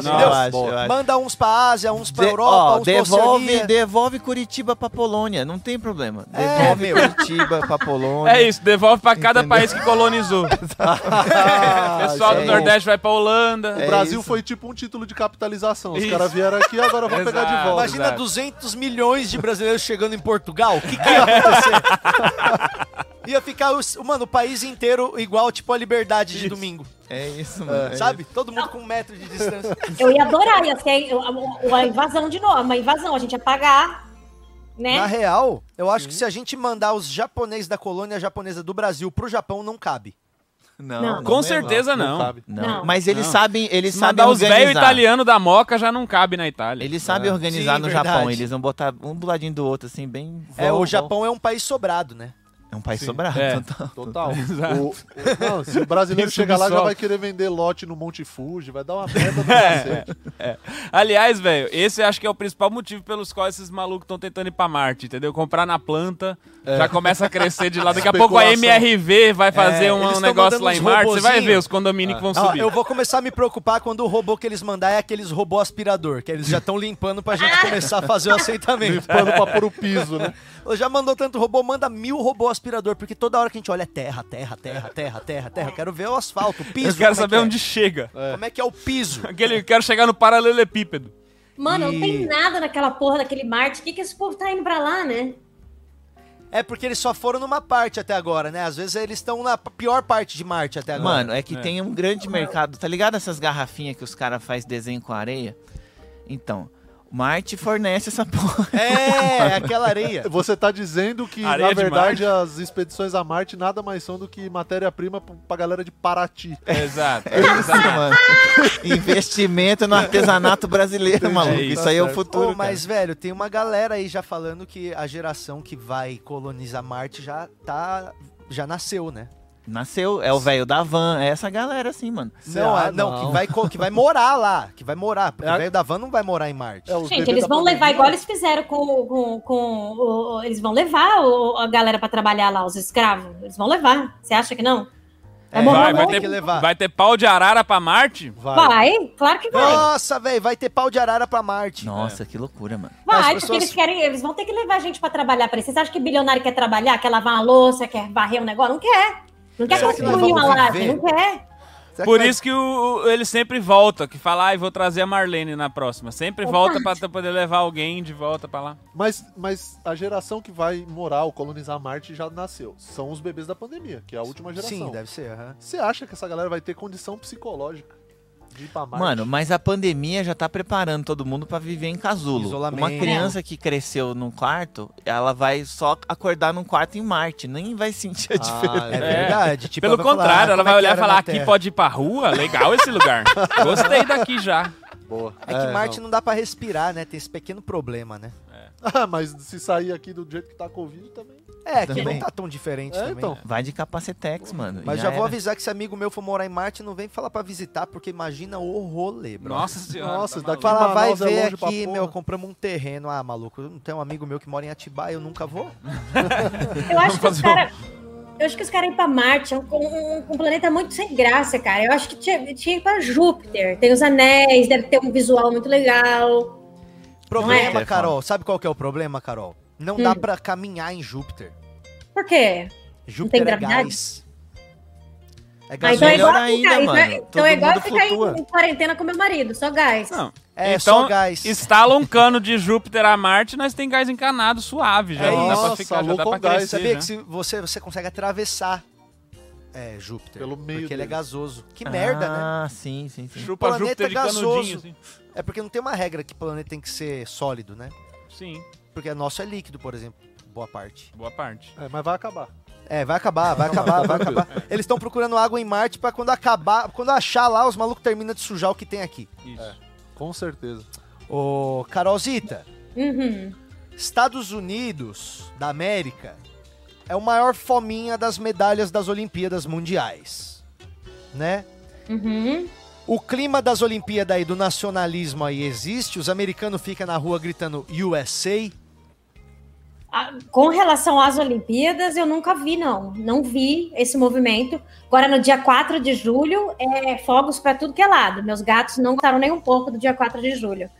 Speaker 2: [LAUGHS] eu
Speaker 3: Deus.
Speaker 2: acho, eu acho.
Speaker 1: Manda uns pra Ásia, uns pra
Speaker 2: De-
Speaker 1: Europa,
Speaker 2: ó,
Speaker 1: uns pra
Speaker 2: devolve,
Speaker 1: Oceania.
Speaker 2: devolve Curitiba pra Polônia, não tem problema.
Speaker 1: É,
Speaker 2: Devolve
Speaker 1: meu.
Speaker 2: Curitiba pra Polônia. [LAUGHS]
Speaker 3: É isso, devolve pra cada
Speaker 2: Entendeu?
Speaker 3: país que colonizou. O É, pessoal do
Speaker 2: gente.
Speaker 3: Nordeste vai pra Holanda.
Speaker 6: O
Speaker 2: É
Speaker 6: Brasil
Speaker 2: isso.
Speaker 6: foi tipo um título de capitalização. Os
Speaker 3: Isso.
Speaker 6: caras vieram aqui agora
Speaker 3: [LAUGHS]
Speaker 6: vão pegar de
Speaker 3: Exato.
Speaker 6: volta.
Speaker 1: Imagina
Speaker 3: Exato.
Speaker 1: 200 milhões de brasileiros chegando em Portugal. O que, que ia acontecer? [LAUGHS] ia ficar, os- mano, o país inteiro igual, tipo, a liberdade de domingo.
Speaker 2: É isso, mano. é
Speaker 1: Sabe? Todo mundo com um metro de distância.
Speaker 5: Eu ia adorar, ia ser eu- a, a invasão de novo, uma invasão, a gente ia pagar,
Speaker 1: Na
Speaker 5: né?
Speaker 1: real, eu acho que se a gente mandar os japoneses da colônia japonesa do Brasil pro Japão, não cabe.
Speaker 2: isso. Não,
Speaker 5: Não.
Speaker 2: não
Speaker 3: Com
Speaker 2: é,
Speaker 3: certeza não.
Speaker 6: cabe.
Speaker 2: não.
Speaker 5: Não.
Speaker 2: Mas eles
Speaker 3: Não.
Speaker 2: sabem, eles
Speaker 3: Se
Speaker 2: sabem
Speaker 3: mandar os velhos
Speaker 2: organizar.
Speaker 3: italianos da Moca já não cabe na Itália.
Speaker 2: Eles sabem organizar
Speaker 1: Sim,
Speaker 2: no
Speaker 1: verdade.
Speaker 2: Japão, eles vão botar um do ladinho do outro assim, bem
Speaker 1: É,
Speaker 2: vão,
Speaker 1: o
Speaker 2: vão.
Speaker 1: Japão é um país sobrado, né?
Speaker 2: É um país
Speaker 6: Sim.
Speaker 2: sobrado. então. total.
Speaker 3: É.
Speaker 6: Total. [LAUGHS]
Speaker 3: Exato.
Speaker 6: O- o- não, se o brasileiro
Speaker 3: Isso
Speaker 6: chegar lá, já
Speaker 3: absolve.
Speaker 6: vai querer vender lote no Monte Fuji, vai dar uma merda
Speaker 3: [LAUGHS]
Speaker 6: do
Speaker 3: É,
Speaker 6: cacete.
Speaker 3: é. Aliás, velho, esse acho que é o principal motivo pelos quais esses malucos estão tentando ir pra Marte, entendeu? Comprar na planta,
Speaker 1: É.
Speaker 3: já começa a crescer de lá. Daqui a pouco a
Speaker 6: Especulação.
Speaker 3: MRV vai fazer
Speaker 1: É,
Speaker 3: um,
Speaker 1: eles
Speaker 3: um
Speaker 1: tão
Speaker 3: negócio
Speaker 1: mandando
Speaker 3: lá em
Speaker 1: uns
Speaker 3: Marte, você vai
Speaker 1: robozinho.
Speaker 3: ver os condomínios que vão
Speaker 1: Ah,
Speaker 3: subir.
Speaker 1: eu vou começar a me preocupar quando o robô que eles mandar é aqueles robô aspirador, que eles já estão limpando pra gente começar a fazer o assentamento.
Speaker 6: Pano pra pôr o piso, né?
Speaker 1: Ô, [LAUGHS] Já mandou tanto robô, manda mil robô aspirador, porque toda hora que a gente olha é terra, terra, terra, terra, terra, terra. Eu quero ver o asfalto, o piso.
Speaker 3: Eu quero
Speaker 1: como é que
Speaker 3: saber
Speaker 1: é.
Speaker 3: onde chega.
Speaker 1: Como é que é o piso?
Speaker 3: Aquele, eu quero chegar no paralelepípedo.
Speaker 1: E-
Speaker 5: Mano, não tem nada naquela porra daquele Marte. O que, que esse povo tá indo pra lá, né?
Speaker 1: É porque eles só foram numa parte até agora, né? Às vezes eles estão na pior parte de Marte até agora.
Speaker 2: Mano, é que tem um grande mercado, tá ligado essas garrafinhas que os caras fazem desenho com areia? Então, Marte fornece essa porra. [LAUGHS]
Speaker 1: É, aquela areia.
Speaker 6: Você tá dizendo que,
Speaker 3: Areia
Speaker 6: na
Speaker 3: de
Speaker 6: verdade, as expedições a Marte nada mais são do que matéria-prima pra- pra galera de Paraty.
Speaker 3: Exato.
Speaker 2: É isso, mano. Investimento no artesanato brasileiro, maluco.
Speaker 3: Entendi.
Speaker 2: Isso aí é o
Speaker 6: Tá
Speaker 2: futuro.
Speaker 1: Pô, mas, velho, tem uma galera aí já falando que a geração que vai colonizar Marte já tá. Já nasceu, né?
Speaker 2: cara. Nasceu, é o velho da van, é essa galera assim, mano.
Speaker 1: Não,
Speaker 6: Será?
Speaker 1: ah, não, que vai, co- que vai morar lá. Que vai morar. Porque o velho da van não vai morar em Marte.
Speaker 6: É, os
Speaker 5: Gente,
Speaker 6: bebês
Speaker 5: eles
Speaker 6: da
Speaker 5: vão levar
Speaker 6: pandemia.
Speaker 5: igual eles fizeram com, o- com, com o- o- eles vão levar o- a galera pra trabalhar lá, os escravos. Eles vão levar. Você acha que não?
Speaker 1: É,
Speaker 5: Vai,
Speaker 1: vai,
Speaker 5: vai
Speaker 1: ter
Speaker 3: ter-
Speaker 1: que levar.
Speaker 3: Vai ter pau de arara pra Marte?
Speaker 6: Vai.
Speaker 5: Vai, claro que vai.
Speaker 1: Nossa, velho, vai ter pau de arara pra Marte.
Speaker 2: Nossa, que loucura, mano.
Speaker 1: as
Speaker 5: Vai, porque
Speaker 1: pessoas-
Speaker 5: eles querem, eles vão ter que levar a gente pra trabalhar pra eles. Vocês acham que bilionário quer trabalhar, quer lavar uma louça, quer varrer um negócio? Não quer. Não quer
Speaker 1: Será que nós
Speaker 5: construir uma
Speaker 1: vamos
Speaker 5: laje,
Speaker 1: viver?
Speaker 5: não quer.
Speaker 1: Será que
Speaker 3: Por
Speaker 1: vai-
Speaker 3: isso que o, o- ele sempre volta, que fala, ai, vou trazer a Marlene na próxima. Sempre volta pra t- poder levar alguém de volta pra lá.
Speaker 6: Mas, mas a geração que vai morar ou colonizar Marte já nasceu. São os bebês da pandemia, que é a última geração.
Speaker 1: Sim, deve ser. aham.
Speaker 6: Você acha que essa galera vai ter condição psicológica de ir pra Marte?
Speaker 2: Mano, mas a pandemia já tá preparando todo mundo pra viver em casulo.
Speaker 1: Isolamento.
Speaker 2: Uma criança que cresceu num quarto, ela vai só acordar num quarto em Marte, nem vai sentir a diferença.
Speaker 1: É verdade. tipo,
Speaker 3: Pelo
Speaker 1: ela vai falar,
Speaker 3: contrário,
Speaker 1: "Ah,
Speaker 3: ela
Speaker 1: como é
Speaker 3: vai
Speaker 1: que
Speaker 3: olhar e
Speaker 1: era
Speaker 3: falar,
Speaker 1: na
Speaker 3: aqui
Speaker 1: Terra?"
Speaker 3: pode ir pra rua? Legal esse
Speaker 1: [LAUGHS]
Speaker 3: lugar. Gostei daqui já.
Speaker 6: Boa.
Speaker 1: É que Marte não. dá pra respirar, né? Tem esse pequeno problema, né?
Speaker 6: [LAUGHS] Ah, mas se sair aqui do jeito que tá a Covid também.
Speaker 1: É, que
Speaker 2: Também.
Speaker 1: não tá tão diferente
Speaker 6: É,
Speaker 1: também.
Speaker 6: então.
Speaker 1: né?
Speaker 2: Vai de capacetex, mano.
Speaker 1: Mas já, vou
Speaker 2: era.
Speaker 1: avisar que se amigo meu for morar em Marte, não vem falar pra visitar, porque imagina o rolê, bro.
Speaker 3: Nossa senhora.
Speaker 6: Nossa,
Speaker 3: tá
Speaker 6: daqui
Speaker 3: maluco.
Speaker 1: Fala, vai
Speaker 6: Manaus é
Speaker 1: ver
Speaker 6: longe pra
Speaker 1: aqui,
Speaker 6: porra.
Speaker 1: meu, compramos um terreno. Ah, maluco, tem um amigo meu que mora em Atibaia, eu nunca vou.
Speaker 2: [LAUGHS]
Speaker 5: Eu acho que os
Speaker 3: fazer um-
Speaker 5: caras. Eu acho que os caras ir pra Marte é um, um- um planeta muito sem graça, cara. Eu acho que tinha, tinha que ir pra Júpiter. Tem os anéis, deve ter um visual muito legal.
Speaker 6: é
Speaker 1: Problema,
Speaker 2: Telefone.
Speaker 1: Carol, sabe qual que é o problema, Carol? Não
Speaker 5: Hum.
Speaker 1: dá pra caminhar em Júpiter.
Speaker 5: Por quê?
Speaker 1: Júpiter é
Speaker 5: gravidade?
Speaker 1: gás. É
Speaker 5: Ah, então é igual
Speaker 2: melhor
Speaker 5: ficar,
Speaker 2: ainda,
Speaker 5: então é-
Speaker 2: mano.
Speaker 5: então é
Speaker 2: Todo
Speaker 5: igual
Speaker 2: mundo
Speaker 5: ficar
Speaker 2: flutua.
Speaker 5: em, em quarentena com meu marido, só gás.
Speaker 3: Não.
Speaker 1: É,
Speaker 3: então,
Speaker 1: só gás.
Speaker 3: instala um cano de Júpiter a Marte, nós tem gás encanado suave já.
Speaker 1: É
Speaker 3: não dá pra
Speaker 6: isso.
Speaker 3: ficar, já
Speaker 6: Nossa,
Speaker 3: dá pra
Speaker 6: louco é gás, né?
Speaker 1: Mas
Speaker 3: crescer.
Speaker 1: sabia
Speaker 3: já.
Speaker 1: que se você, você consegue atravessar é, Júpiter.
Speaker 6: Pelo meio
Speaker 1: Porque ele é
Speaker 6: dele.
Speaker 1: gasoso. Que merda, né?
Speaker 2: Ah, sim, sim, sim.
Speaker 3: Chupa
Speaker 1: planeta é
Speaker 3: Júpiter de
Speaker 1: gasoso.
Speaker 3: canudinho, assim.
Speaker 1: É porque não tem uma regra que o planeta tem que ser sólido, né?
Speaker 3: Sim,
Speaker 1: Porque nosso é líquido, por exemplo, boa parte.
Speaker 3: boa parte.
Speaker 6: É, mas vai acabar.
Speaker 1: É, vai acabar, vai acabar, vai
Speaker 6: [LAUGHS]
Speaker 1: acabar.
Speaker 6: É.
Speaker 1: Eles estão procurando água em Marte pra quando acabar, quando achar lá, os malucos terminam de sujar o que tem aqui.
Speaker 3: Isso.
Speaker 6: Com certeza.
Speaker 1: Ô, Carolzita,
Speaker 5: Uhum.
Speaker 1: Estados Unidos da América é o maior fominha das medalhas das Olimpíadas Mundiais, né?
Speaker 5: Uhum.
Speaker 1: O clima das Olimpíadas aí, do nacionalismo aí existe, os americanos ficam na rua gritando USA,
Speaker 5: Ah, Com relação às Olimpíadas, eu nunca vi, não. Não vi esse movimento. Agora, no dia 4 de julho, é fogos para tudo que é lado. Meus gatos não gostaram nem um pouco do dia 4 de julho.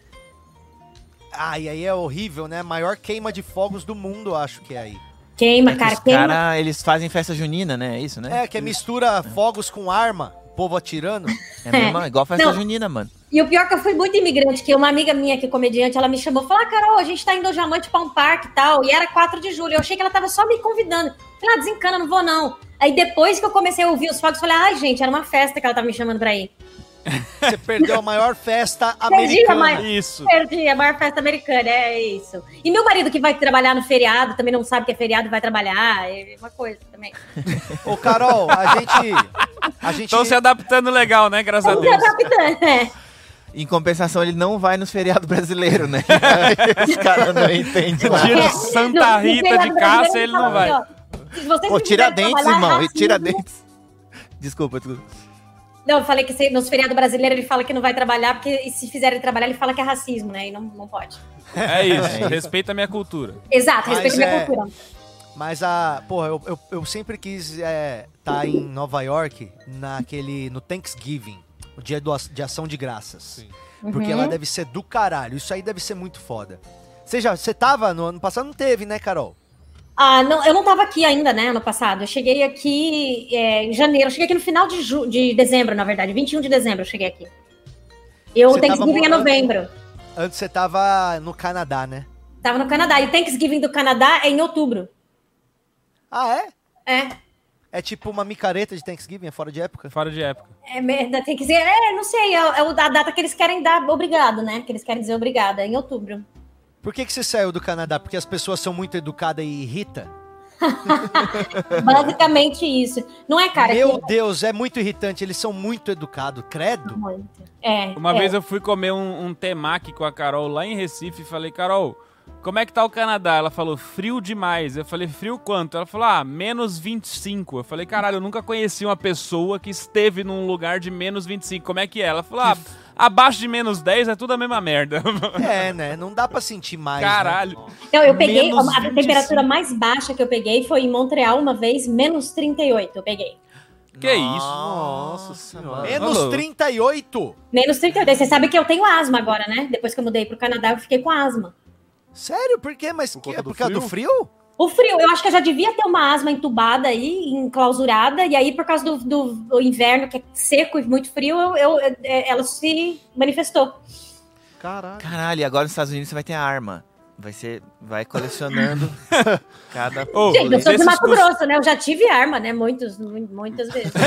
Speaker 1: Ah, e aí é horrível, né? Maior queima de fogos do mundo, eu acho que é aí.
Speaker 5: Queima,
Speaker 2: É que
Speaker 5: cara,
Speaker 2: os
Speaker 5: queima.
Speaker 2: cara, eles fazem festa junina, né? É isso, né?
Speaker 1: É, que mistura fogos com arma, o povo
Speaker 2: [LAUGHS]
Speaker 1: atirando.
Speaker 2: É, mesmo, igual festa
Speaker 5: Não.
Speaker 2: junina, mano.
Speaker 5: E o pior é que eu fui muito imigrante, que uma amiga minha que é comediante, ela me chamou e falou: ah, Carol, a gente tá indo ao Diamante pra um parque e tal. E era 4 de julho. Eu achei que ela tava só me convidando. Falei, ah, desencana, não vou, não. Aí depois que eu comecei a ouvir os fogos, eu falei, ai, gente, era uma festa que ela tava me chamando pra ir.
Speaker 1: Você perdeu a maior festa
Speaker 5: Perdi a
Speaker 1: americana.
Speaker 5: maior,
Speaker 3: Isso.
Speaker 5: perdi a maior festa americana, é isso. E meu marido que vai trabalhar no feriado também não sabe que é feriado e vai trabalhar. É uma coisa também.
Speaker 1: Ô, Carol, a gente. A gente.
Speaker 2: Então
Speaker 3: Estão se adaptando legal, né? Graças a
Speaker 5: Vamos ver a
Speaker 3: Deus.
Speaker 5: capitã, é.
Speaker 2: Em compensação, ele não vai nos feriados
Speaker 1: [LAUGHS]
Speaker 2: brasileiros, né? Os caras não entendem lá.
Speaker 3: Tira
Speaker 5: É,
Speaker 3: Santa
Speaker 5: no- no
Speaker 3: Rita
Speaker 5: feriado
Speaker 3: de
Speaker 5: brasileiro,
Speaker 3: Cássia,
Speaker 5: ele
Speaker 3: ele não
Speaker 5: fala
Speaker 3: vai.
Speaker 5: assim, ó, se vocês
Speaker 2: Pô,
Speaker 5: não
Speaker 2: tira
Speaker 5: quiserem
Speaker 2: dentes,
Speaker 5: trabalhar, assim,
Speaker 2: irmão. e
Speaker 5: racismo.
Speaker 2: Tira dentes. Desculpa, desculpa.
Speaker 5: Não, eu falei que se- nos feriados brasileiros ele fala que não vai trabalhar, porque e se fizerem trabalhar, ele fala que é racismo, né? E não, não pode.
Speaker 3: É
Speaker 2: É
Speaker 3: isso.
Speaker 2: isso.
Speaker 3: Respeita a minha cultura.
Speaker 5: Exato,
Speaker 1: Mas
Speaker 5: respeito à minha
Speaker 1: é-
Speaker 5: cultura.
Speaker 1: Mas a. Porra, eu, eu, eu sempre quis estar em Nova York naquele. no Thanksgiving. O dia do, ac- de ação de graças. Porque
Speaker 5: Uhum.
Speaker 1: ela deve ser do caralho. Isso aí deve ser muito foda. Você já. Você tava no ano passado? Não teve, né, Carol?
Speaker 5: Ah, não, eu não tava aqui ainda, né, ano passado. Eu cheguei aqui é, em janeiro, eu cheguei aqui no final de, ju- de dezembro, na verdade, 21 de dezembro eu cheguei aqui. Eu,
Speaker 1: Você tava
Speaker 5: Thanksgiving é
Speaker 1: morando-
Speaker 5: novembro.
Speaker 1: Antes você tava no Canadá, né?
Speaker 5: Tava no Canadá. E o Thanksgiving do Canadá é em outubro.
Speaker 1: Ah, é?
Speaker 5: É,
Speaker 1: É tipo uma micareta de Thanksgiving, é fora de época?
Speaker 3: Fora de época.
Speaker 5: é merda, tem que dizer, é, não sei, é, é o- a data que eles querem dar obrigado, né? Que eles querem dizer obrigada, é em outubro.
Speaker 1: [LAUGHS] Por que, que você saiu do Canadá? Porque as pessoas são muito educadas e irrita?
Speaker 5: Basicamente isso. Não é, cara?
Speaker 1: Meu
Speaker 5: que-
Speaker 1: Deus, é muito irritante. Eles são muito educados,
Speaker 5: [LAUGHS]
Speaker 1: credo.
Speaker 5: Muito. É.
Speaker 3: Uma
Speaker 5: é.
Speaker 3: vez eu fui comer um, um temaki com a Carol lá em Recife e falei, Carol, como é que tá o Canadá? Ela falou, frio demais. Eu falei, frio quanto? Ela falou, ah, menos 25. Eu falei, caralho, eu nunca conheci uma pessoa que esteve num lugar de menos 25. Como é que é? Ela falou, ah, abaixo de menos 10 é tudo a mesma merda. [LAUGHS]
Speaker 1: É, né? Não dá pra sentir mais. né?
Speaker 3: caralho.
Speaker 5: Não, eu peguei.
Speaker 3: menos
Speaker 5: A
Speaker 3: 25.
Speaker 5: temperatura mais baixa que eu peguei foi em Montreal uma vez, menos 38. Eu peguei.
Speaker 3: Que é
Speaker 6: Nossa senhora.
Speaker 3: mano.
Speaker 1: Menos
Speaker 3: Alô.
Speaker 1: 38?
Speaker 5: Menos 38. Você sabe que eu tenho asma agora, né? Depois que eu mudei pro Canadá, eu fiquei com asma.
Speaker 1: Sério? Por quê? Mas
Speaker 6: Por
Speaker 1: que-
Speaker 6: conta
Speaker 1: é
Speaker 6: do
Speaker 1: por causa do frio?
Speaker 5: O frio, eu acho que eu já devia ter uma asma entubada aí, enclausurada, e aí, por causa do, do- do inverno, que é seco e muito frio, eu, eu- é, ela se manifestou.
Speaker 1: É
Speaker 6: Caralho.
Speaker 2: Caralho, e agora nos Estados Unidos você vai ter arma. Vai ser. Vai
Speaker 1: [LAUGHS]
Speaker 2: colecionando cada.
Speaker 3: Ô,
Speaker 5: Gente, eu sou de
Speaker 3: desses
Speaker 5: Mato
Speaker 3: cus-
Speaker 5: Grosso, né? Eu já tive arma, né? Muitos, mu-
Speaker 3: [LAUGHS]
Speaker 5: muitas vezes.
Speaker 3: isso.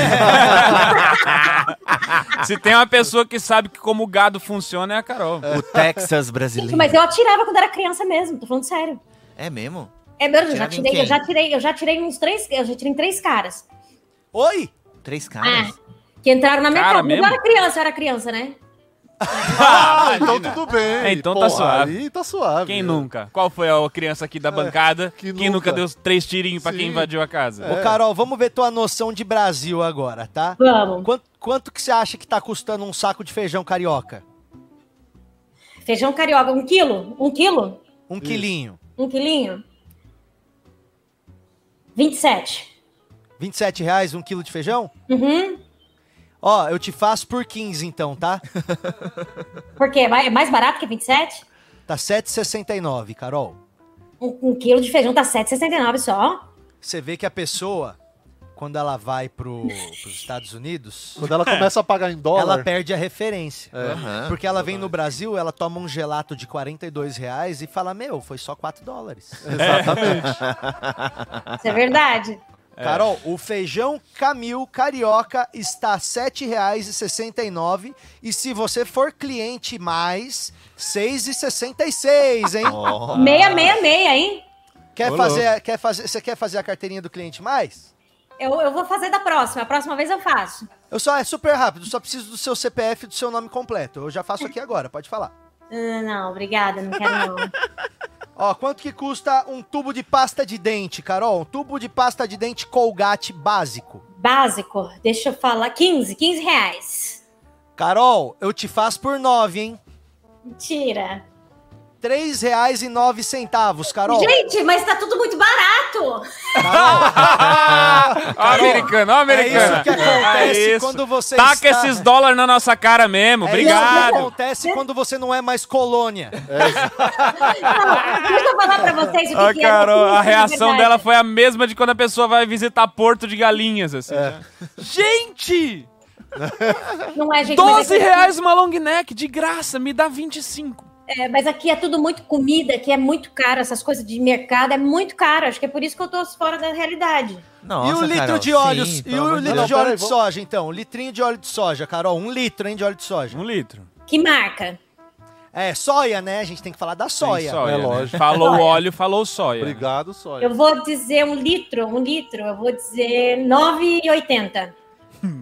Speaker 3: Se tem uma pessoa que sabe que como o gado funciona é a Carol.
Speaker 2: O Texas
Speaker 5: Gente,
Speaker 2: brasileiro.
Speaker 5: mas eu atirava quando era criança mesmo, tô falando sério.
Speaker 2: É mesmo?
Speaker 5: É mesmo, eu já
Speaker 2: Atirava em
Speaker 5: tirei, eu
Speaker 2: quem?
Speaker 5: já tirei, eu já tirei uns três, eu já tirei em três caras
Speaker 1: Oi?
Speaker 5: Ah.
Speaker 2: Três caras?
Speaker 5: que entraram na minha
Speaker 3: Cara
Speaker 5: casa. Mas Eu
Speaker 3: mesmo?
Speaker 5: era criança, eu era criança, né?
Speaker 6: Ah, então
Speaker 3: Imagina.
Speaker 6: tudo bem.
Speaker 3: É, então tá
Speaker 6: Porra,
Speaker 3: suave.
Speaker 6: Aí tá suave.
Speaker 3: [LAUGHS] Quem
Speaker 6: É.
Speaker 3: nunca? Qual foi a criança aqui da bancada que
Speaker 6: que
Speaker 3: nunca,
Speaker 6: nunca
Speaker 3: deu três tirinhos pra quem
Speaker 6: Sim. É.
Speaker 3: invadiu a casa?
Speaker 1: Ô, Carol, vamos ver tua noção de Brasil agora, tá?
Speaker 5: Vamos.
Speaker 1: Quanto, quanto que você acha que tá custando um saco de feijão carioca?
Speaker 5: Feijão carioca, um quilo? Um quilo?
Speaker 1: Um quilinho.
Speaker 5: Um quilinho? 27.
Speaker 1: 27 reais um quilo de feijão?
Speaker 5: Uhum.
Speaker 1: Ó, eu te faço por 15 então, tá?
Speaker 5: Porque é mais é mais barato que 27?
Speaker 1: Tá 7,69, Carol.
Speaker 5: Um, um quilo de feijão tá 7,69 só.
Speaker 1: Você vê que a pessoa, quando ela vai pro, pros Estados Unidos,
Speaker 6: Quando ela começa a pagar em dólar.
Speaker 1: ela perde a referência.
Speaker 2: Aham.
Speaker 1: Porque ela vem no Brasil, ela toma um gelato de 42 reais e fala, meu, foi só 4 dólares.
Speaker 6: Exatamente.
Speaker 5: Isso é verdade.
Speaker 1: Carol, o feijão Camil Carioca está R$ 7,69 e se você for cliente mais, R$ 6,66, hein?
Speaker 2: Ó.
Speaker 5: Meia, meia, meia, hein?
Speaker 1: Quer
Speaker 6: Ô,
Speaker 1: fazer, quer fazer, você quer fazer a carteirinha do cliente mais?
Speaker 5: Eu, eu vou fazer da próxima. A próxima vez eu faço.
Speaker 1: Eu só é super rápido, só preciso do seu CPF e do seu nome completo. Eu já faço aqui agora, pode falar.
Speaker 5: Ah, Não, obrigada, não quero não.
Speaker 1: Ó, quanto que custa um tubo de pasta de dente, Carol? Um tubo de pasta de dente Colgate básico.
Speaker 5: Básico, deixa eu falar. 15, 15 reais.
Speaker 1: Carol, eu te faço por 9, hein?
Speaker 5: Mentira.
Speaker 1: R$ 3,09, Carol.
Speaker 5: Gente, mas tá tudo muito barato.
Speaker 2: [LAUGHS]
Speaker 3: Ó, americano, ó,
Speaker 1: É
Speaker 3: americano.
Speaker 1: isso que acontece
Speaker 3: É isso.
Speaker 1: quando você
Speaker 3: Taca
Speaker 1: está...
Speaker 3: esses dólares na nossa cara mesmo.
Speaker 1: É isso que
Speaker 3: Obrigado.
Speaker 1: acontece quando você não é mais colônia.
Speaker 5: Não, deixa eu falar pra vocês o que,
Speaker 3: Ó,
Speaker 5: que é.
Speaker 3: Ah, Carol,
Speaker 5: notícia
Speaker 3: a
Speaker 5: de
Speaker 3: reação
Speaker 5: verdade.
Speaker 3: dela foi a mesma de quando a pessoa vai visitar Porto de Galinhas, assim. né? Gente!
Speaker 5: Não é, gente, mas é
Speaker 3: 12
Speaker 5: que-
Speaker 3: reais uma long neck, de graça, me dá 25.
Speaker 5: É, mas aqui é tudo muito comida, aqui é muito caro, essas coisas de mercado é muito caro. Acho que é por isso que eu tô fora da realidade.
Speaker 1: e o
Speaker 2: Nossa,
Speaker 1: litro
Speaker 2: Carol,
Speaker 1: de óleo,
Speaker 2: sim,
Speaker 1: e
Speaker 2: pelo
Speaker 1: o
Speaker 2: amor de
Speaker 1: litro
Speaker 2: Deus.
Speaker 1: de óleo
Speaker 6: peraí,
Speaker 1: de
Speaker 6: vou-
Speaker 1: soja, então? Um litrinho de óleo de soja, Carol. Um litro, hein, de óleo de soja.
Speaker 3: Um litro.
Speaker 5: Que marca?
Speaker 1: É, soia, né? A gente tem que falar da soia.
Speaker 3: Tem soia,
Speaker 6: É
Speaker 3: né?
Speaker 6: lógico.
Speaker 3: Falou óleo, falou soia.
Speaker 6: Obrigado, só.
Speaker 5: Eu vou dizer um litro, um litro, eu vou dizer 9,80.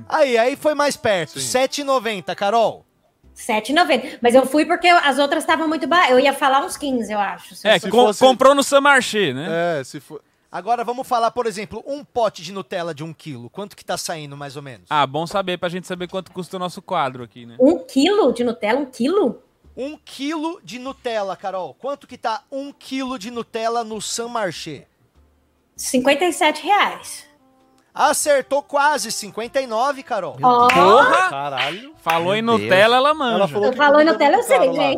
Speaker 1: Aí, aí foi mais perto.
Speaker 6: Sim.
Speaker 1: 7,90, Carol.
Speaker 5: 7,90. Mas eu fui porque as outras estavam muito baratas. Eu ia falar uns 15, eu acho. Se
Speaker 3: É,
Speaker 5: eu-
Speaker 6: Se
Speaker 3: com-
Speaker 6: fosse-
Speaker 3: comprou no Samarché, né?
Speaker 6: É, se for.
Speaker 1: Agora vamos falar, por exemplo, um pote de Nutella de um quilo. Quanto que tá saindo, mais ou menos?
Speaker 3: Ah, bom saber pra gente saber quanto custa o nosso quadro aqui, né?
Speaker 5: Um quilo de Nutella? Um quilo?
Speaker 1: Um quilo de Nutella, Carol. Quanto que tá um quilo de Nutella no San Marché?
Speaker 5: 57 reais.
Speaker 1: Acertou quase 59, Carol.
Speaker 5: Ó,
Speaker 3: Porra!
Speaker 6: Caralho.
Speaker 3: Falou em
Speaker 2: Deus.
Speaker 3: Nutella, ela manja.
Speaker 6: Ela falou que
Speaker 5: falou em
Speaker 6: comida
Speaker 5: Nutella, eu
Speaker 6: muito cara
Speaker 5: sei,
Speaker 6: lá.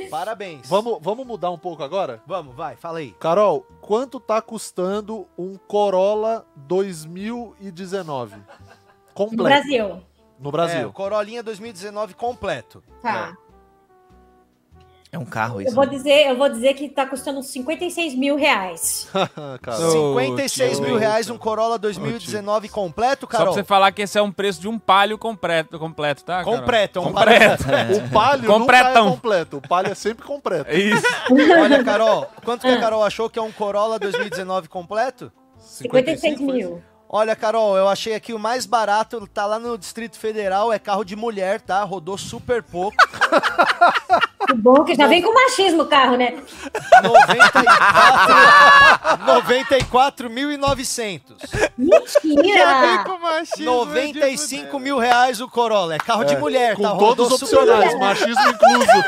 Speaker 5: gente.
Speaker 1: Parabéns.
Speaker 6: Vamos, vamos mudar um pouco agora?
Speaker 1: Vamos, vai, fala aí.
Speaker 6: Carol, quanto tá custando um Corolla 2019? Completo.
Speaker 5: No Brasil.
Speaker 1: É,
Speaker 6: No
Speaker 1: o
Speaker 6: [LAUGHS] Brasil.
Speaker 1: Corolinha 2019 completo.
Speaker 5: Tá.
Speaker 2: É um carro
Speaker 5: Eu
Speaker 2: isso.
Speaker 5: vou
Speaker 2: né?
Speaker 5: dizer, eu vou dizer que tá custando uns 56 mil reais.
Speaker 6: Carol.
Speaker 3: Ô,
Speaker 1: 56
Speaker 3: tio.
Speaker 1: mil reais um Corolla 2019 completo,
Speaker 3: Só pra
Speaker 1: Carol?
Speaker 3: você falar que esse é um preço de um palio completo, completo tá? Carol?
Speaker 1: Completo, é um
Speaker 3: Completo.
Speaker 6: O palio nunca
Speaker 3: Completão.
Speaker 6: é completo. O palio é sempre completo.
Speaker 3: É Isso.
Speaker 1: Olha, Carol, quanto que a Carol achou que é um Corolla 2019 completo?
Speaker 5: 56
Speaker 6: foi?
Speaker 5: mil.
Speaker 1: Olha, Carol, eu achei aqui o mais barato, tá lá no Distrito Federal, é carro de mulher, tá? Rodou super pouco.
Speaker 5: Que bom que já vem com machismo o carro, né?
Speaker 1: 94 94.900.
Speaker 5: Tipo Mentira!
Speaker 2: machismo.
Speaker 1: 95 mil reais o Corolla. É carro de mulher,
Speaker 6: Com
Speaker 1: tá? Rodou
Speaker 6: todos os
Speaker 1: super
Speaker 6: opcionais,
Speaker 1: pouco.
Speaker 6: machismo incluso.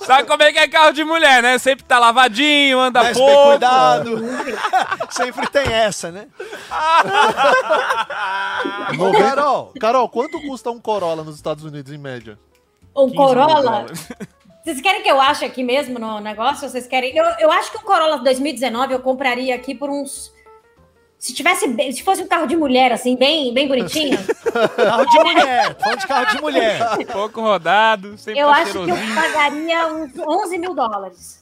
Speaker 3: Sabe como é que é carro de mulher, né? Sempre tá lavadinho, anda
Speaker 1: Mas bem
Speaker 3: pouco.
Speaker 1: cuidado. [LAUGHS] Sempre tem essa, né? Ô, Carol,
Speaker 6: Carol, quanto custa um Corolla nos Estados Unidos, em média?
Speaker 5: Um
Speaker 3: 15 mil
Speaker 5: Corolla?
Speaker 3: dólares.
Speaker 5: Vocês querem que eu ache aqui mesmo no negócio? Vocês querem? Eu, eu acho que um Corolla 2019 eu compraria aqui por uns. Se tivesse, bem- se fosse um carro de mulher assim, bem, bem bonitinho,
Speaker 1: carro de mulher. Falando de carro de mulher.
Speaker 3: Pouco rodado, sempre
Speaker 5: eu
Speaker 3: tá
Speaker 5: acho que eu
Speaker 3: cheirosinho.
Speaker 5: pagaria uns 11 mil dólares.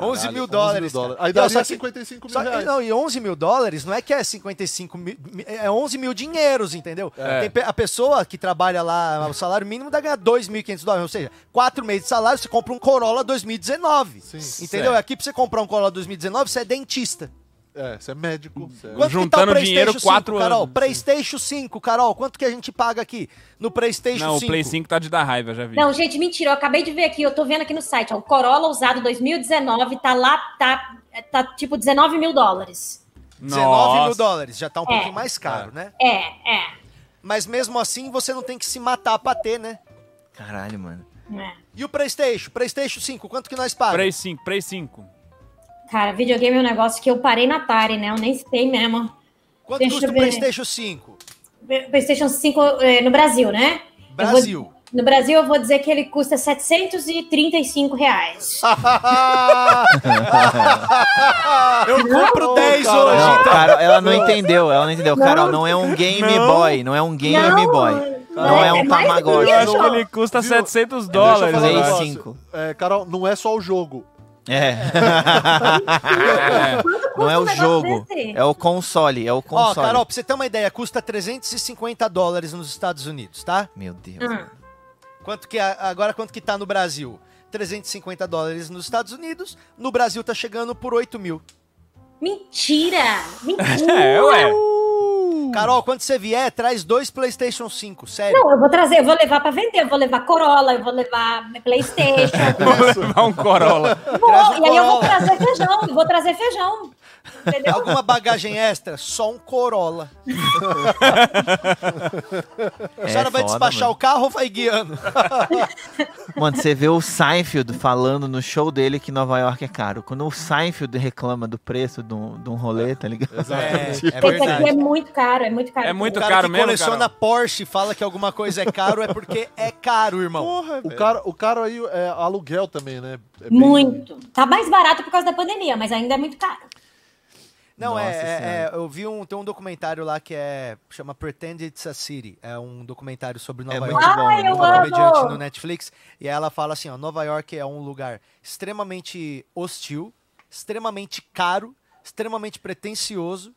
Speaker 1: 11 mil
Speaker 6: 11
Speaker 1: dólares. cara.
Speaker 6: Aí
Speaker 1: Não,
Speaker 6: daria
Speaker 1: só que-
Speaker 6: 55 mil
Speaker 1: só que-
Speaker 6: reais.
Speaker 1: não, e 11 mil dólares não é que é 55 mil, é 11 mil dinheiros, entendeu?
Speaker 3: É.
Speaker 1: Tem pe- a pessoa que trabalha lá, o salário mínimo dá ganhar 2.500 dólares, ou seja, 4 meses de salário, você compra um Corolla 2019.
Speaker 6: Sim.
Speaker 1: Entendeu?
Speaker 2: Certo.
Speaker 1: Aqui pra você comprar um Corolla 2019, você é dentista.
Speaker 6: É, você é médico. você é-
Speaker 1: Quanto que tá
Speaker 3: Juntando
Speaker 1: o
Speaker 3: dinheiro,
Speaker 1: 5,
Speaker 3: quatro
Speaker 1: Carol?
Speaker 3: anos.
Speaker 1: PlayStation 5, Carol, quanto que a gente paga aqui no PlayStation
Speaker 3: Não,
Speaker 1: 5?
Speaker 3: o Play 5 tá de dar raiva, já vi.
Speaker 5: Não, gente, mentira. Eu acabei de ver aqui, eu tô vendo aqui no site. Ó, o Corolla usado 2019 tá lá, tá, tá tipo 19 mil dólares.
Speaker 1: 19 mil
Speaker 3: Nossa.
Speaker 1: dólares, já tá um
Speaker 5: É.
Speaker 1: pouquinho mais caro, né?
Speaker 5: É, é.
Speaker 1: Mas mesmo assim, você não tem que se matar pra ter, né?
Speaker 2: Caralho, mano.
Speaker 5: é.
Speaker 1: E o PlayStation? PlayStation 5, quanto que nós pagamos?
Speaker 3: Play 5, Play 5.
Speaker 5: Cara, videogame é um negócio que eu parei na Atari, né? Eu nem sei mesmo.
Speaker 1: Quanto
Speaker 5: Deixa
Speaker 1: custa
Speaker 5: eu
Speaker 1: o
Speaker 5: ver.
Speaker 1: PlayStation [LAUGHS] 5?
Speaker 5: PlayStation 5 eh, no Brasil, né?
Speaker 1: Brasil.
Speaker 5: Eu vou- no Brasil, eu vou dizer que ele custa 735 reais.
Speaker 1: Eu compro 10
Speaker 6: Carol.
Speaker 1: hoje.
Speaker 2: Não, Carol, ela não entendeu, ela não entendeu. Carol, não é um Game Boy, não é um Game Boy. Não, é um
Speaker 5: mais
Speaker 2: Tamagotchi.
Speaker 5: que
Speaker 3: Eu
Speaker 5: isso.
Speaker 3: acho que ele custa
Speaker 6: Viu?
Speaker 3: 700
Speaker 6: Deixa eu falar
Speaker 3: dólares.
Speaker 6: um
Speaker 2: Play
Speaker 3: hein?
Speaker 6: negócio.
Speaker 2: 5.
Speaker 6: É, Carol, não é só o jogo.
Speaker 2: É, [LAUGHS]
Speaker 5: Quanto custa
Speaker 2: não é
Speaker 5: um
Speaker 2: o
Speaker 5: negócio
Speaker 2: jogo,
Speaker 5: desse?
Speaker 2: é o console, é o
Speaker 1: Ó,
Speaker 2: console.
Speaker 1: Carol, pra você ter uma ideia, custa 350 dólares nos Estados Unidos, tá?
Speaker 2: Meu Deus.
Speaker 5: Ah,
Speaker 1: Quanto que a- agora quanto que tá no Brasil? 350 dólares nos Estados Unidos, no Brasil tá chegando por 8 mil.
Speaker 2: [LAUGHS]
Speaker 1: Uh,
Speaker 5: mentira! Mentira!
Speaker 3: É, ué.
Speaker 1: Carol, quando você vier, traz dois PlayStation 5, sério.
Speaker 5: Não, eu vou trazer, eu vou levar pra vender, eu vou levar Corolla, eu vou levar Playstation.
Speaker 2: [LAUGHS]
Speaker 3: Vou levar um Corolla.
Speaker 5: Vou,
Speaker 1: Traz um
Speaker 5: e aí eu vou
Speaker 1: Corolla.
Speaker 5: trazer feijão, eu vou trazer feijão. Entendeu?
Speaker 1: [LAUGHS] Alguma bagagem extra? Só um Corolla. a
Speaker 2: É
Speaker 1: senhora vai despachar o carro ou vai guiando?
Speaker 2: Mano, você vê o Seinfeld falando no show dele que Nova York é caro. Quando o Seinfeld reclama do preço de um, de um rolê, tá ligado?
Speaker 1: É, é
Speaker 5: Pô, Isso aqui é muito caro, é muito caro.
Speaker 3: É muito
Speaker 1: o cara
Speaker 3: caro
Speaker 1: que
Speaker 3: mesmo,
Speaker 1: coleciona
Speaker 3: Carol?
Speaker 1: Porsche e fala que alguma coisa é caro é porque é caro, irmão.
Speaker 6: O cara, o cara aí é aluguel também, né? É bem-
Speaker 5: Muito. Tá mais barato por causa da pandemia, mas ainda é muito caro.
Speaker 1: Não, é,
Speaker 2: Nossa
Speaker 1: é-
Speaker 2: Senhora.
Speaker 1: é, eu vi um, tem um documentário lá que é, chama Pretend It's a City, é um documentário sobre Nova
Speaker 2: É muito
Speaker 1: York.
Speaker 2: bom,
Speaker 5: Ai, eu
Speaker 1: uma comediante no
Speaker 5: amo.
Speaker 1: Netflix, e aí ela fala assim, ó, Nova York é um lugar extremamente hostil, extremamente caro, extremamente pretensioso.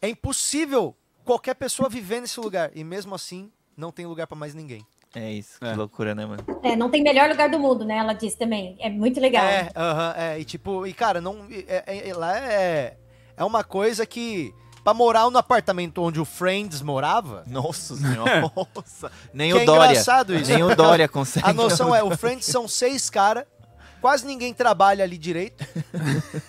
Speaker 1: É impossível qualquer pessoa viver nesse lugar e mesmo assim não tem lugar pra mais ninguém.
Speaker 2: É isso, que
Speaker 3: É.
Speaker 2: loucura, né, mano?
Speaker 5: É, não tem melhor lugar do mundo, né? Ela disse também. É muito legal.
Speaker 1: É, aham, é, e tipo, e cara, não é, é- é- lá é é uma coisa que pra morar no apartamento onde o Friends morava,
Speaker 2: [LAUGHS] Nossa senhora, nossa. Nem
Speaker 1: Que
Speaker 2: o
Speaker 1: é
Speaker 2: Dória.
Speaker 1: engraçado isso.
Speaker 2: Nem o Dória consegue.
Speaker 1: A noção é, [LAUGHS] o Friends são seis caras, quase ninguém trabalha ali direito.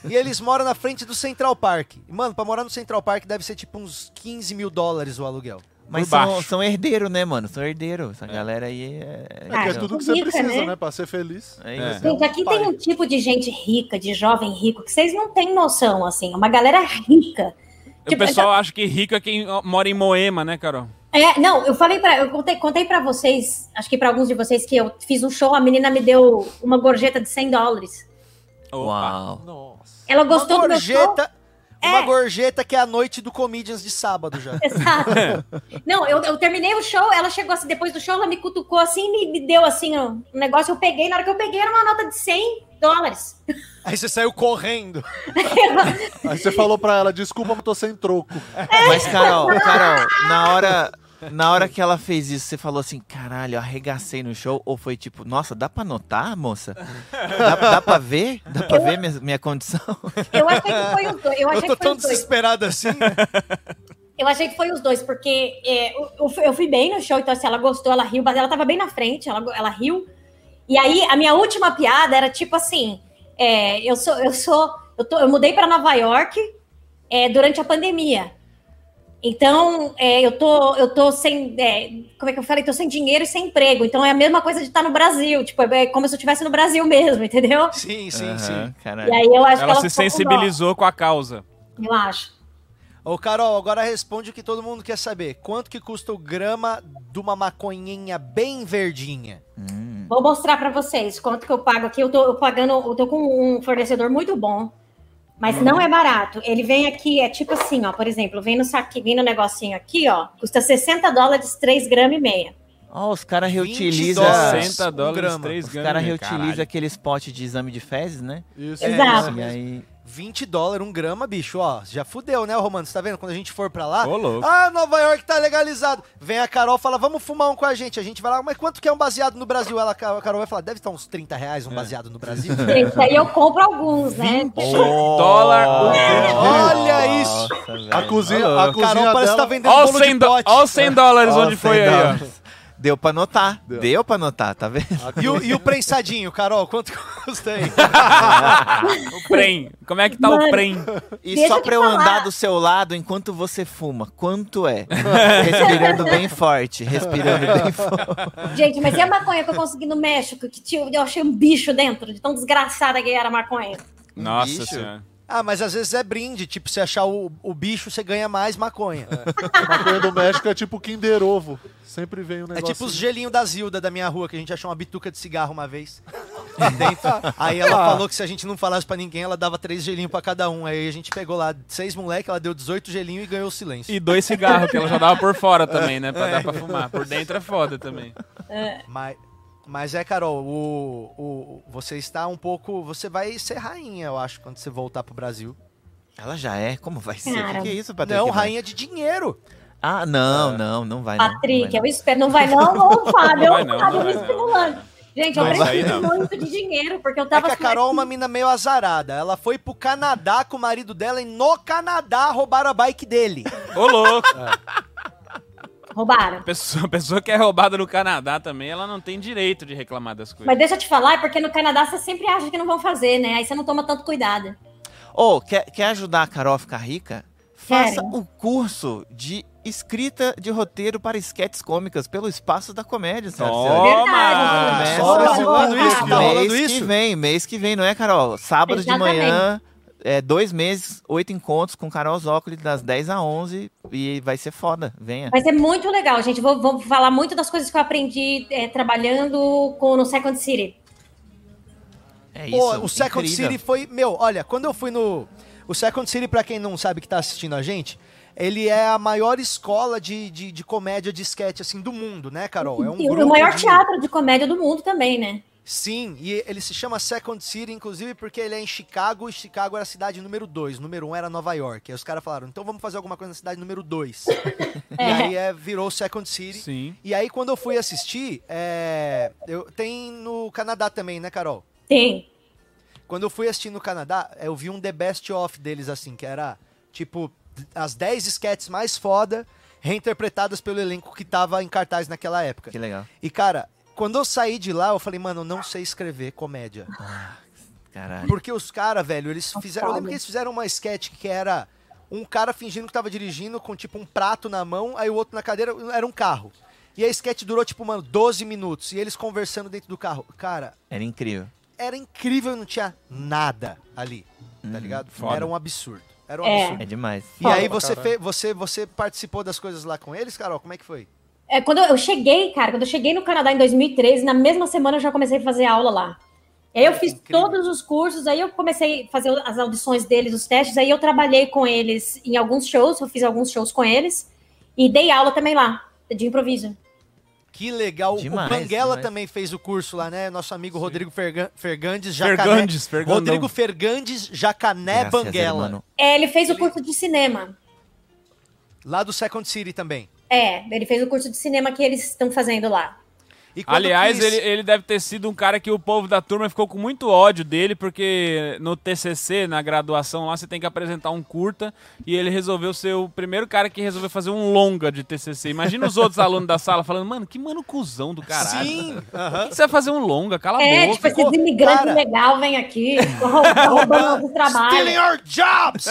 Speaker 1: e eles moram na frente do Central Park. E, Mano, pra morar no Central Park deve ser tipo uns 15 mil dólares o aluguel.
Speaker 2: [LAUGHS] Mas
Speaker 3: Por
Speaker 2: são,
Speaker 3: baixo.
Speaker 2: são herdeiros, né, mano? São herdeiros. Essa galera aí é.
Speaker 6: É, que é
Speaker 5: Ah,
Speaker 6: tudo que você
Speaker 5: rica,
Speaker 6: precisa,
Speaker 5: né?
Speaker 6: né? Pra ser feliz.
Speaker 2: É
Speaker 3: É.
Speaker 2: isso.
Speaker 5: Gente, aqui tem um tipo de gente rica, de jovem rico, que vocês não têm noção, assim. Uma galera rica. Tipo,
Speaker 3: O pessoal acha que rico é quem ó, mora em Moema, né, Carol?
Speaker 5: É, não, eu falei para, eu contei, contei para vocês, acho que para alguns de vocês que eu fiz um show, a menina me deu uma gorjeta de 100 dólares.
Speaker 3: Opa.
Speaker 2: Uau.
Speaker 6: Nossa.
Speaker 5: Ela gostou
Speaker 1: uma
Speaker 5: do meu show.
Speaker 1: gorjeta, uma
Speaker 5: É.
Speaker 1: gorjeta que é a noite do Comedians de sábado já.
Speaker 5: [LAUGHS] Exato. Não, eu, eu terminei o show, ela chegou assim, depois do show, ela me cutucou assim, me, me deu assim um negócio, eu peguei, na hora que eu peguei era uma nota de 100 dólares. [LAUGHS]
Speaker 1: Aí você saiu correndo.
Speaker 6: Aí você falou pra ela, desculpa, eu tô sem troco.
Speaker 1: É.
Speaker 2: Mas, Carol, Carol, na hora. Na hora que ela fez isso, você falou assim, caralho, eu arregacei no show? Ou foi tipo, nossa, dá pra notar, moça? Dá, dá pra ver? Dá pra ver minha, minha condição?
Speaker 5: Eu achei que foi os dois,
Speaker 1: Eu
Speaker 5: eu
Speaker 1: tô
Speaker 5: achei que foi
Speaker 1: tão
Speaker 5: os dois.
Speaker 1: desesperado assim.
Speaker 5: Eu achei que foi os dois, porque é, eu, eu fui- eu fui bem no show, então assim, ela gostou, ela riu, mas ela tava bem na frente, ela, ela riu. E aí, a minha última piada era tipo assim: é, eu sou, eu sou, eu, tô, eu mudei para Nova York é, durante a pandemia. Então, é, eu tô, eu tô sem, é, como é que eu falei? Tô sem dinheiro e sem emprego. Então é a mesma coisa de estar no Brasil, tipo, é como se eu estivesse no Brasil mesmo, [LAUGHS] entendeu?
Speaker 1: Sim, sim,
Speaker 2: Aham,
Speaker 1: sim.
Speaker 2: Caralho.
Speaker 5: E aí eu acho que
Speaker 3: É. Ela se
Speaker 5: ficou com dó,
Speaker 3: sensibilizou com a causa.
Speaker 5: Eu acho.
Speaker 1: Ô, Carol, agora responde o que todo mundo quer saber. Quanto que custa o grama de uma maconhinha bem verdinha?
Speaker 2: Hum.
Speaker 5: Vou mostrar para vocês quanto que eu pago aqui. Eu tô eu pagando, eu tô com um fornecedor muito bom, mas não é barato. Ele vem aqui, é tipo assim, ó, por exemplo, vem no saque, vem no negocinho aqui, ó, custa 60 dólares, 3 gramas e meia.
Speaker 2: Ó, os caras
Speaker 1: 20
Speaker 2: reutilizam.
Speaker 1: dólares. um
Speaker 3: 60 dólares,
Speaker 1: grama.
Speaker 3: 3
Speaker 2: Os
Speaker 3: gramas.
Speaker 1: né?
Speaker 2: caras reutilizam aquele spot de exame de fezes, né?
Speaker 6: Isso.
Speaker 5: É, Exato.
Speaker 2: E aí.
Speaker 1: 20 dólares, um grama, bicho, ó. Já fudeu, né, Romano? Você tá vendo? Quando a gente for pra lá.
Speaker 3: Ô, louco.
Speaker 1: Ah, Nova York tá legalizado. Vem a Carol fala, vamos fumar um com a gente. A gente vai lá, mas quanto que é um baseado no Brasil? Ela, a Carol vai falar, deve estar uns 30 reais um baseado no Brasil.
Speaker 5: Gente, aí eu compro alguns, né?
Speaker 3: dólar.
Speaker 1: Olha isso!
Speaker 2: Nossa, velho.
Speaker 6: A cozinha,
Speaker 1: A
Speaker 6: a cozinha
Speaker 1: é Carol parece que tá
Speaker 6: dela...
Speaker 1: vendendo
Speaker 3: Ó, os
Speaker 1: bolo de
Speaker 3: 100 do-
Speaker 1: pote.
Speaker 3: ó os 100 dólares
Speaker 2: Ó,
Speaker 3: onde foi
Speaker 2: 100
Speaker 3: aí, ó.
Speaker 2: dólares. Deu pra notar. Deu, pra notar, tá vendo?
Speaker 1: E o, e o prensadinho, Carol, quanto [LAUGHS] custa aí?
Speaker 3: O prem. Como é que tá o
Speaker 5: Mano.
Speaker 3: prem?
Speaker 2: E
Speaker 5: Deixa
Speaker 2: só
Speaker 5: eu te
Speaker 2: pra eu
Speaker 5: falar.
Speaker 2: andar do seu lado enquanto você fuma. Quanto é? respirando bem forte. Respirando bem forte.
Speaker 5: Gente, mas e a maconha que eu consegui no México, que tinha, eu achei um bicho dentro, de tão desgraçada que era a maconha.
Speaker 3: Nossa
Speaker 2: bicho?
Speaker 3: senhora.
Speaker 1: Ah, mas às vezes é brinde. Tipo, você achar o, o bicho, você ganha mais maconha.
Speaker 6: A maconha do México é tipo Kinder Ovo. Sempre vem um
Speaker 1: É
Speaker 6: negócio...
Speaker 1: tipo os gelinhos da Zilda da minha rua, que a gente achou uma bituca de cigarro uma vez. Dentro. Aí ela falou que se a gente não falasse pra ninguém, ela dava três gelinhos pra cada um. Aí a gente pegou lá seis moleque, ela deu 18 gelinhos e ganhou o silêncio.
Speaker 3: E dois cigarros, que ela já dava por fora também, né? Pra dar pra fumar. Por dentro é foda também.
Speaker 1: Mas, mas é, Carol, o, o- você está um pouco. Você vai ser rainha, eu acho, quando você voltar pro Brasil.
Speaker 2: Ela já é? Como vai ser? O que,
Speaker 5: Cara.
Speaker 2: que é isso, Patrick?
Speaker 1: Não,
Speaker 2: Vai-
Speaker 1: rainha de dinheiro.
Speaker 2: Ah, não, não, não vai não.
Speaker 5: Patrick,
Speaker 2: não.
Speaker 5: eu espero, não vai não, ou o Fábio,
Speaker 3: Não [LAUGHS]
Speaker 5: ou
Speaker 3: vai
Speaker 5: o
Speaker 3: não,
Speaker 5: Fábio
Speaker 3: não vai
Speaker 5: me
Speaker 3: não.
Speaker 5: estimulando. Gente, eu
Speaker 3: Mas aí
Speaker 5: preciso
Speaker 3: não.
Speaker 5: muito de dinheiro, porque eu
Speaker 1: É
Speaker 5: tava assim,
Speaker 1: que a Carol é uma mina meio azarada. Ela foi pro Canadá com o marido dela e no Canadá roubaram a bike dele.
Speaker 5: [LAUGHS]
Speaker 3: Ô, louco!
Speaker 5: Roubaram.
Speaker 3: Pessoa, pessoa que é roubada no Canadá também, ela não tem direito de reclamar das coisas.
Speaker 5: Mas deixa eu te falar, é porque no Canadá você sempre acha que não vão fazer, né? Aí você não toma tanto cuidado.
Speaker 2: Ô, quer, quer ajudar a Carol a ficar rica? Faça
Speaker 5: Quero.
Speaker 2: o curso de escrita de roteiro para esquetes cômicas pelo Espaço da Comédia, senhoras e senhores.
Speaker 3: Toma!
Speaker 5: Verdade.
Speaker 2: Começa
Speaker 1: Só
Speaker 2: esse
Speaker 1: rolando
Speaker 2: curso.
Speaker 1: isso, tá rolando
Speaker 2: mês que
Speaker 1: isso?
Speaker 2: vem, mês que vem, não é, Carol? Sábado
Speaker 5: Exatamente.
Speaker 2: de manhã, é, dois meses, oito encontros com Carol Zócoli, das 10 a 11, e vai ser foda, venha.
Speaker 5: Mas é muito legal, gente. Vou, vou falar muito das coisas que eu aprendi é, trabalhando com, no Second City.
Speaker 2: É isso,
Speaker 1: Pô, o Second
Speaker 2: incrível.
Speaker 1: City foi. Meu, olha, quando eu fui no. O Second City, pra quem não sabe que tá assistindo a gente, ele é a maior escola de, de, de comédia de sketch, assim, do mundo, né, Carol? É um
Speaker 5: e o
Speaker 1: grupo
Speaker 5: maior
Speaker 1: de-
Speaker 5: teatro de comédia do mundo também, né?
Speaker 1: Sim, e ele se chama Second City, inclusive porque ele é em Chicago, e Chicago era a cidade número 2, número 1 um era Nova York. Aí os caras falaram, então vamos fazer alguma coisa na cidade número 2. E
Speaker 5: [LAUGHS] É.
Speaker 1: aí é, virou Second City.
Speaker 3: Sim.
Speaker 1: E aí quando eu fui assistir, é, eu, tem no Canadá também, né, Carol?
Speaker 5: Tem.
Speaker 1: Quando eu fui assistir no Canadá, eu vi um The Best of deles, assim, que era, tipo, as 10 sketches mais foda, reinterpretadas pelo elenco que tava em cartaz naquela época.
Speaker 2: Que legal.
Speaker 1: E, cara, quando eu saí de lá, eu falei, mano, eu não sei escrever comédia.
Speaker 2: Caralho.
Speaker 1: Porque os caras, velho, eles fizeram. Eu lembro que eles fizeram uma sketch que era um cara fingindo que tava dirigindo com tipo um prato na mão, aí o outro na cadeira era um carro. E a sketch durou tipo, mano, 12 minutos. E eles conversando dentro do carro. Cara,
Speaker 2: Era incrível.
Speaker 1: era incrível, não tinha nada ali. Tá ligado?
Speaker 3: foda.
Speaker 1: Era um absurdo. Era um
Speaker 5: É.
Speaker 1: absurdo.
Speaker 2: É demais.
Speaker 1: E aí
Speaker 6: pra
Speaker 1: você,
Speaker 6: caralho.
Speaker 1: fe, você, você participou das coisas lá com eles, Carol? Como é que foi?
Speaker 5: É, quando eu cheguei, cara, quando eu cheguei no Canadá em 2013, na mesma semana eu já comecei a fazer aula lá. E aí eu fiz
Speaker 1: Incrível.
Speaker 5: todos os cursos, aí eu comecei a fazer as audições deles, os testes, aí eu trabalhei com eles em alguns shows, eu fiz alguns shows com eles, e dei aula também lá, de improviso.
Speaker 1: Que legal.
Speaker 2: Demais,
Speaker 1: o Banguela
Speaker 2: demais.
Speaker 1: também fez o curso lá, né? Nosso amigo Rodrigo Fergan, Fergandes Jacané.
Speaker 3: Fergandes, Fergandão.
Speaker 1: Rodrigo Fergandes Jacané
Speaker 2: Graças,
Speaker 1: Banguela.
Speaker 2: irmão.
Speaker 5: É, ele fez o curso de cinema.
Speaker 1: Lá do Second City também.
Speaker 5: É, ele fez o curso de cinema que eles estão fazendo lá.
Speaker 1: E quando
Speaker 3: Aliás,
Speaker 1: quis-
Speaker 3: ele, ele deve ter sido um cara que o povo da turma ficou com muito ódio dele, porque no TCC, na graduação lá, você tem que apresentar um curta, e ele resolveu ser o primeiro cara que resolveu fazer um longa de TCC. Imagina os outros alunos da sala falando, mano, que mano cuzão do caralho.
Speaker 1: Sim!
Speaker 3: Por que você vai fazer um longa? Cala a
Speaker 5: é,
Speaker 3: boca.
Speaker 5: tipo, esses
Speaker 1: Tá ficou-
Speaker 5: imigrantes
Speaker 1: cara.
Speaker 5: legal vêm
Speaker 1: [LAUGHS]
Speaker 5: aqui, ficam roubando roubando nosso
Speaker 1: Stealing
Speaker 5: trabalho.
Speaker 1: our jobs!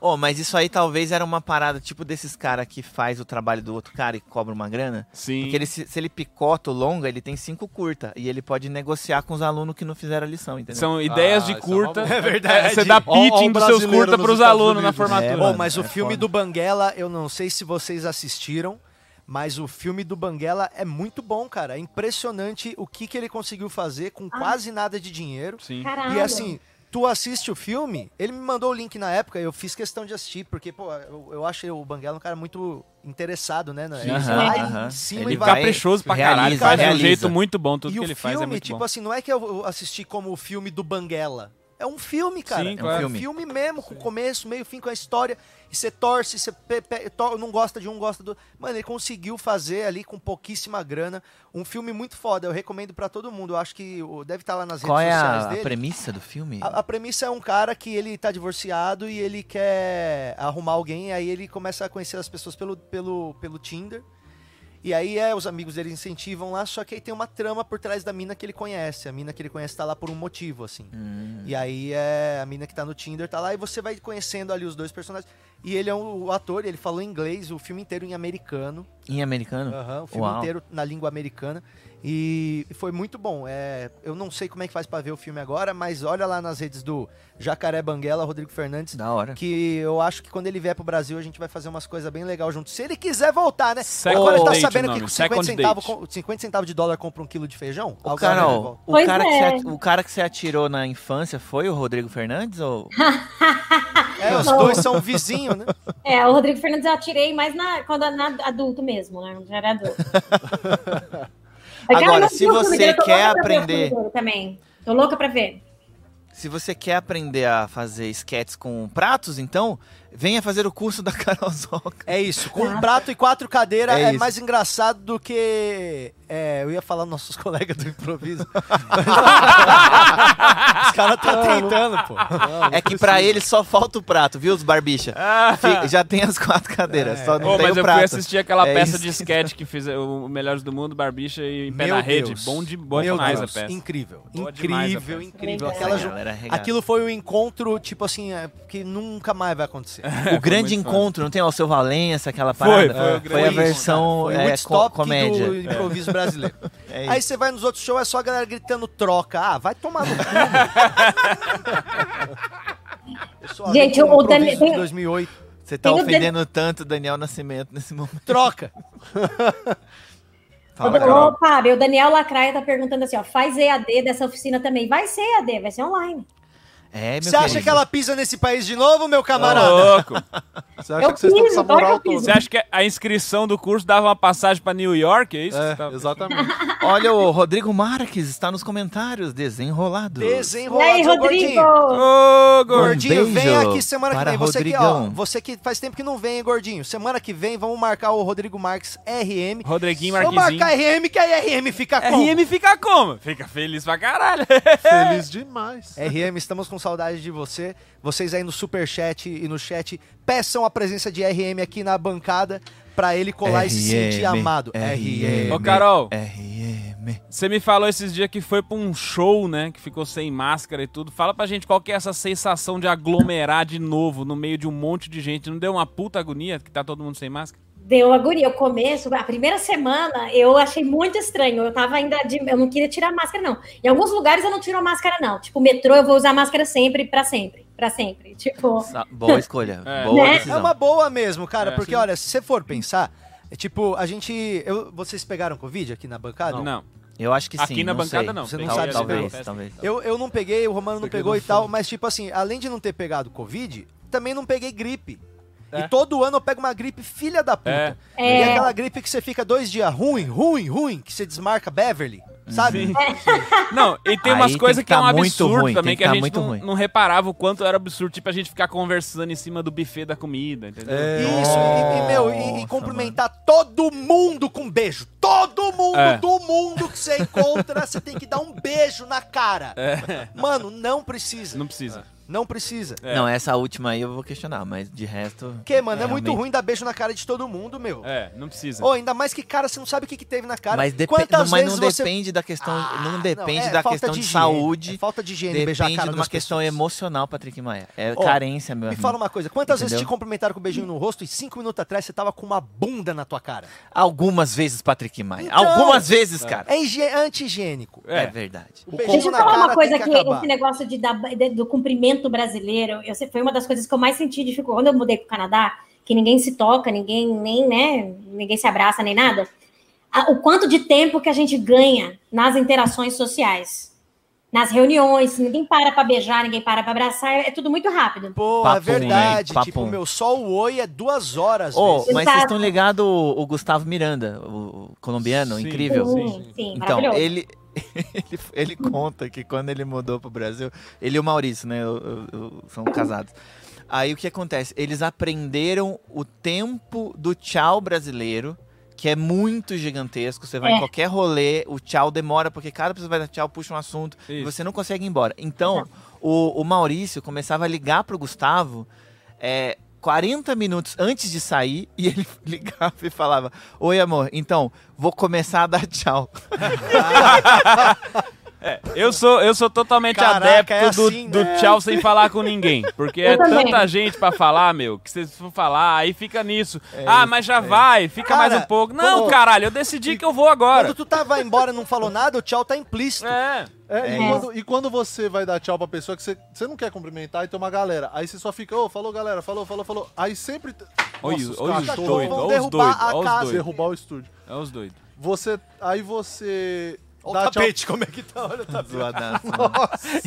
Speaker 2: Oh, mas isso aí talvez era uma parada tipo desses cara que faz o trabalho do outro cara e cobra uma grana.
Speaker 3: Sim.
Speaker 2: Porque ele, se, se ele picota o longa, ele tem cinco curta. E ele pode negociar com os alunos que não fizeram a lição, entendeu?
Speaker 3: São ideias
Speaker 6: Ah,
Speaker 3: de
Speaker 6: isso é
Speaker 3: curta.
Speaker 6: uma boa. É
Speaker 1: verdade.
Speaker 3: Você dá
Speaker 6: Ó, ó, um
Speaker 3: pitching dos seus
Speaker 6: brasileiro
Speaker 3: curta
Speaker 6: nos
Speaker 3: pros
Speaker 6: Estados
Speaker 3: alunos na
Speaker 6: Unidos.
Speaker 2: É,
Speaker 3: formatura.
Speaker 1: Bom,
Speaker 2: mano,
Speaker 1: mas o
Speaker 2: é
Speaker 1: filme
Speaker 2: foda.
Speaker 1: do Banguela, eu não sei se vocês assistiram, mas o filme do Banguela é muito bom, cara. É impressionante o que, que ele conseguiu fazer com
Speaker 3: Ah.
Speaker 1: quase nada de dinheiro.
Speaker 3: Sim.
Speaker 5: Caralho.
Speaker 1: E assim, tu assiste o filme, ele me mandou o link na época, eu fiz questão de assistir, porque, pô, eu, eu achei o Banguela um cara muito interessado, né? né? Ele
Speaker 2: Aham,
Speaker 1: vai
Speaker 2: aham.
Speaker 1: em cima
Speaker 2: Ele
Speaker 1: e
Speaker 3: E
Speaker 1: vai.
Speaker 3: caprichoso pra
Speaker 2: Realiza,
Speaker 3: caralho. Faz de um
Speaker 2: realiza.
Speaker 3: jeito muito bom tudo
Speaker 1: E
Speaker 3: que
Speaker 1: o
Speaker 3: ele faz. É
Speaker 1: filme,
Speaker 3: muito
Speaker 1: tipo
Speaker 3: bom.
Speaker 1: assim, não é que eu eu assisti como o filme do Banguela. É um filme, cara.
Speaker 3: Sim,
Speaker 1: É
Speaker 3: claro.
Speaker 1: um filme mesmo, com começo, meio, fim, com a história. E você torce, você pe- pe- to- não gosta de um, gosta do... Mano, ele conseguiu fazer ali com pouquíssima grana um filme muito foda. Eu recomendo pra todo mundo. Eu acho que o- deve estar lá nas
Speaker 2: Qual é
Speaker 1: redes sociais
Speaker 2: a, a
Speaker 1: dele.
Speaker 2: premissa do filme?
Speaker 1: A, a premissa é um cara que ele tá divorciado e ele quer arrumar alguém, aí ele começa a conhecer as pessoas pelo, pelo, pelo Tinder. E aí é, os amigos dele incentivam lá, só que aí tem uma trama por trás da mina que ele conhece. A mina que ele conhece tá lá por um motivo, assim.
Speaker 2: Hum,
Speaker 1: E aí é a mina que tá no Tinder tá lá e você vai conhecendo ali os dois personagens. E ele é um, o ator, ele falou inglês, o filme inteiro em americano.
Speaker 2: em
Speaker 3: Ah.
Speaker 2: americano?
Speaker 1: Aham, o filme
Speaker 2: Uau.
Speaker 1: inteiro na língua americana. E foi muito bom. É, eu não sei como é que faz pra ver o filme agora, mas olha lá nas redes do Jacaré Banguela, Rodrigo Fernandes,
Speaker 2: Da hora.
Speaker 1: que eu acho que quando ele vier pro Brasil a gente vai fazer umas coisas bem legais juntos. Se ele quiser voltar, né?
Speaker 3: Second
Speaker 1: agora ele tá
Speaker 3: date o
Speaker 1: sabendo que
Speaker 3: nome,
Speaker 1: com
Speaker 3: second
Speaker 1: 50 centavos
Speaker 3: date.
Speaker 1: com- 50 centavos de dólar compra um quilo de feijão?
Speaker 2: Ô,
Speaker 1: Alguma hora ele
Speaker 2: Carol,
Speaker 1: volta.
Speaker 2: o
Speaker 5: Pois
Speaker 2: cara, que
Speaker 5: é.
Speaker 2: você, a- o cara que você atirou na infância foi o Rodrigo Fernandes?
Speaker 5: [LAUGHS]
Speaker 2: Ou...
Speaker 1: É, os dois são vizinhos,
Speaker 2: [LAUGHS]
Speaker 1: né?
Speaker 5: É, o Rodrigo Fernandes eu atirei mais na, quando na- adulto mesmo, né? Já era adulto.
Speaker 2: [LAUGHS] Agora,
Speaker 5: não
Speaker 2: se
Speaker 5: vi o filme
Speaker 2: você
Speaker 5: eu tô
Speaker 2: quer
Speaker 5: louca pra ver o
Speaker 2: aprender-
Speaker 5: filme dele Também. Tô louca pra ver.
Speaker 2: Se você quer aprender a fazer sketches com pratos, então Venha fazer o curso da [LAUGHS] Carol Zoca.
Speaker 1: É isso, com um prato e quatro cadeiras
Speaker 2: É
Speaker 1: é,
Speaker 2: isso.
Speaker 1: mais engraçado do que. é, eu ia falar nossos [LAUGHS] colegas do improviso. Os caras estão tentando, pô.
Speaker 2: É que pra ele só falta o prato, viu, os barbicha? Fi- Já tem as
Speaker 3: [LAUGHS]
Speaker 2: quatro cadeiras, só não
Speaker 3: Ô,
Speaker 2: tem
Speaker 3: Ah. É. mas
Speaker 2: tá o
Speaker 3: eu
Speaker 2: prato.
Speaker 3: fui assistir aquela
Speaker 2: É
Speaker 3: peça
Speaker 2: isso
Speaker 3: de sketch que fez o Melhores do Mundo, Barbicha e Em Pé
Speaker 1: Meu
Speaker 3: na Rede.
Speaker 1: Deus.
Speaker 3: Bom de, boa
Speaker 1: Meu
Speaker 3: demais
Speaker 1: Deus,
Speaker 3: a peça.
Speaker 1: Incrível.
Speaker 3: Boa demais a
Speaker 1: incrível,
Speaker 3: peça.
Speaker 1: incrível.
Speaker 5: Legal.
Speaker 1: Aquela
Speaker 2: Essa
Speaker 1: ju-
Speaker 2: galera é regada.
Speaker 3: [LAUGHS]
Speaker 1: Aquilo foi um encontro, tipo assim, é, que nunca mais vai
Speaker 3: [LAUGHS]
Speaker 1: acontecer.
Speaker 2: O grande
Speaker 3: muito foda.
Speaker 2: encontro, não tem o seu Valença, aquela
Speaker 3: Foi,
Speaker 2: parada? a
Speaker 3: foi o grande
Speaker 2: versão
Speaker 1: né? Foi o
Speaker 2: é, co-
Speaker 1: Woodstock
Speaker 2: comédia.
Speaker 1: do improviso brasileiro.
Speaker 2: [LAUGHS] É
Speaker 1: Aí você vai nos outros shows, é só a galera gritando troca. Ah, vai tomar no cu.
Speaker 2: [LAUGHS]
Speaker 1: Pessoal,
Speaker 5: Gente,
Speaker 1: eu
Speaker 5: o
Speaker 1: improviso
Speaker 5: Dani-
Speaker 1: de 2008.
Speaker 2: Você tá
Speaker 5: Tem o
Speaker 2: ofendendo tanto o Daniel Nascimento nesse momento.
Speaker 1: Troca.
Speaker 2: Fala,
Speaker 5: Ô,
Speaker 2: Carol.
Speaker 5: Fábio, o Daniel Lacraia tá perguntando assim, ó, faz EAD dessa oficina também. Vai ser EAD, vai ser online.
Speaker 2: É, meu
Speaker 1: Você acha
Speaker 2: querido.
Speaker 1: que ela pisa nesse país de novo, meu
Speaker 3: Ô,
Speaker 1: camarada?
Speaker 3: louco.
Speaker 6: Você acha
Speaker 5: Eu
Speaker 6: que vocês estão com
Speaker 5: fiz,
Speaker 6: essa
Speaker 5: agora
Speaker 6: moral
Speaker 5: que eu fiz.
Speaker 3: Você
Speaker 6: toda?
Speaker 3: acha que a inscrição do curso dava uma passagem pra New York? É isso? que você
Speaker 6: É,
Speaker 1: Tá.
Speaker 3: tava-
Speaker 6: exatamente.
Speaker 1: [LAUGHS]
Speaker 2: Olha, o Rodrigo Marques está nos comentários, desenrolado.
Speaker 5: E aí,
Speaker 1: Desenrolado,
Speaker 5: Rodrigo?
Speaker 1: gordinho.
Speaker 3: Ô,
Speaker 2: Um
Speaker 3: gordinho.
Speaker 1: Gordinho, vem
Speaker 2: beijo
Speaker 1: aqui semana que
Speaker 2: para
Speaker 1: vem. Você que, ó,
Speaker 2: Rodrigão.
Speaker 1: você que faz tempo que não vem, hein, gordinho. Semana que vem vamos marcar o Rodrigo Marques RM.
Speaker 3: Rodriguinho
Speaker 1: Vamos
Speaker 3: Marquezinho. É
Speaker 1: marcar RM, que aí RM fica com.
Speaker 3: RM fica como? Fica feliz pra caralho.
Speaker 1: É.
Speaker 6: Feliz demais.
Speaker 1: RM, estamos com saudade de você. Vocês aí no superchat e no chat, peçam a presença de RM aqui na bancada pra ele colar e se sentir amado. É,
Speaker 2: RM.
Speaker 3: Ô, Carol.
Speaker 2: RM.
Speaker 3: Você me falou esses dias que foi pra um show, né? Que ficou sem máscara e tudo. Fala pra gente qual que é essa sensação de aglomerar de novo no meio de um monte de gente. Não deu uma puta agonia que tá todo mundo sem máscara?
Speaker 5: Deu agonia. O começo, a primeira semana, eu achei muito estranho. Eu tava ainda de. Eu não queria tirar a máscara, não. Em alguns lugares eu não tiro a máscara, não. Tipo, metrô, eu vou usar máscara sempre, pra sempre. Pra sempre. Tipo.
Speaker 2: Sa- Boa escolha.
Speaker 3: É.
Speaker 2: Boa
Speaker 5: Né?
Speaker 1: É
Speaker 2: decisão.
Speaker 1: uma boa mesmo, cara,
Speaker 3: É,
Speaker 1: porque
Speaker 3: sim.
Speaker 1: olha, se você for pensar, é tipo, a gente. eu- vocês pegaram Covid aqui na bancada?
Speaker 3: Não.
Speaker 2: Eu acho que sim.
Speaker 3: Aqui na
Speaker 2: não
Speaker 3: bancada
Speaker 2: sei.
Speaker 3: não.
Speaker 1: Você não
Speaker 2: Tal-
Speaker 1: sabe se
Speaker 2: Talvez,
Speaker 3: pegou.
Speaker 2: talvez.
Speaker 1: Eu, eu não peguei, o Romano não
Speaker 6: Peguei
Speaker 1: pegou
Speaker 6: no
Speaker 1: e tal,
Speaker 6: fundo.
Speaker 1: mas tipo assim, além de não ter pegado Covid, também não peguei gripe.
Speaker 6: É.
Speaker 1: E todo ano eu pego uma gripe filha da puta.
Speaker 3: É.
Speaker 1: E
Speaker 5: É.
Speaker 1: aquela gripe que você fica dois dias ruim, ruim, ruim, que você desmarca Beverly, sabe?
Speaker 3: Não, e tem
Speaker 2: Aí
Speaker 3: umas
Speaker 2: tem
Speaker 3: coisas
Speaker 2: que
Speaker 3: que é um
Speaker 2: tá muito
Speaker 3: absurdo
Speaker 2: ruim, tem
Speaker 3: também,
Speaker 2: que
Speaker 3: que, a
Speaker 2: tá
Speaker 3: gente
Speaker 2: muito
Speaker 3: não,
Speaker 2: ruim.
Speaker 3: não reparava o quanto era absurdo, tipo, a gente ficar conversando em cima do buffet da comida, entendeu?
Speaker 1: Isso, e, e, meu, e- e,
Speaker 2: Nossa,
Speaker 1: cumprimentar todo mundo com beijo. Todo mundo
Speaker 3: É.
Speaker 1: do mundo que você encontra, você tem que dar um beijo na cara.
Speaker 2: É.
Speaker 1: Mano, não precisa.
Speaker 3: Não
Speaker 1: Não,
Speaker 3: precisa.
Speaker 1: precisa.
Speaker 3: É.
Speaker 2: Não, essa última aí eu vou questionar, mas de resto.
Speaker 1: Porque, mano, é,
Speaker 2: É,
Speaker 1: muito
Speaker 2: realmente.
Speaker 1: ruim dar beijo na cara de todo mundo, meu.
Speaker 3: É, não precisa.
Speaker 1: Ou ainda mais que, cara, você não sabe o que, que teve na cara.
Speaker 2: mas depe-
Speaker 1: Quantas
Speaker 2: mas
Speaker 1: vezes
Speaker 2: não
Speaker 1: você...
Speaker 2: depende da questão. não depende
Speaker 1: é
Speaker 2: da
Speaker 1: falta
Speaker 2: questão de,
Speaker 1: higiene,
Speaker 2: saúde.
Speaker 1: é falta de higiene beijar a
Speaker 2: depende
Speaker 1: cara
Speaker 2: de uma
Speaker 1: das
Speaker 2: questão
Speaker 1: pessoas.
Speaker 2: emocional, Patrick Maia. É
Speaker 1: Ó,
Speaker 2: carência, meu
Speaker 1: Me
Speaker 2: amigo.
Speaker 1: fala uma coisa, quantas vezes te
Speaker 2: Entendeu?
Speaker 1: cumprimentaram com um beijinho no rosto e cinco minutos atrás você tava com uma bunda na tua cara?
Speaker 2: Algumas vezes, Patrick Maia.
Speaker 1: Então-
Speaker 2: Algumas vezes, cara.
Speaker 1: É higi- anti-higiênico.
Speaker 2: É,
Speaker 3: É.
Speaker 2: verdade.
Speaker 1: O
Speaker 5: Deixa
Speaker 1: beijinho
Speaker 5: eu
Speaker 1: na
Speaker 5: falar
Speaker 1: cara
Speaker 5: uma coisa
Speaker 1: tem que
Speaker 5: aqui,
Speaker 1: acabar.
Speaker 5: esse negócio de, dar- de- do cumprimento brasileiro. Eu, sei- foi uma das coisas que eu mais senti dificuldade. Quando eu mudei pro Canadá, que ninguém se toca, ninguém nem, né? Ninguém se abraça nem nada. a- o quanto de tempo que a gente ganha nas interações sociais. Nas reuniões, ninguém para pra beijar, ninguém para pra abraçar, é, é tudo muito rápido.
Speaker 1: Pô, é
Speaker 2: Papum,
Speaker 1: verdade.
Speaker 2: velho,
Speaker 1: tipo,
Speaker 2: papum.
Speaker 1: meu, só o oi é duas horas.
Speaker 2: Ô,
Speaker 1: vezes.
Speaker 2: mas
Speaker 5: Exato.
Speaker 2: vocês estão ligados o, o Gustavo Miranda, o, o colombiano,
Speaker 3: Sim.
Speaker 2: incrível.
Speaker 5: Sim, sim,
Speaker 2: Então,
Speaker 5: maravilhoso.
Speaker 2: ele, [LAUGHS] ele, ele conta que quando ele mudou pro Brasil, ele e o Maurício, né? o- o- o- são casados. Aí o que acontece? Eles aprenderam o tempo do tchau brasileiro, que é muito gigantesco. Você vai
Speaker 5: É.
Speaker 2: em qualquer rolê, o tchau demora, porque cada pessoa vai dar tchau, puxa um assunto, e
Speaker 3: Isso.
Speaker 2: você não consegue ir embora. Então, o, o Maurício começava a ligar pro Gustavo. é, 40 minutos antes de sair, [LAUGHS] e ele ligava e falava: Oi, amor, então vou começar a dar tchau.
Speaker 3: Eu sou, eu sou totalmente
Speaker 1: Caraca,
Speaker 3: adepto
Speaker 1: é
Speaker 3: do,
Speaker 1: assim,
Speaker 3: do
Speaker 1: né?
Speaker 3: tchau sem falar com ninguém. Porque é
Speaker 5: também.
Speaker 3: tanta gente pra falar, meu, que vocês for falar, aí fica nisso. ah, mas já vai, fica
Speaker 1: Cara,
Speaker 3: mais um pouco. Não,
Speaker 1: como-
Speaker 3: caralho, eu decidi que eu vou
Speaker 1: Quando
Speaker 3: agora.
Speaker 1: tu tava embora e não falou nada, o tchau tá implícito.
Speaker 3: É.
Speaker 6: É,
Speaker 2: É
Speaker 6: e, quando, e quando você vai dar tchau pra pessoa que você, você não quer cumprimentar e tem uma galera, aí você só fica, ô, falou galera, falou, falou, falou. Aí sempre. t-
Speaker 3: Olha
Speaker 6: Nossa, tá
Speaker 3: os- olha os
Speaker 6: cachorros
Speaker 3: doidos,
Speaker 1: vão
Speaker 3: olha os
Speaker 1: derrubar
Speaker 3: doidos,
Speaker 1: a
Speaker 3: olha os
Speaker 1: casa.
Speaker 3: doidos.
Speaker 6: derrubar o estúdio.
Speaker 3: Olha os doidos.
Speaker 6: Você. Aí você.
Speaker 1: Olha
Speaker 6: Dá
Speaker 1: o tapete, como é que tá? Olha o tapete.
Speaker 2: Zoadaço.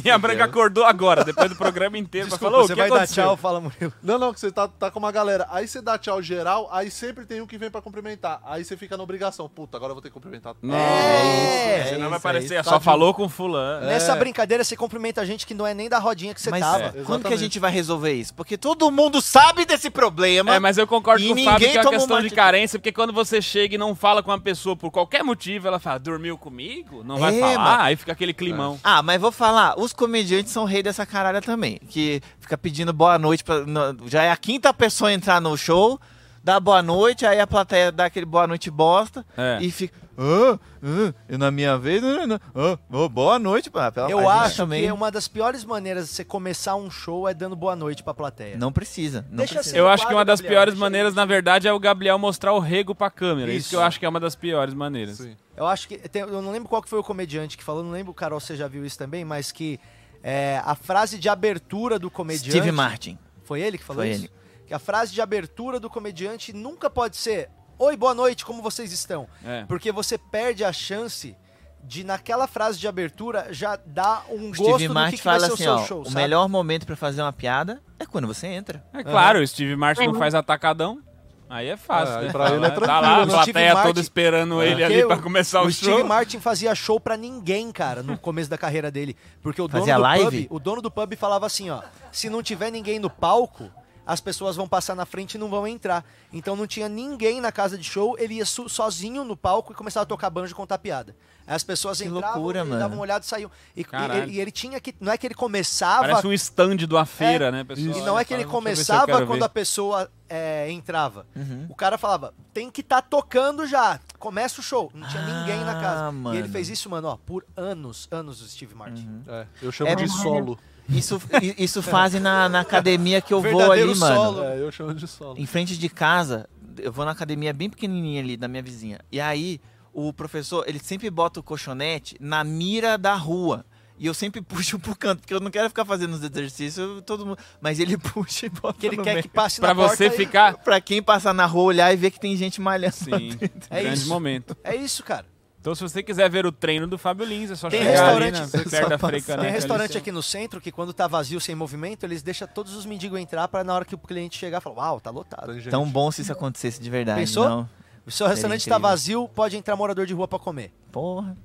Speaker 3: E a Branca acordou agora, depois do programa inteiro, pra
Speaker 1: Desculpa,
Speaker 3: falar, "Ô, o
Speaker 1: né? você
Speaker 3: que
Speaker 1: vai
Speaker 3: aconteceu?
Speaker 1: dar tchau, fala Murilo.
Speaker 6: Não, não, que você tá, tá com uma galera. Aí você dá tchau geral, aí sempre tem um que vem pra cumprimentar. Aí você fica na obrigação. Puta, agora eu vou ter que cumprimentar.
Speaker 1: É,
Speaker 3: Senão
Speaker 6: isso
Speaker 3: vai
Speaker 6: aí,
Speaker 3: aparecer,
Speaker 6: tá
Speaker 3: só
Speaker 6: de-
Speaker 3: falou com fulano.
Speaker 1: Nessa brincadeira você cumprimenta a gente que não é nem da rodinha que você
Speaker 2: Mas
Speaker 1: tava.
Speaker 2: quando que a
Speaker 6: exatamente.
Speaker 2: gente vai resolver isso? Porque todo mundo sabe desse problema.
Speaker 3: É, mas eu concordo
Speaker 2: E
Speaker 3: com o Fábio
Speaker 2: ninguém
Speaker 3: que é uma
Speaker 2: tomou
Speaker 3: questão
Speaker 2: uma
Speaker 3: de
Speaker 2: atitude.
Speaker 3: carência, porque quando você chega e não fala com uma pessoa por qualquer motivo, ela fala, dormiu comigo? Não vai
Speaker 2: É,
Speaker 3: falar,
Speaker 2: mano.
Speaker 3: aí fica aquele
Speaker 1: É.
Speaker 3: climão.
Speaker 2: Ah, mas vou falar, os comediantes são rei dessa caralha também. Que fica pedindo boa noite. Pra, na- já é a quinta pessoa a entrar no show, dá boa noite, aí a plateia dá aquele boa noite bosta
Speaker 3: É.
Speaker 2: e fica. Ah, ah, e na minha vez, não, não, não, ah, oh, boa noite. pá, pela- a
Speaker 1: Eu
Speaker 2: gente
Speaker 1: acho que é um uma das piores maneiras de você começar um show é dando boa noite pra plateia.
Speaker 2: Não precisa. Não
Speaker 1: Deixa
Speaker 2: precisa.
Speaker 1: assim.
Speaker 3: Eu acho que uma das
Speaker 1: Gabriel,
Speaker 3: piores
Speaker 1: deixa
Speaker 3: maneiras, na verdade, é o Gabriel mostrar o rego pra câmera. Isso,
Speaker 1: Isso.
Speaker 3: que eu acho que é uma das piores maneiras.
Speaker 6: Sim.
Speaker 1: Eu acho que. tem- eu não lembro qual que foi o comediante que falou, não lembro, Carol, você já viu isso também, mas que é, a frase de abertura do comediante.
Speaker 2: Steve Martin.
Speaker 1: Foi ele que falou
Speaker 2: Foi
Speaker 1: isso?
Speaker 2: ele.
Speaker 1: Que a frase de abertura do comediante nunca pode ser Oi, boa noite, como vocês estão?
Speaker 3: É.
Speaker 1: Porque você perde a chance de, naquela frase de abertura, já dar um
Speaker 2: O
Speaker 1: gosto
Speaker 2: Steve
Speaker 1: do
Speaker 2: Martin
Speaker 1: que, que vai
Speaker 2: fala
Speaker 1: ser o
Speaker 2: assim,
Speaker 1: seu
Speaker 2: ó,
Speaker 1: show,
Speaker 2: o
Speaker 1: sabe?
Speaker 2: melhor momento pra fazer uma piada é quando você entra.
Speaker 3: É claro, o Steve Martin não faz atacadão. Aí é fácil,
Speaker 1: Ah,
Speaker 6: É,
Speaker 3: né?
Speaker 6: aí pra
Speaker 3: Tá
Speaker 6: ele é
Speaker 3: lá- Tá
Speaker 6: tranquilo,
Speaker 3: lá, a
Speaker 1: né?
Speaker 3: plateia
Speaker 1: Steve Martin- É.
Speaker 3: toda esperando
Speaker 2: É.
Speaker 3: ele
Speaker 1: Porque
Speaker 3: ali pra começar o, show.
Speaker 1: Steve Martin fazia show pra ninguém, cara, no começo da carreira dele. Porque o dono,
Speaker 2: Fazia
Speaker 1: do
Speaker 2: live?
Speaker 1: Pub, o dono do pub falava assim, ó, se não tiver ninguém no palco, as pessoas vão passar na frente e não vão entrar. Então não tinha ninguém na casa de show, ele ia so- sozinho no palco e começava a tocar banjo e contar piada. Aí as pessoas
Speaker 2: Que
Speaker 1: entravam,
Speaker 2: loucura,
Speaker 1: ele
Speaker 2: mano.
Speaker 1: dava uma olhada e saiu. E, e-
Speaker 3: Caralho.
Speaker 1: e ele tinha que... Não é que ele começava...
Speaker 3: Parece um stand de uma feira, né, pessoal?
Speaker 1: E não é que ele começava quando a pessoa é, entrava.
Speaker 2: Uhum.
Speaker 1: O cara falava, tem que estar tocando já. Começa o show. Não tinha
Speaker 2: Ah,
Speaker 1: ninguém na casa. E ele
Speaker 2: mano.
Speaker 1: fez isso, mano, ó, por anos, anos o Steve Martin.
Speaker 6: É, eu chamo
Speaker 2: É
Speaker 6: de
Speaker 2: verdade.
Speaker 6: solo.
Speaker 2: Isso, i- isso fazem na, na academia que eu vou
Speaker 1: Verdadeiro
Speaker 2: ali, mano.
Speaker 1: Solo.
Speaker 6: É, eu chamo de solo.
Speaker 2: Em frente de casa, eu vou na academia bem pequenininha ali da minha vizinha. E aí, o professor, ele sempre bota o colchonete na mira da rua. E eu sempre [LAUGHS] puxo pro canto, porque eu não quero ficar fazendo os exercícios, todo mundo. Mas ele [LAUGHS] puxa e bota
Speaker 1: Que ele
Speaker 2: no
Speaker 1: quer
Speaker 2: meio.
Speaker 1: que passe
Speaker 3: Tá Pra
Speaker 1: na porta.
Speaker 3: você
Speaker 1: e-
Speaker 3: ficar...
Speaker 2: Pra quem passar na rua, olhar e ver que tem gente malhando. [LAUGHS]
Speaker 3: [LAUGHS] Sim,
Speaker 1: É
Speaker 3: grande
Speaker 1: isso.
Speaker 3: momento.
Speaker 1: É isso, cara.
Speaker 3: Então, se você quiser ver o treino do Fábio Lins, é só
Speaker 1: Tem
Speaker 3: chegar ali na,
Speaker 1: restaurante-
Speaker 3: perto da Freicaneca.
Speaker 1: Tem
Speaker 3: ali,
Speaker 1: restaurante
Speaker 3: sim.
Speaker 1: aqui no centro que quando tá vazio, sem movimento, eles deixam todos os mendigos entrar pra na hora que o cliente chegar, falar, uau, tá lotado.
Speaker 6: Tem gente.
Speaker 2: Tão bom se isso acontecesse de verdade.
Speaker 1: Pensou?
Speaker 2: Não.
Speaker 1: O seu restaurante tá
Speaker 2: incrível.
Speaker 1: vazio, pode entrar morador de rua pra comer.
Speaker 2: Porra.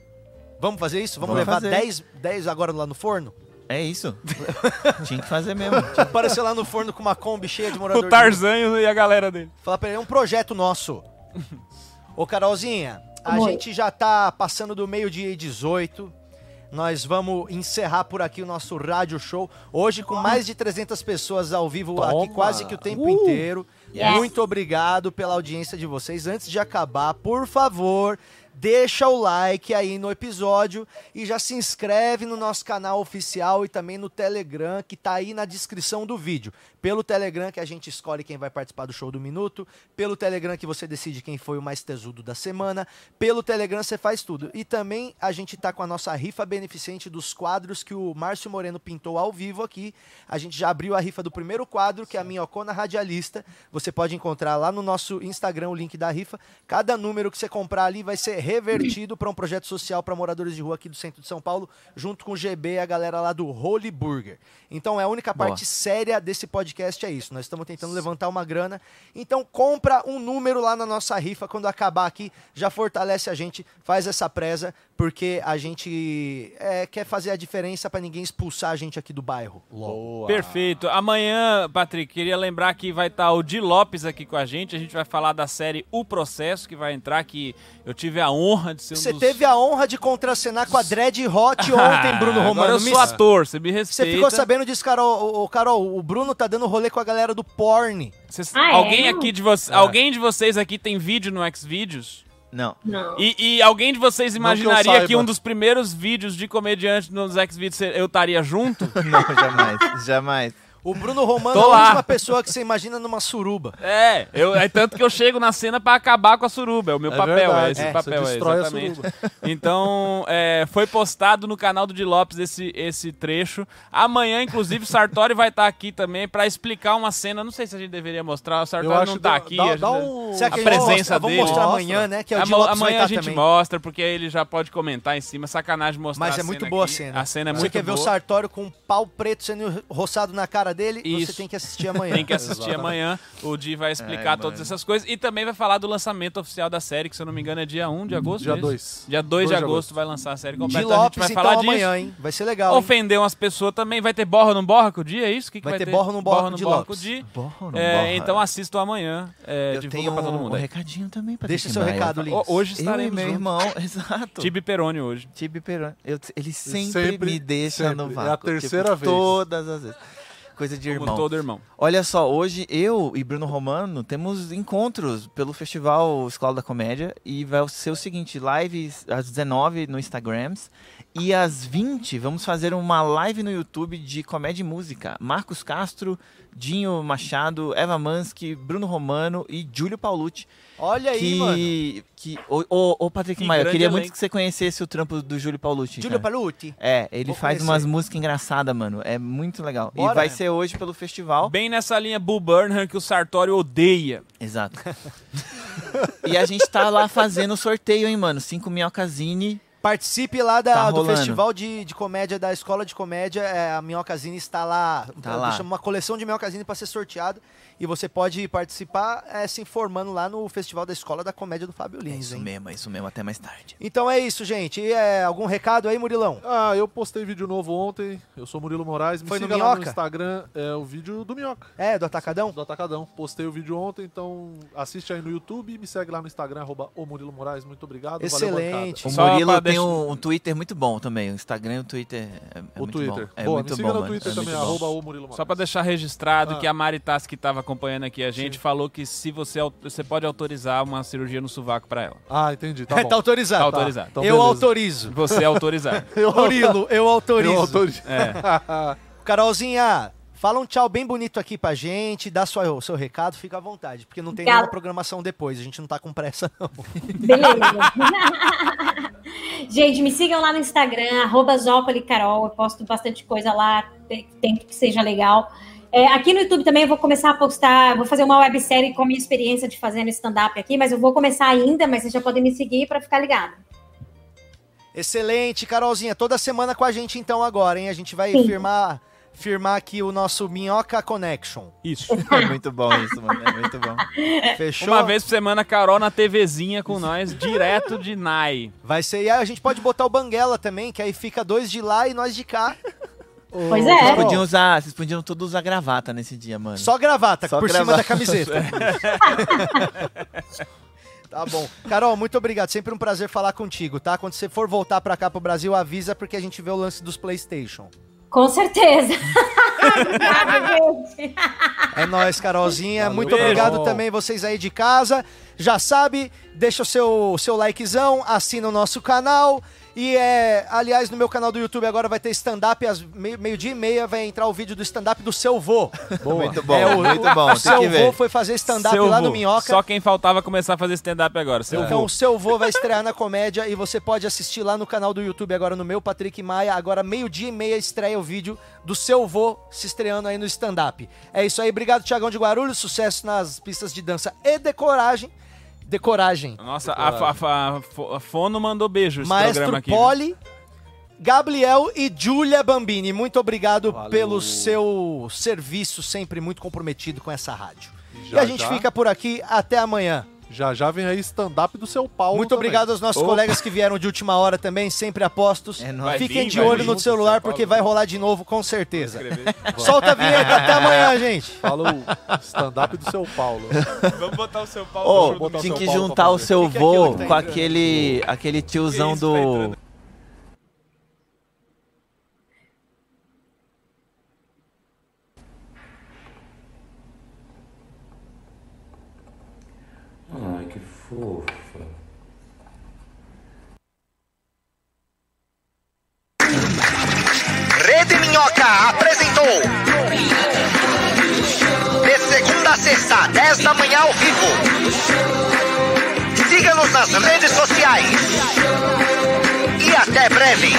Speaker 1: Vamos fazer isso? Vamos,
Speaker 2: Vamos
Speaker 1: levar
Speaker 2: fazer.
Speaker 1: 10 10 agora lá no forno?
Speaker 2: É isso. Tinha que fazer mesmo.
Speaker 1: Apareceu lá no forno com uma Kombi cheia de morador
Speaker 3: [LAUGHS] O Tarzan e a galera dele.
Speaker 1: de rua. Fala pra ele, é um projeto nosso. Ô, Carolzinha, a
Speaker 5: Oi.
Speaker 1: gente já tá passando do meio-dia e 18. Nós vamos encerrar por aqui o nosso rádio show. Hoje com mais de 300 pessoas ao vivo
Speaker 6: Toma.
Speaker 1: aqui quase que o tempo
Speaker 2: Uh.
Speaker 1: inteiro.
Speaker 5: Yes.
Speaker 1: Muito obrigado pela audiência de vocês. Antes de acabar, por favor, deixa o like aí no episódio e já se inscreve no nosso canal oficial e também no Telegram que tá aí na descrição do vídeo. Pelo Telegram que a gente escolhe quem vai participar do show do minuto, pelo Telegram que você decide quem foi o mais tesudo da semana, pelo Telegram você faz tudo. E também a gente tá com a nossa rifa beneficente dos quadros que o Márcio Moreno pintou ao vivo aqui. A gente já abriu a rifa do primeiro quadro, que é a Minhocona Radialista. Você pode encontrar lá no nosso Instagram o link da rifa. Cada número que você comprar ali vai ser revertido para um projeto social para moradores de rua aqui do centro de São Paulo, junto com o GB e a galera lá do Holy Burger. Então é a única
Speaker 2: Boa.
Speaker 1: parte séria desse podcast é isso. Nós estamos tentando levantar uma grana. Então compra um número lá na nossa rifa quando acabar aqui, já fortalece a gente, faz essa presa, porque a gente é, quer fazer a diferença para ninguém expulsar a gente aqui do bairro.
Speaker 3: Um
Speaker 6: Boa.
Speaker 3: Perfeito. Amanhã, Patrick, queria lembrar que vai estar o Di Lopes aqui com a gente. A gente vai falar da série O Processo, que vai entrar, que eu tive a honra de ser um
Speaker 1: Você
Speaker 3: dos... [LAUGHS]
Speaker 1: teve a honra de contracenar com a Dread Hot ontem, Bruno
Speaker 3: Ah, Agora
Speaker 1: Romano.
Speaker 3: eu
Speaker 1: Me-
Speaker 3: sou ator, você me
Speaker 1: Você
Speaker 3: respeita.
Speaker 1: ficou sabendo disso, Carol? O, Carol, o Bruno tá dando rolê com a galera do porn.
Speaker 3: Vocês-
Speaker 5: Ah, é?
Speaker 3: alguém,
Speaker 5: Não.
Speaker 3: aqui de vo... alguém de vocês aqui tem vídeo no Xvideos?
Speaker 2: Não.
Speaker 5: Não.
Speaker 3: E, e alguém de vocês
Speaker 6: que eu
Speaker 3: imaginaria que,
Speaker 6: saiba.
Speaker 3: um dos primeiros vídeos de comediante nos Xvideos eu estaria junto? [LAUGHS]
Speaker 2: Não, jamais. Jamais.
Speaker 1: O Bruno Romano
Speaker 3: Tô
Speaker 1: é a
Speaker 3: lá.
Speaker 1: última pessoa que você imagina numa suruba.
Speaker 3: É, eu, é tanto que eu chego na cena pra acabar com a suruba. É o meu
Speaker 6: É
Speaker 3: papel, é
Speaker 6: verdade,
Speaker 3: esse
Speaker 6: é, você
Speaker 3: papel, é,
Speaker 6: destrói a
Speaker 3: exatamente.
Speaker 6: suruba.
Speaker 3: Então, é, foi postado no canal do Di Lopes esse, esse trecho. Amanhã, inclusive, o Sartori vai estar aqui também pra explicar uma cena. Não sei se a gente deveria mostrar, o
Speaker 6: Eu
Speaker 1: Então
Speaker 3: Sartori
Speaker 6: acho
Speaker 3: não
Speaker 6: que
Speaker 3: tá
Speaker 6: dá-
Speaker 3: aqui.
Speaker 6: dá-
Speaker 3: a gente
Speaker 6: dá
Speaker 3: deve-
Speaker 6: um-
Speaker 1: Será que
Speaker 3: A
Speaker 1: eles vão-
Speaker 3: presença
Speaker 1: Vamos
Speaker 3: dele.
Speaker 1: mostrar
Speaker 6: Mostra.
Speaker 1: amanhã, né? Que é o
Speaker 3: Amo-
Speaker 1: Dilopes vai
Speaker 3: amanhã
Speaker 1: estar
Speaker 3: a gente
Speaker 1: também.
Speaker 3: mostra, porque ele já pode comentar em cima. Sacanagem mostrar
Speaker 1: Mas
Speaker 3: a
Speaker 1: é muito
Speaker 3: cena
Speaker 1: boa
Speaker 3: aqui.
Speaker 1: a cena.
Speaker 3: A cena é
Speaker 1: você
Speaker 3: muito
Speaker 1: quer
Speaker 3: boa.
Speaker 1: ver o Sartório com um pau preto sendo roçado na cara dele? Você
Speaker 3: Isso.
Speaker 1: tem que assistir amanhã.
Speaker 3: [LAUGHS] Tem que assistir amanhã. O Di
Speaker 1: É,
Speaker 3: vai explicar todas essas coisas. E também vai falar do lançamento oficial da série, que se eu não me engano é dia 1
Speaker 1: Hum,
Speaker 3: de agosto.
Speaker 6: Dia
Speaker 3: é isso?
Speaker 6: 2.
Speaker 3: Dia 2 de
Speaker 6: Dois de
Speaker 3: agosto, vai lançar a série completa.
Speaker 1: De
Speaker 3: Então a gente
Speaker 1: Lopes,
Speaker 3: vai
Speaker 1: então,
Speaker 3: falar
Speaker 1: amanhã,
Speaker 3: disso.
Speaker 1: hein? Vai ser legal, hein?
Speaker 3: Ofender umas pessoas também. Vai ter borra no borra com o Di, é isso? O que que
Speaker 1: Vai
Speaker 3: vai,
Speaker 1: ter borra no borra com o Di
Speaker 3: com o
Speaker 1: Lopes.
Speaker 3: Di.
Speaker 2: Borra no
Speaker 3: É,
Speaker 2: borra.
Speaker 3: Então assistam amanhã. É,
Speaker 2: Eu
Speaker 3: divulga
Speaker 2: tenho
Speaker 3: pra todo mundo.
Speaker 2: um
Speaker 3: aí.
Speaker 2: recadinho também pra
Speaker 1: Deixa
Speaker 2: Tim
Speaker 1: seu
Speaker 2: Maia.
Speaker 1: recado, Lins.
Speaker 3: O- hoje
Speaker 2: Eu e
Speaker 3: estaremos
Speaker 2: meu
Speaker 3: juntos.
Speaker 2: irmão, [LAUGHS] exato.
Speaker 3: Tibi Peroni hoje.
Speaker 2: Tibi Peroni. Eu- ele sempre,
Speaker 6: sempre-
Speaker 2: me deixa
Speaker 6: sempre.
Speaker 2: no
Speaker 6: É a
Speaker 2: vácuo. tipo,
Speaker 6: terceira vez.
Speaker 2: Todas as vezes. Coisa de
Speaker 3: Como
Speaker 2: irmão.
Speaker 3: todo irmão.
Speaker 2: Olha só, hoje eu e Bruno Romano temos encontros pelo Festival Escola da Comédia e vai ser o seguinte, lives às 19 no Instagrams e às 20 vamos fazer uma live no YouTube de comédia e música. Marcos Castro, Dinho Machado, Eva Mansky, Bruno Romano e Júlio Paulucci.
Speaker 1: Olha aí,
Speaker 2: que,
Speaker 1: mano.
Speaker 2: que ô, ô, ô, Patrick
Speaker 3: Que
Speaker 2: Maia, eu
Speaker 3: grande
Speaker 2: queria muito
Speaker 3: elenco.
Speaker 2: que você conhecesse o trampo do Júlio Paulucci.
Speaker 1: Júlio
Speaker 2: cara.
Speaker 1: Paluti.
Speaker 2: É, ele
Speaker 1: Vou
Speaker 2: faz
Speaker 1: conhecer.
Speaker 2: umas músicas engraçadas, mano. É muito legal.
Speaker 1: Bora,
Speaker 2: e vai
Speaker 1: né?
Speaker 2: ser hoje pelo festival.
Speaker 3: Bem nessa linha Bull Burnham que o Sartório odeia.
Speaker 2: Exato. e a gente tá lá fazendo sorteio, hein, mano? Cinco minhocazine.
Speaker 1: Participe lá da-
Speaker 2: Tá
Speaker 1: do
Speaker 2: rolando.
Speaker 1: festival de, de comédia, da escola de comédia. É, a Minhocazine está lá.
Speaker 2: Tá lá.
Speaker 1: Deixa uma coleção de Minhocazine para ser sorteada. E você pode participar é, se informando lá no Festival da Escola da Comédia do Fábio
Speaker 2: É
Speaker 1: Lins,
Speaker 2: isso
Speaker 1: hein?
Speaker 2: mesmo, é isso mesmo. Até mais tarde.
Speaker 1: Então é isso, gente. E, é, algum recado aí, Murilão?
Speaker 6: Ah, eu postei vídeo novo ontem. Eu sou Murilo Moraes. Me
Speaker 1: Foi no
Speaker 6: siga lá no
Speaker 1: Minhoca?
Speaker 6: Instagram. É o vídeo do Minhoca.
Speaker 1: É, do Atacadão?
Speaker 6: Do Atacadão. Postei o vídeo ontem, então assiste aí no YouTube e me segue lá no Instagram, arroba o Murilo Moraes. Muito obrigado. valeu,
Speaker 1: Excelente.
Speaker 2: O
Speaker 3: Só
Speaker 2: Murilo
Speaker 3: pra
Speaker 2: tem
Speaker 3: deixar-
Speaker 2: um, um Twitter muito bom também. O Instagram e o Twitter é, é
Speaker 6: bancada. o
Speaker 2: muito
Speaker 6: Twitter.
Speaker 2: bom. É
Speaker 6: Boa, me
Speaker 2: muito
Speaker 6: siga
Speaker 2: bom,
Speaker 6: no
Speaker 2: mano.
Speaker 6: Twitter
Speaker 2: é
Speaker 6: também,
Speaker 2: muito
Speaker 6: arroba
Speaker 2: bom.
Speaker 6: o Murilo Moraes.
Speaker 3: Só pra deixar registrado
Speaker 6: Ah.
Speaker 3: que a Mari Tassi, que tava acompanhando aqui a gente, falou que se você au- você pode autorizar uma cirurgia no sovaco pra ela.
Speaker 6: Ah, entendi. Tá
Speaker 1: [LAUGHS] Tá,
Speaker 6: bom. [LAUGHS]
Speaker 1: autorizado.
Speaker 3: Tá autorizado.
Speaker 6: Então,
Speaker 1: eu
Speaker 6: beleza.
Speaker 1: autorizo.
Speaker 3: Você é autorizado. É,
Speaker 1: Murilo, eu autorizo.
Speaker 6: Eu
Speaker 1: [LAUGHS]
Speaker 6: autorizo.
Speaker 1: Carolzinha, fala um tchau bem bonito aqui pra gente, dá sua- o seu recado, fica à vontade, porque não tem
Speaker 5: Gal-
Speaker 1: nenhuma programação depois, a gente não tá com pressa [LAUGHS] não.
Speaker 5: Beleza. [LAUGHS] Gente, me sigam lá no Instagram, arroba Zócoli Carol. Eu posto bastante coisa lá, tem tem que seja legal. É, aqui no YouTube também eu vou começar a postar, vou fazer uma websérie com a minha experiência de fazendo stand-up aqui, mas eu vou começar ainda, mas vocês já podem me seguir para ficar ligado.
Speaker 1: Excelente, Carolzinha, toda semana com a gente então agora, hein? A gente vai
Speaker 5: Sim.
Speaker 1: firmar firmar aqui o nosso Minhoca Connection.
Speaker 3: Isso.
Speaker 2: É muito bom isso, mano. É muito bom.
Speaker 1: Fechou?
Speaker 3: Uma vez por semana, Carol na TVzinha com nós, direto de Nai.
Speaker 1: Vai ser e aí a gente pode botar o Banguela também, que aí fica dois de lá e nós de cá.
Speaker 5: Pois
Speaker 2: Vocês
Speaker 5: é.
Speaker 2: podiam usar, vocês podiam todos usar gravata nesse dia, mano.
Speaker 1: Só gravata
Speaker 2: Só
Speaker 1: por cima
Speaker 2: gravata.
Speaker 1: da camiseta. [LAUGHS] tá bom. Carol, muito obrigado. Sempre um prazer falar contigo, tá? Quando você for voltar pra cá pro Brasil, avisa porque a gente vê o lance dos PlayStation.
Speaker 5: Com [LAUGHS] certeza. Ah, Obrigada, gente.
Speaker 1: É nóis, Carolzinha.
Speaker 6: Valeu,
Speaker 1: Muito
Speaker 3: Carol.
Speaker 1: obrigado também vocês aí de casa. Já sabe, deixa o seu, seu likezão, assina o nosso canal. E é, aliás, no meu canal do YouTube agora vai ter stand-up às mei- meio-dia e meia, vai entrar o vídeo do stand-up do seu vô.
Speaker 2: Muito bom,
Speaker 1: É, o-
Speaker 2: muito bom.
Speaker 1: O
Speaker 2: Tem que
Speaker 1: seu vô
Speaker 2: ver.
Speaker 1: foi fazer stand-up
Speaker 3: Seu
Speaker 1: lá
Speaker 3: vô.
Speaker 1: no Minhoca.
Speaker 3: Só quem faltava começar a fazer stand-up agora.
Speaker 2: É.
Speaker 3: Seu
Speaker 1: Então
Speaker 2: um
Speaker 3: vô.
Speaker 1: o seu vô vai estrear na comédia e você pode assistir lá no canal do YouTube agora no meu, Patrick Maia. Agora, meio-dia e meia, estreia o vídeo do seu vô se estreando aí no stand-up. É isso aí, obrigado, Tiagão de Guarulhos. Sucesso nas pistas de dança e decoragem. Decoragem.
Speaker 3: Nossa, a, fa- fa- fo- a Fono mandou beijo esse
Speaker 1: Maestro
Speaker 3: programa aqui.
Speaker 1: Poli, Gabriel e Júlia Bambini. Muito obrigado
Speaker 6: Valeu.
Speaker 1: pelo seu serviço, sempre muito comprometido com essa rádio. e
Speaker 6: Já,
Speaker 1: a gente
Speaker 6: já.
Speaker 1: fica por aqui, até amanhã.
Speaker 6: Já já vem aí stand-up do seu Paulo.
Speaker 1: Muito
Speaker 6: também.
Speaker 1: obrigado aos nossos
Speaker 3: né, Opa.
Speaker 1: colegas que vieram de última hora também, sempre apostos.
Speaker 2: É nóis.
Speaker 1: Fiquem
Speaker 3: Vai vir,
Speaker 1: de
Speaker 3: vai
Speaker 1: olho
Speaker 3: vir.
Speaker 1: no celular porque
Speaker 3: Paulo. né?
Speaker 1: vai rolar de novo com certeza.
Speaker 3: Escrever.
Speaker 1: Solta a vinheta, até
Speaker 3: [LAUGHS]
Speaker 1: amanhã, gente.
Speaker 6: Falou, stand-up do seu Paulo.
Speaker 1: [LAUGHS]
Speaker 3: Vamos botar o seu pau
Speaker 2: Ô,
Speaker 3: no show do
Speaker 6: botar
Speaker 2: tinha
Speaker 6: seu
Speaker 2: que
Speaker 6: Paulo pra
Speaker 2: juntar o
Speaker 6: fazer.
Speaker 2: seu
Speaker 1: Que que é aquilo que
Speaker 2: vô
Speaker 1: tá
Speaker 2: com
Speaker 1: entrando?
Speaker 2: aquele, aquele tiozão
Speaker 3: isso que tá
Speaker 2: do...
Speaker 3: entrando?
Speaker 8: Ai, que fofa.
Speaker 4: Rede Minhoca apresentou segunda a sexta, 10 da manhã ao vivo. Siga-nos nas redes sociais. E até breve.